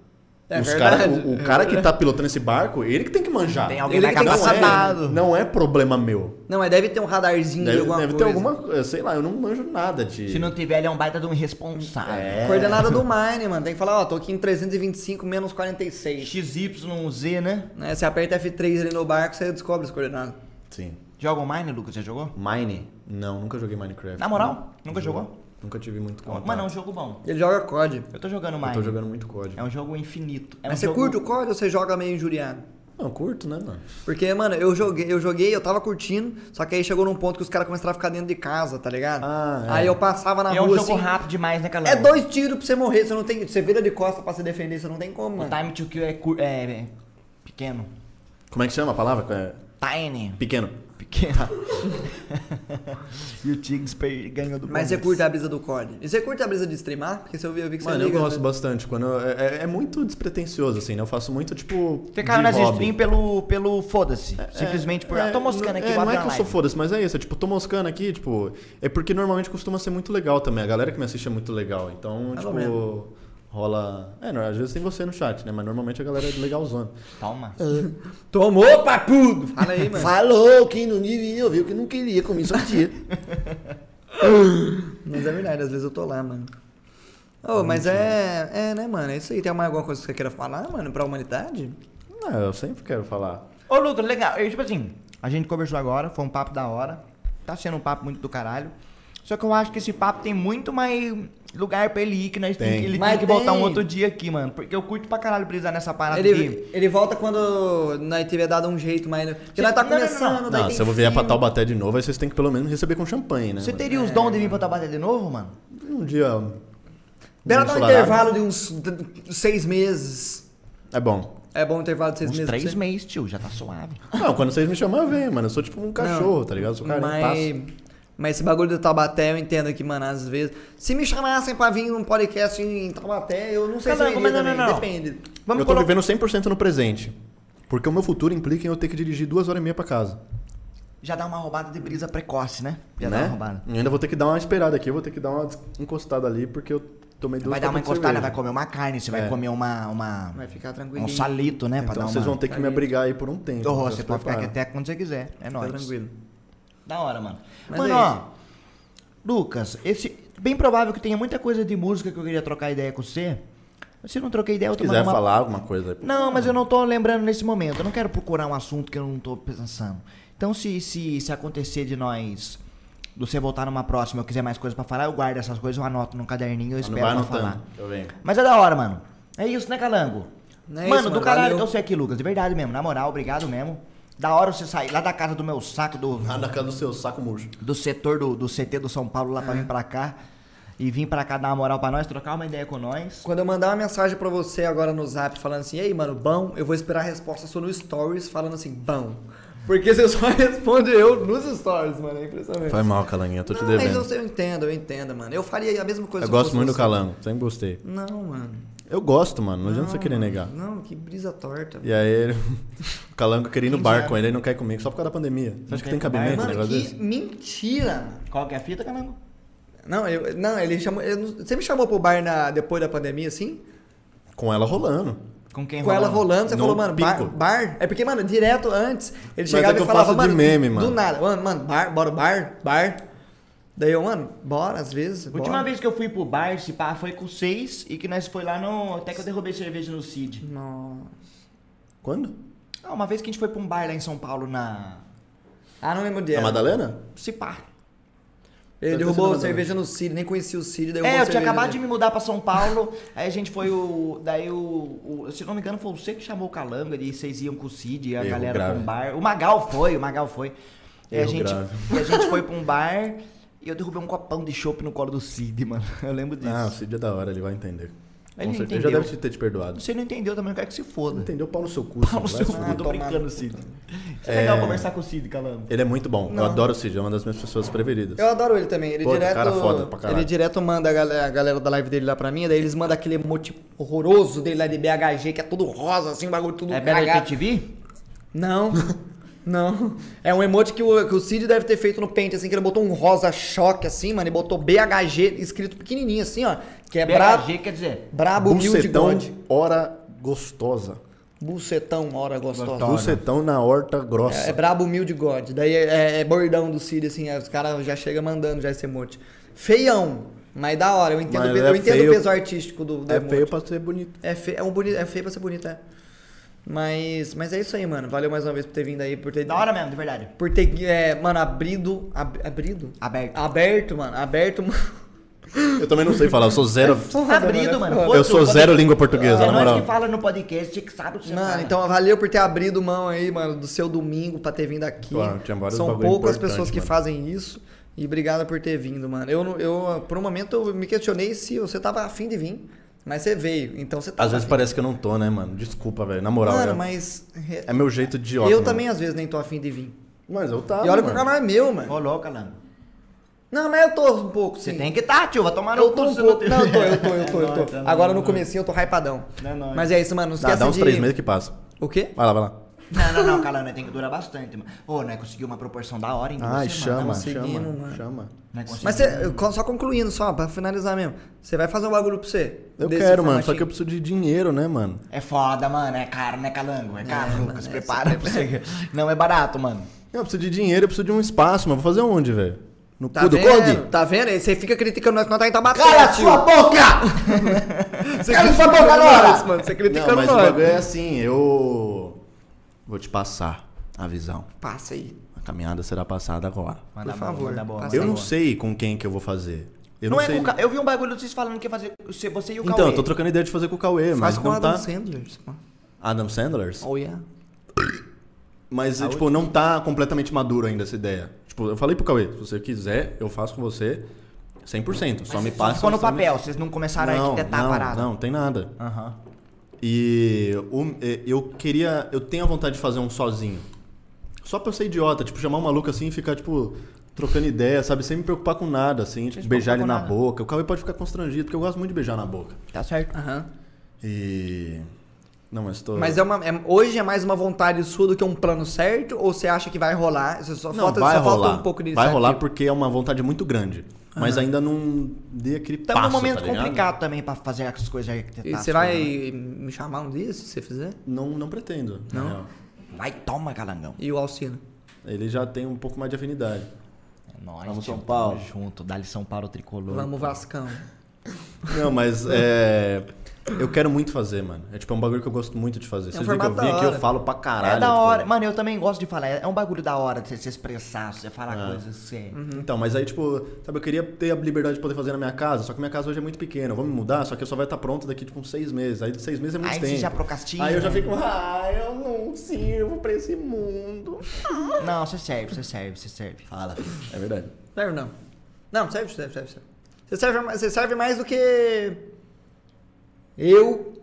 É
Os
verdade.
cara, o, o
É
cara que tá pilotando esse barco, ele que tem que manjar.
Tem alguém
Ele
na
que tem
cabeça
que
não, é,
atado.
não é problema meu.
Não, mas deve ter um radarzinho de
Deve,
alguma
deve
coisa.
ter alguma. eu Sei lá, eu não manjo nada de.
Se não tiver, ele é um baita de um irresponsável.
É.
Coordenada do Mine, mano. Tem que falar, ó, tô aqui em 325 menos 46.
XYZ, né?
Né? Você aperta F3 ali no barco, você descobre as coordenadas.
Sim.
Joga o Mine, Lucas? Já jogou?
Mine? Não, nunca joguei Minecraft.
Na moral? Nunca jogou?
Nunca tive muito contato.
Mano, é um jogo bom.
Ele joga COD.
Eu tô jogando
Eu
Mine.
tô jogando muito código.
É um jogo infinito. É um
Mas você
É jogo...
curte o COD ou você joga meio injuriado?
Não, curto, né, mano?
Porque, mano, eu joguei, eu joguei, eu tava curtindo, só que aí chegou num ponto que os caras começaram a ficar dentro de casa, tá ligado?
Ah, é.
Aí eu passava na
É um
rua
jogo
assim.
rápido demais, né, galera?
É dois tiros pra você morrer, você não tem. Você vira de costa pra se defender, você não tem como,
O
mano.
time to kill é, cur... é... é pequeno.
Como é que chama a palavra? É
Tiny.
Pequeno.
Pequeno. e o Tiggs per- ganhou do
Mas você
Palmeiras.
curte a brisa do COD. E você curte a brisa de streamar? Porque se eu vi, eu vi que você
Mano, eu
liga,
gosto
né?
bastante. Quando eu- é, é- é muito despretensioso, assim, né? Eu faço muito, tipo.
Você caiu
de
nas
hobby.
streams pelo, pelo foda-se. Simplesmente por.
É,
ah, tô moscando
não-
aqui, vou
é, Não é
abrir
que
uma
eu sou
live.
foda-se, mas é isso. É tipo, tô moscando aqui, tipo. É porque normalmente costuma ser muito legal também. A galera que me assiste é muito legal. Então,
Mais ou menos.
tipo. Rola. É, não, às vezes tem você no chat, né? Mas normalmente a galera é legalzona.
Toma.
Tomou papudo! Fala aí, mano.
Falou quem não devia, viu? Que não queria comer só dia.
Mas é verdade, às vezes eu tô lá, mano. Ô, mas é. É, né, mano? É isso aí. Tem mais alguma coisa que você queira falar, mano, pra humanidade?
Ah, eu sempre quero falar.
Ô, Lucas, legal. Eu, tipo assim, a gente conversou agora, foi um papo da hora. Tá sendo um papo muito do caralho. Só que eu acho que esse papo tem muito mais lugar pra ele ir, que nós tem,
Tem.
que, ele
Mas
tem que voltar
tem.
um outro dia aqui, mano. Porque eu curto pra caralho brisar nessa parada de...
Ele, ele volta quando nós tiver dado um jeito mais. Porque nós tá
Não, não, não, não.
começando, daí
Não,
tem
se eu vier pra
frio.
Taubaté de novo, aí vocês têm que pelo menos receber com champanhe, né?
Você
mano?
teria os dons de vir pra Tabaté de novo, mano?
Um dia. um
Bela dá um
ensolarado.
intervalo de uns d- seis meses.
É bom.
É bom um intervalo de seis
Uns
meses. pra
três
você-
meses, tio, já tá suave.
Não, quando vocês me chamam, eu venho, mano. Eu sou tipo um cachorro, tá ligado? Eu sou cara
Mas,
mas...
mas esse bagulho do Taubaté, eu entendo que, mano, às vezes. Se me chamassem pra vir num podcast em em Taubaté, eu não sei se eu
Caramba,
iria
mas não,
também.
não, não.
Depende.
Vamos
Eu tô
colo-
vivendo 100% no presente. Porque o meu futuro implica em eu ter que dirigir duas horas e meia pra casa.
Já dá uma roubada de brisa precoce, né? Já dá
né?
uma roubada.
E ainda vou ter que dar uma esperada aqui, eu vou ter que dar uma des- encostada ali, porque eu tomei duas
Vai dar uma
copinhas de
encostada,
cerveja.
vai comer uma carne, você vai
É.
comer uma... uma...
Vai ficar tranquilo.
Um salito, né? pra
Então
dar
vocês
uma...
vão ter que me abrigar aí por um tempo.
Ô,
vocês
você pode ficar aqui
preparam.
até quando você quiser. É
Fica
nóis.
Tá tranquilo.
Da hora, mano.
Mas
mano,
é
ó. Lucas, esse. Bem provável que tenha muita coisa de música que eu queria trocar ideia com você. Se eu não troquei ideia, eu
Se
tô
quiser
mandando uma-
falar alguma coisa aí.
Não, mas eu não tô lembrando nesse momento. Eu não quero procurar um assunto que eu não tô pensando. Então, se, se, se acontecer de nós. de Você voltar numa próxima, eu quiser mais coisas pra falar, eu guardo essas coisas, eu anoto num caderninho e eu
Ah, não
espero
vai
pra falar.
anotando. Eu venho.
Mas é da hora, mano. É isso, né, Calango?
Não é
mano,
isso,
do
mano,
caralho
valeu.
então você aqui, Lucas. De verdade mesmo. Na moral, obrigado mesmo. Da hora você sair lá da casa do meu saco, do,
Ah, na casa do seu saco murcho.
do setor do, do CT do São Paulo lá pra vir pra cá. E vir pra cá dar uma moral pra nós, trocar uma ideia com nós.
Quando eu mandar uma mensagem pra você agora no zap falando assim, ei, mano, bom, eu vou esperar a resposta sua no stories falando assim, bom. Porque você só responde eu nos stories, mano. É impressionante.
Foi mal, Calanguinha, tô te
não, mas
devendo.
eu, sei, eu entendo, eu entendo, mano. Eu faria a mesma coisa
Eu
se
gosto
fosse
muito do
você.
Calango, sempre gostei.
Não, mano.
Eu gosto, mano, não adianta
Não,
você querer
mano.
negar.
Não, que brisa torta.
E aí, ele- o Calango queria ir no
Quem
bar
já-
com ele, ele não quer ir comigo, só por causa da pandemia. Você acha que
quer
tem
ir pro bar?
cabimento um
Mano,
negócio
que
desse?
mentira, mano.
Qual que é a fita, Calango?
Não, eu, não ele chamou. eu não- você me chamou pro bar na, depois da pandemia, assim?
Com ela rolando.
Com quem
Com ela rolando, você
No
falou, mano, bar,
pico.
bar. É porque, mano, direto antes, ele
Mas
chegava
é
e
que eu
falava,
faço de
mano,
meme,
do
mano.
nada. Mano, mano, bar, bora, bar, bar. Daí eu, mano, bora, às vezes.
A Última
bora.
vez que eu fui pro bar, se pá, foi com vocês e que nós foi lá no. Até que eu derrubei cerveja no Cid.
Nossa.
Quando?
Ah, uma vez que a gente foi pra um bar lá em São Paulo na.
Ah, não lembro
Na
dela.
Madalena?
Se pá.
Ele
Tá
derrubou
acontecendo na
cerveja no Cid, nem conhecia o Cid, daí
É,
roubou
eu tinha
cerveja
acabado de
dele.
me mudar pra São Paulo, aí a gente foi o. Daí o. o- se não me engano, foi você que chamou o Calanga e vocês iam com o Cid e a
Erro
galera
grave.
pra um bar. O Magal foi, o Magal foi. E a,
Erro
gente,
grave.
e a gente foi pra um bar e eu derrubei um copão de chopp no colo do Cid, mano. Eu lembro disso.
Ah, o Cid é da hora, ele vai entender.
Ele
Com certeza,
entendeu.
já deve te ter te perdoado.
Você não entendeu também, eu quero que se foda.
Entendeu? Pau no seu cu.
Pau no seu
Cid, vai se
cu,
fuder.
tô
tomar
brincando,
no
Cid. Isso
É.
é legal conversar com o Cid, Calango.
Ele é muito bom.
Não.
Eu adoro o Cid, é uma das minhas pessoas preferidas.
Eu adoro ele também. Ele
Pô,
direto.
cara foda pra caralho.
ele direto manda a galera, a galera da live dele lá pra mim, daí eles mandam aquele emote horroroso dele lá de BHG, que é todo rosa, assim, o bagulho tudo
É Better
cagado.
TV?
Não. Não. É um emote que o, que o Cid deve ter feito no Paint, assim, que ele botou um rosa choque, assim, mano, e botou BHG escrito pequenininho, assim, ó. Que é bra
BHG quer dizer.
brabo, humilde,
Bucetão,
God.
hora gostosa.
Bucetão, hora gostosa.
Bucetão na horta
É,
grossa.
é brabo, humilde, God. Daí é, é- é bordão do Cid, assim, é, os caras já chegam mandando já esse emote. Feião, mas da hora, eu entendo,
Mas
o pe-
é
eu entendo
feio.
o peso artístico do, do
É,
emote.
feio pra ser bonito.
É, fe, é, um boni- é feio pra ser bonito, é. Mas, mas é isso aí, mano. Valeu mais uma vez por ter vindo aí, por ter...
Da hora mesmo, de verdade.
Por ter, é, mano, abrido... ab- abrido?
Aberto.
Aberto, mano. Aberto, mano.
Eu também não sei falar, eu sou zero.
Foda,
Abrido,
é
mano.
foda.
Pô,
Eu sou
tu-
zero língua portuguesa,
é
na
nós
moral.
que fala no podcast, que sabe o que você
Mano,
fala.
então valeu por ter abrido mão aí, mano, do seu domingo pra ter vindo aqui.
Claro, tinha vários
São
bagulho
poucas
importante,
pessoas que
mano.
fazem isso. E obrigado por ter vindo, mano. Eu, não- eu, por um momento, eu me questionei se você tava afim de vir, mas você veio. Então você tava.
Às vezes
afim.
parece que eu não tô, né, mano? Desculpa, velho. Na moral,
Mano,
velho.
mas. re-
é meu jeito de
eu também, às vezes, nem tô afim de vir.
Mas eu tava.
e olha que o
mano.
programa é meu, mano.
Ô, louca, Calango.
Não, mas eu tô um pouco, sim.
Você tem que tá, tio. Vai tomar no
Eu tô
cu
um
se não
pouco.
tem-
Não, eu tô, eu tô, eu tô,
É
eu
nóis,
tô.
é
Agora no
nóis.
comecinho eu tô hypadão.
É nóis.
Mas é isso, mano. Não
Dá,
esquece
dá uns
de...
três meses que passa.
O quê?
Vai lá, vai lá.
Não, não, não, Calango. Tem que durar bastante, mano. Ô, né, conseguiu uma proporção da hora em duas
Ai, chama,
semanas.
chama,
conseguimos, mano.
chama.
Né, conseguiu.
Mas você, co- só concluindo, só, pra finalizar mesmo. Você vai fazer um bagulho pra você? tá
Eu
Desse
quero, mano, só que
formatinho?
eu preciso de dinheiro, né, mano?
É foda, mano. É caro, né, Calango? É caro, Lucas. Prepara aí pra você. Não é barato, mano.
Eu preciso de dinheiro, eu preciso de um espaço, mas vou fazer onde, velho? No
Tá
cu do
vendo?
Conde?
Tá vendo? Aí Você fica criticando nós, que nós tá em Tabaté,
Cala
tio.
sua boca!
Você
cala sua
criticando
boca agora!
nós, mano. Você
Não,
criticando
mas o bagulho
nós.
é assim, eu vou te passar a visão.
Passa aí.
A caminhada será passada agora.
Manda
Por
bola,
favor,
manda bola.
passa
Eu não
Boa.
sei com quem que eu vou fazer. Eu não,
Não é
sei.
com o Ca- Eu vi um bagulho de vocês falando que ia fazer você- você e o
Então, eu
Cauê.
tô trocando ideia de fazer com o Cauê,
Faz
mas
com o
não
Adam
tá.
Sandler.
Adam Sandlers?
Oh, yeah.
Mas, tipo, não tá completamente maduro ainda essa ideia. Tipo, eu falei pro Cauê, se você quiser, eu faço com você 100%. só me passa.
Ficou no
só me-
papel, vocês não começaram a
Não,
arquitetar
não,
a parada.
não, tem nada.
Aham.
E o- e- eu queria. Eu tenho a vontade de fazer um sozinho. Só pra eu ser idiota, tipo, chamar um maluco assim e ficar, tipo, trocando ideia, sabe? Sem me preocupar com nada, assim, tipo,
se
beijar ele
preocupar
na
com
boca. O Cauê pode ficar constrangido, porque eu gosto muito de beijar na boca.
Tá certo.
Aham.
E. Não, mas tô.
Mas é uma, é- hoje é mais uma vontade sua do que um plano certo? Ou você acha que vai rolar? Você só,
Não,
falta,
vai
só
rolar.
falta um pouco disso.
vai rolar
aqui.
porque é uma vontade muito grande. Mas ainda não dei aquele
Tá
passo,
num momento
tá ligado?
complicado também pra fazer as coisas arquitetadas.
E
tá
você vai
né?
me chamar um dia, se você fizer?
Não, não pretendo. na
Não?
real.
Vai, toma, calangão.
E o Alcino?
Ele já tem um pouco mais de afinidade.
Nós,
Vamos,
tio,
São Paulo.
tamo junto, dá-lhe São Paulo tricolor.
Vamos, Vascão.
Não, mas é. Eu quero muito fazer, mano. É tipo, é um bagulho que eu gosto muito de fazer.
um
Vocês viram que eu
formato
vim
da
aqui, eu
hora.
falo pra caralho.
É da
tipo,
hora. Mano, eu também gosto de falar. É um bagulho da hora de você se expressar, você falar
É.
coisas assim.
Então, mas aí, tipo, sabe, eu queria ter a liberdade de poder fazer na minha casa, só que minha casa hoje é muito pequena. Eu vou me mudar, só que eu só vai estar pronta daqui, tipo, uns seis meses. Aí, seis meses é muito
Aí você
tempo.
já procrastina.
Aí eu já fico, ah, eu não sirvo pra esse mundo.
Não, você serve, você serve, você serve.
Fala, é verdade.
Serve não? Não, serve, serve, serve. serve. Você, serve mais, você serve mais do que. Eu.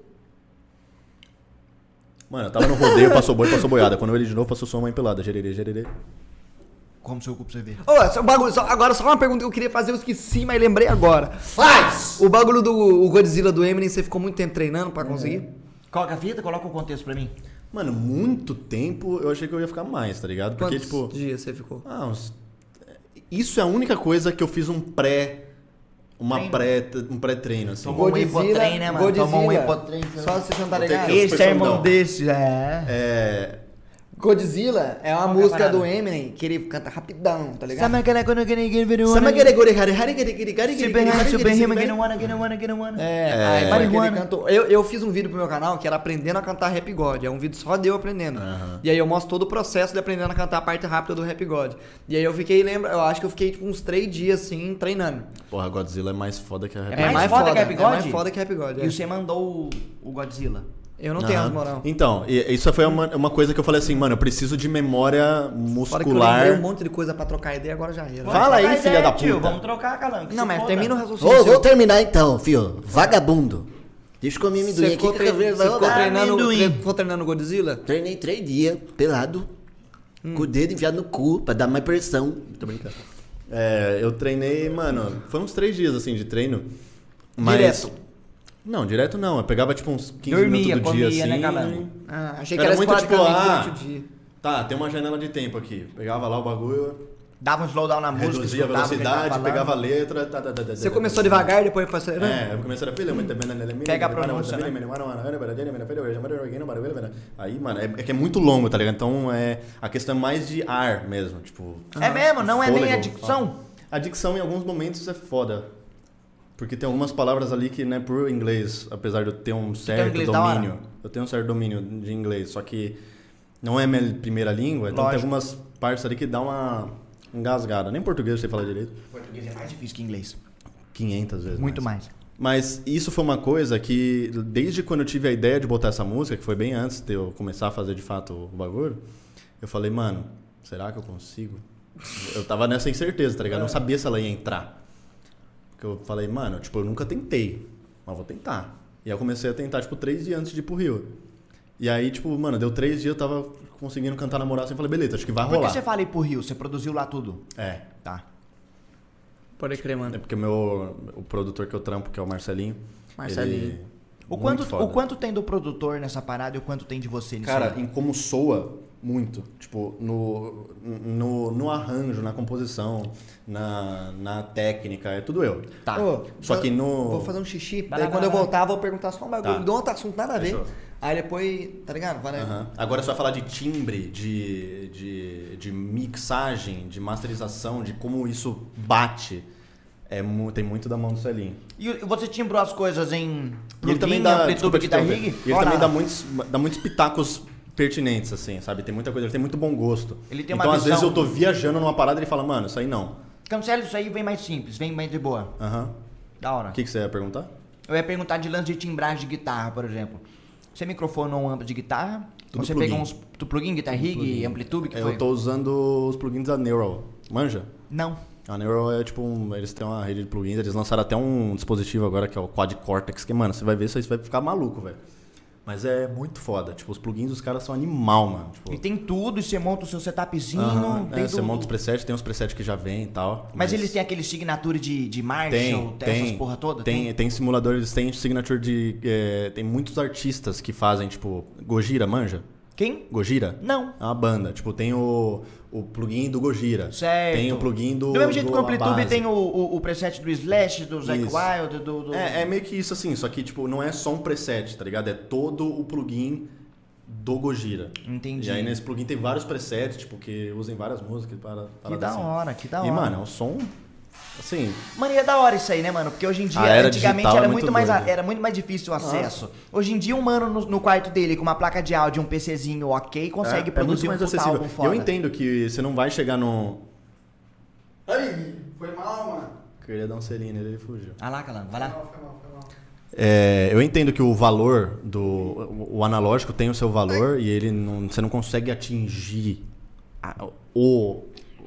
Mano, eu tava no rodeio, passou boi, passou boiada. Quando eu olhei de novo, passou sua mãe pelada. Gererê, gererê.
Como seu cu pra você ver.
Ô, só, um bagulho, só- agora só uma pergunta que eu queria fazer, eu esqueci, mas lembrei agora. Faz! O bagulho do o Godzilla do Eminem, você ficou muito tempo treinando pra conseguir?
É.
Coloca a fita, coloca o contexto pra mim.
Mano, muito tempo eu achei que eu ia ficar mais, tá ligado? Porque,
Quantos
tipo.
dias você ficou?
Ah, uns- Isso é a única coisa que eu fiz um pré. Uma pré, um pré-treino,
Então
assim.
Tomou um Ibotrem, né, mano? Tomou um Ibotrem.
Só se você não tá
Vou ter
ligado.
que- Esse é irmão
desse, é.
É.
Godzilla é uma
Qual que é a
música
parada?
do Eminem que ele canta rapidão, tá ligado?
Sabe aquela quando ninguém virou? Superman, Superman, que não wanna, que não wanna, que não wanna.
É, aí foi que ele cantou. Eu, eu fiz um vídeo pro meu canal que era aprendendo a cantar Rap God. É um vídeo só de eu aprendendo. E aí eu mostro todo o processo de aprendendo a cantar a parte rápida do Rap God. E aí eu fiquei, lembra, eu acho que eu fiquei tipo uns três dias assim treinando.
Porra, Godzilla é mais foda que a
mais foda que Rap
É mais
God?
foda que Rap God. é.
E você mandou o, o Godzilla.
Eu não tenho
Aham.
as moral.
Então, e- isso foi uma, uma coisa que eu falei assim, mano, eu preciso de memória
Fora que eu lembrei um
muscular.
monte de coisa pra trocar ideia, agora já era.
Fala aí,
Mas
filha
é,
da
tio,
puta.
Vamos trocar, calango. que
Não,
se
mas
foda.
termina o raciocínio.
Ô,
seu.
vou terminar então, fio. Vagabundo. Deixa eu comer
Você
amendoim aqui.
ficou,
que
tre-
eu quero ver-
você ficou
Ah,
treinando,
amendoim.
tre- ficou treinando Godzilla?
Treinei três dias, pelado. Com o dedo enfiado no cu, pra dar mais pressão. Tô brincando.
É, eu treinei, mano, foi uns três dias assim de treino. Mas...
Direto?
Não, direto não. Eu pegava tipo uns 15
Dormia,
minutos do dia
comia, né,
assim.
calango?
Ah, achei que
Era
era,
muito tipo,
esporadicamente
ah,
durante o dia.
Tá, tem uma janela de tempo aqui. Pegava lá o bagulho,
Dava um slowdown na música,
reduzia a
escutava o que ele tava
velocidade,
falando.
pegava a letra. Tá, tá, tá, tá,
Você
tá,
começou
tá, tá.
devagar, depois foi acelerando?
É, eu comecei a filha, muito bem.
Pega a pronúncia, né?
Aí, mano, é, é que é muito longo, tá ligado? Então é, a questão é mais de ar mesmo, tipo.
É mesmo? Não é nem a
fôlego,
dicção?
fala. A dicção em alguns momentos é foda. Porque tem algumas palavras ali que, né, por inglês, apesar de eu ter um certo
inglês da hora?
domínio. Eu tenho um certo domínio de inglês, só que não é minha primeira língua, então tem
Lógico.
algumas partes ali que dá uma engasgada. Nem português eu sei falar direito.
Português é mais difícil que inglês.
500 vezes.
Muito mais.
Mas isso foi uma coisa que, desde quando eu tive a ideia de botar essa música, que foi bem antes de eu começar a fazer de fato o bagulho, eu falei, mano, será que eu consigo? Eu tava nessa incerteza, tá ligado? Eu não sabia se ela ia entrar. Porque eu falei, mano, tipo, eu nunca tentei, mas vou tentar. E aí eu comecei a tentar, tipo, três dias antes de ir pro Rio. E aí, tipo, mano, deu três dias, eu tava conseguindo cantar na moral assim, eu falei, beleza, acho que vai
Por que
rolar.
você fala ir pro Rio? Você produziu lá tudo.
É,
Tá.
Pode crer,
é
mano.
porque o meu o produtor que eu trampo, que é o Marcelinho.
Marcelinho.
ele- é
O
muito
quanto,
foda.
o quanto tem do produtor nessa parada e o quanto tem de você nisso?
Cara,
aí?
em como soa, Muito. Tipo, no, no, no arranjo, na composição, na, na técnica, é tudo eu.
Tá.
Ô,
Só
vou-
que no-
Vou fazer um xixi,
Vai
daí
lá,
quando
vai
eu
lá.
voltar, vou perguntar só um bagulho
Tá.
de outro assunto, nada a ver.
Fechou.
Aí depois, tá ligado? Vai, um né?
Aham. Agora você vai falar de timbre, de, de, de mixagem, de masterização, de como isso bate. É, mu- tem muito da mão do Celinho.
E você timbrou as coisas em
E ele também
plugin,
dá,
amplitude,
desculpa te
guitar
interromper.
rig?
E ele também dá muitos, dá muitos pitacos pertinentes, assim, sabe? Tem muita coisa, ele tem muito bom gosto.
Ele tem uma
então, às
visão-
vezes, eu tô viajando numa parada e ele fala, mano, isso aí não.
Cancela isso aí, vem mais simples, vem mais de boa.
Aham.
Da hora.
O que, que você ia perguntar?
Eu ia perguntar de lance de timbragem de guitarra, por exemplo. Você microfonou um amplo de guitarra?
Tudo
você
plugin. É,
pegou uns tu plugin, guitar rig, amplitude, que
Eu
foi?
tô usando os plugins da Neural. Manja?
Não.
A Neural é tipo um. Eles têm uma rede de plugins, eles lançaram até um dispositivo agora que é o Quad Cortex, que, mano, você vai ver isso aí, você vai ficar maluco, velho. Mas é muito foda. Tipo, os plugins dos caras são animal, mano. Tipo,
E tem tudo, e você monta o seu setupzinho,
aham,
tem
é,
tudo.
você monta os presets, tem os presets que já vem e tal.
Mas eles têm aquele signature de, de Marshall, essas porra toda?
Tem, tem, simuladores, tem signature de. eh, tem muitos artistas que fazem, tipo, Gojira, manja?
Quem?
Gojira?
Não.
É uma banda. Tipo, tem o, o plugin do Gojira.
Certo.
Tem o plugin do.
mesmo jeito
do
que o Amplitude
Abase.
tem o, o, o preset do Slash, do Zack
Isso.
Wild, do... do-
É, é meio que isso assim, só que, tipo, não é só um preset, tá ligado? É todo o plugin do Gojira.
Entendi.
E aí nesse plugin tem vários presets, tipo, que usam várias músicas para.
Que
paradas
da
assim.
hora, que da hora.
E, mano, é um som. Assim,
Mano, e é da hora isso aí, né, mano? Porque hoje em dia,
A era
antigamente
digital
era,
é
muito
muito
mais, a-
doida.
era muito mais difícil o acesso. Hoje em dia, um mano no, no quarto dele com uma placa de áudio e um PCzinho ok consegue
é, é muito
produzir
mais
um puta
acessível.
álbum
E
foda.
eu entendo que você não vai chegar no.
Ai, foi mal, mano.
Queria dar um selinho nele, ele fugiu.
Ah lá, Calango, vai lá.
Não, foi mal, foi mal.
É, eu entendo que o valor do. O, o analógico tem o seu valor e ele não, você não consegue atingir a- o.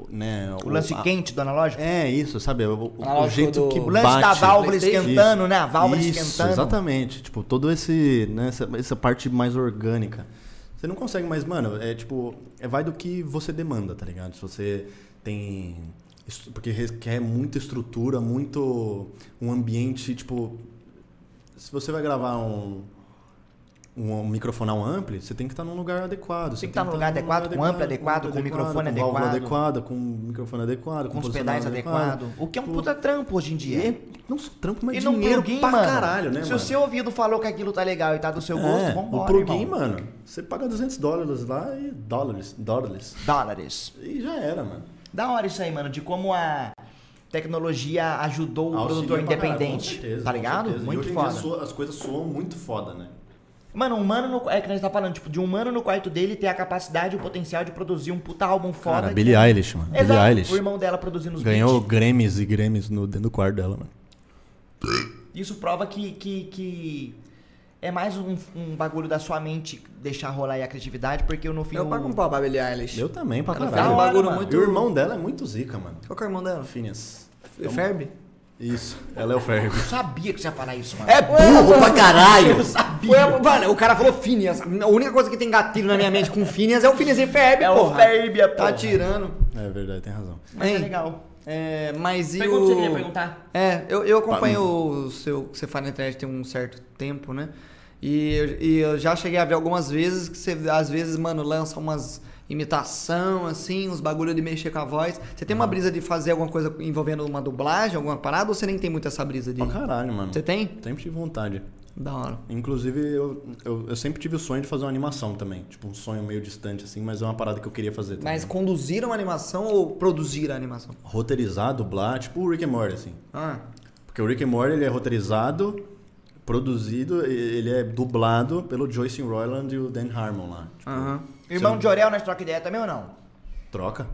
Né,
O lance
a-
quente do analógico.
É isso, sabe? O, o
Analógico
jeito
do-
que
O
O lance da
bate.
válvula
PlayStation.
esquentando, né? A válvula
Isso,
esquentando.
Exatamente. Tipo, todo esse. Né, essa, essa parte mais orgânica. Você não consegue mais, mano, é tipo. É, vai do que você demanda, tá ligado? Se você tem. estru- Porque requer muita estrutura, muito. Um ambiente, tipo. Se você vai gravar um. Um, um microfonar um ampli, você tem que estar num lugar adequado. Você tá
que estar num lugar adequado, com ampli adequado, com microfone
com válvula
adequado.
adequada, com um microfone adequado,
Com os
posicionamento
pedais adequados. O que é um
Tipo,
puta trampo hoje em dia.
é, não só trampo, mas
E num
dinheiro
plugin,
pra
mano.
caralho, né,
se
mano?
o seu ouvido falou que aquilo tá legal e tá do seu gosto,
é,
vambora,
o plugin,
irmão.
mano, você paga 200 dólares lá e dólares, dólares.
Dólares.
E já era, mano.
Da hora isso aí, mano, de como a tecnologia ajudou o
Auxilia
produtor
pra caralho,
independente.
com certeza,
tá
com
ligado?
certeza. E
Muito
hoje em dia
foda.
soa- as coisas soam muito foda, né?
Mano, um mano no. É que nós tá falando, tipo, de um mano no quarto dele ter a capacidade e o potencial de produzir um puta álbum foda. é-
Cara, Billie Eilish, mano.
Exato,
Billie Eilish
o irmão dela produzindo os
ganhou
beats.
Grêmios e Grêmios no, dentro do quarto dela, mano.
Isso prova que. que, que é mais um, um bagulho da sua mente deixar rolar aí a criatividade, porque no fim.
Eu
o-
pago um pau pra Billie Eilish.
Eu também, pra
Ela
caralho.
fez
Da
um
hora,
bagulho
mano.
muito...
E o irmão dela é muito zica, mano.
Qual que é o irmão dela?
Phineas.
Ferb?
Isso, ela é o Ferb.
Eu sabia que você ia falar isso, mano.
É
Burro Uh, pra caralho!
Foi a- mano, o cara falou Phineas. A única coisa que tem gatilho na minha mente com Phineas é o Phineas e Ferb,
É o
porra.
Ferb, a porra.
Tá tirando.
É verdade, tem razão.
Mas é
Hein?
legal.
É, mas e
Pergunta o que você queria
o-
perguntar.
É, eu, eu acompanho o seu que você faz na internet tem um certo tempo, né? E eu, e eu já cheguei a ver algumas vezes que você, às vezes, mano, lança umas imitação, assim, uns bagulho de mexer com a voz. Você tem uma brisa de fazer alguma coisa envolvendo uma dublagem, alguma parada, ou você nem tem muito essa brisa de.
Pra caralho, mano.
Você tem?
Sempre tive vontade.
Da hora.
Inclusive, eu, eu, eu sempre tive o sonho de fazer uma animação também. Tipo, um sonho meio distante, assim, mas é uma parada que eu queria fazer também.
Mas conduzir uma animação ou produzir a animação?
Roteirizar, dublar, tipo o Rick and Morty, assim.
Ah,
Porque o Rick and Morty, ele é roteirizado, produzido, e- ele é dublado pelo Joyce Roiland e o Dan Harmon lá. Tipo,
aham.
Irmão de Jorel, nós troca ideia também ou não?
Troca.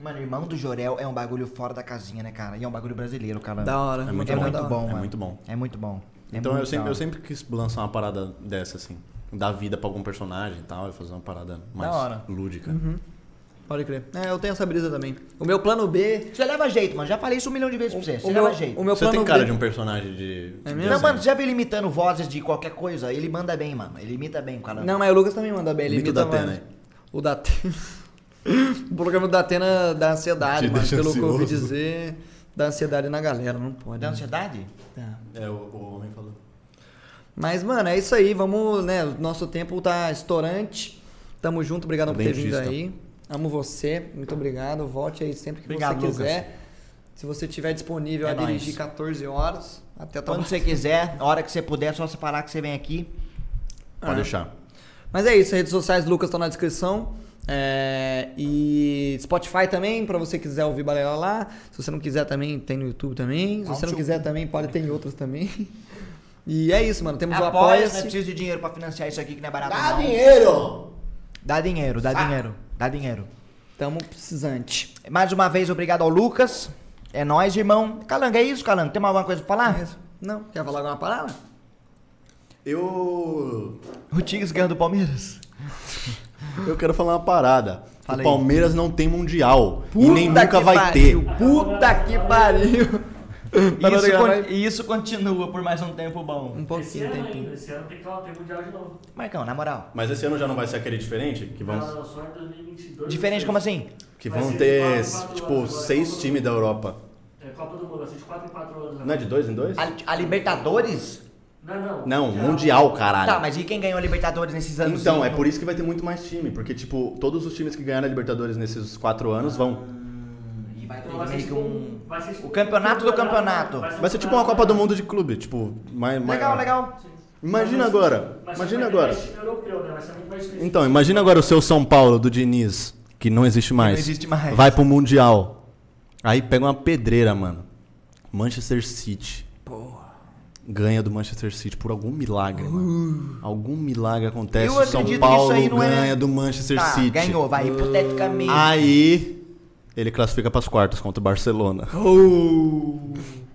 Mano, irmão do Jorel é um bagulho fora da casinha, né, cara? E é um bagulho brasileiro, cara.
Da hora.
É muito
É
bom.
muito
da hora.
bom,
É
mano.
muito bom.
É muito bom. É
então, eu
muito
sempre,
da
eu
hora.
sempre quis lançar uma parada dessa, assim. Dar vida pra algum personagem e tal, e fazer uma parada mais
hora.
lúdica.
Uhum. Pode crer. É, eu tenho essa brisa também. O meu plano B.
Você leva jeito, mano. Já falei isso um milhão de vezes pra você. Você
o
leva
meu,
jeito.
O meu
Você
plano
tem cara
B-
de um personagem de...
É
de
mesmo?
Não,
desenho.
mano, você já viu ele imitando vozes de qualquer coisa? Ele manda bem, mano. Ele imita bem o cara.
Não, mas o Lucas também manda bem. Ele
Imita
imita
o Datena
mano. O Datena. o programa do Datena da ansiedade,
Te
mano.
deixa
Pelo que eu ouvi
ansioso.
dizer, da ansiedade na galera. Não pode.
Da ansiedade?
Tá.
É, o, o homem falou.
Mas, mano, é isso aí. Vamos, né? O nosso tempo tá estourante. Tamo junto, obrigado por ter vindo
Dentista.
aí. Amo você, muito obrigado. Volte aí sempre que
Obrigado,
você quiser. Se você tiver disponível
É
a dirigir
nóis.
14 horas até
Quando
Taubaté.
você quiser, a hora que você puder, é só você falar que você vem aqui.
Ah.
Pode deixar.
Mas é isso, redes sociais do Lucas estão na descrição. É, e Spotify também, pra você quiser ouvir balela lá. Se você não quiser também, tem no YouTube também. Se você não quiser também, pode ter em outras também. E é isso, mano. Temos o
Apoia, não
né,
Apoia-se.
precisa de dinheiro pra financiar isso aqui que não é barato.
Dá
não.
dinheiro!
Dá dinheiro, dá dinheiro, dá dinheiro.
Tamo precisante.
Mais uma vez, obrigado ao Lucas. É nóis, irmão. Calango, é isso, Calango? Tem mais alguma coisa pra
É
falar?
Não, quer falar alguma parada?
Eu.
O Tigres ganhou do Palmeiras.
Eu quero falar uma parada.
Fala
o
aí.
Palmeiras não tem mundial. e
Puta
nem nunca
que
vai
pariu,
ter.
Puta que pariu. Parou de
Isso
gravar
con-
aí?
E isso continua por mais um tempo bom.
Um
Esse
pouquinho,
ano
tem
ainda, esse ano tem que falar, tem mundial de novo.
Marcão, na moral.
Mas esse ano já não vai ser aquele diferente? Que vão,
Não, não, só em 2022.
Diferente como assim?
que
Vai
vão
ser
ter,
quatro, quatro
tipo,
anos agora.
seis times da Europa.
É Copa do Mundo, assim, de 4 em 4 anos.
Não é de dois em dois?
A, a Libertadores?
Não, não.
Não, mundial, caralho.
Tá, mas e quem ganhou a Libertadores nesses anos?
Então, é por isso que vai ter muito mais time, porque, tipo, todos os times que ganharam a Libertadores nesses quatro anos vão. é.
E vai ter
Então, vai ser
meio que
tipo
um...
um- vai ser tipo
O campeonato do campeonato.
Vai ser tipo uma Copa do Mundo de clube, tipo, mais.
Legal, legal.
Imagina agora,
Mas
imagina
vai ter
agora.
mais time europeu, né? Vai ser muito mais difícil.
Então, imagina agora o seu São Paulo do Diniz, que não existe mais.
existe mais.
Vai pro Mundial. Aí pega uma pedreira, mano. Manchester City. Ganha do Manchester City por algum milagre, mano. Algum milagre acontece.
Uh. Eu
o São
acredito que isso
Paulo
aí não é-
ganha do Manchester
Tá,
City.
ganhou, vai, hipoteticamente.
Aí ele classifica pras quartas contra o Barcelona.
Oh.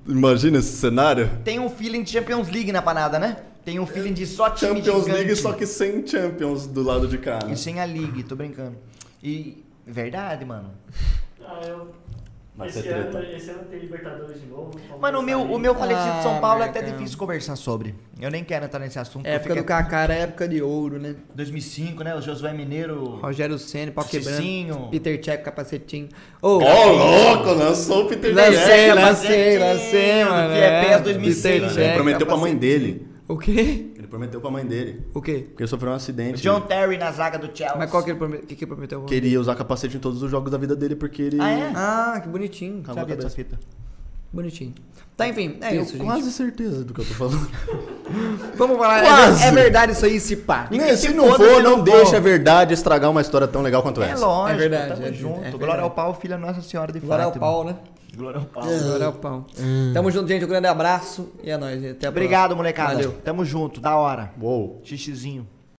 Imagina esse cenário?
Tem um feeling de Champions League na panada, né? Tem um feeling de só time
Champions
gigante.
League, só que sem Champions do lado de cá. né?
E sem a League, tô brincando. E... Verdade, mano.
Ah, eu...
Vai
esse,
ser treta.
ano, esse ano tem Libertadores de novo. Palmeiras
Mano, o meu,
tá
o
aí.
meu falecido
Ah,
São Paulo é até
Marcão.
difícil conversar sobre. Eu nem quero entrar nesse assunto.
É,
eu
É, Época
fico-
do Kaká era época de ouro, né?
2005, né? O Josué Mineiro...
Rogério Ceni, pau quebrando.
Cicinho.
Peter Check, capacetinho. Ô,
Ô, louco, lançou o Peter
lancei,
Jackson, né?
lancei, lancei, mano.
que é PES 2006,
Peter
né?
Cech,
Ele prometeu pra mãe
capacete-
dele.
O quê?
Ele prometeu pra mãe dele.
O quê?
Porque sofreu um acidente.
John Terry na zaga do Chelsea.
Mas qual que ele prometeu? que, que ele prometeu?
Que ele ia usar capacete em todos os jogos da vida dele, porque ele.
Ah, é?
Ah, que bonitinho.
Calma é a
Sabia dessa
cabeça.
fita.
Bonitinho. Tá, enfim, é
Tenho
isso, gente.
quase certeza do que eu tô falando.
Vamos falar.
Quase.
É, é verdade isso aí, se pá.
Né, se,
se
não
foda,
for,
se
não
não
deixa
for.
a verdade estragar uma história tão legal quanto
É
essa.
lógico,
É verdade,
tamo
é-
junto.
é verdade.
Glória ao pau, filha Nossa Senhora de
Agora é o
Fátima.
pau, né?
Glória ao pau.
Agora é o pau. Tamo junto, gente. Um grande abraço. E é nóis. gente. Até a próxima.
Obrigado, molecada.
Valeu.
Tamo junto, da hora.
Uou.
Xixizinho.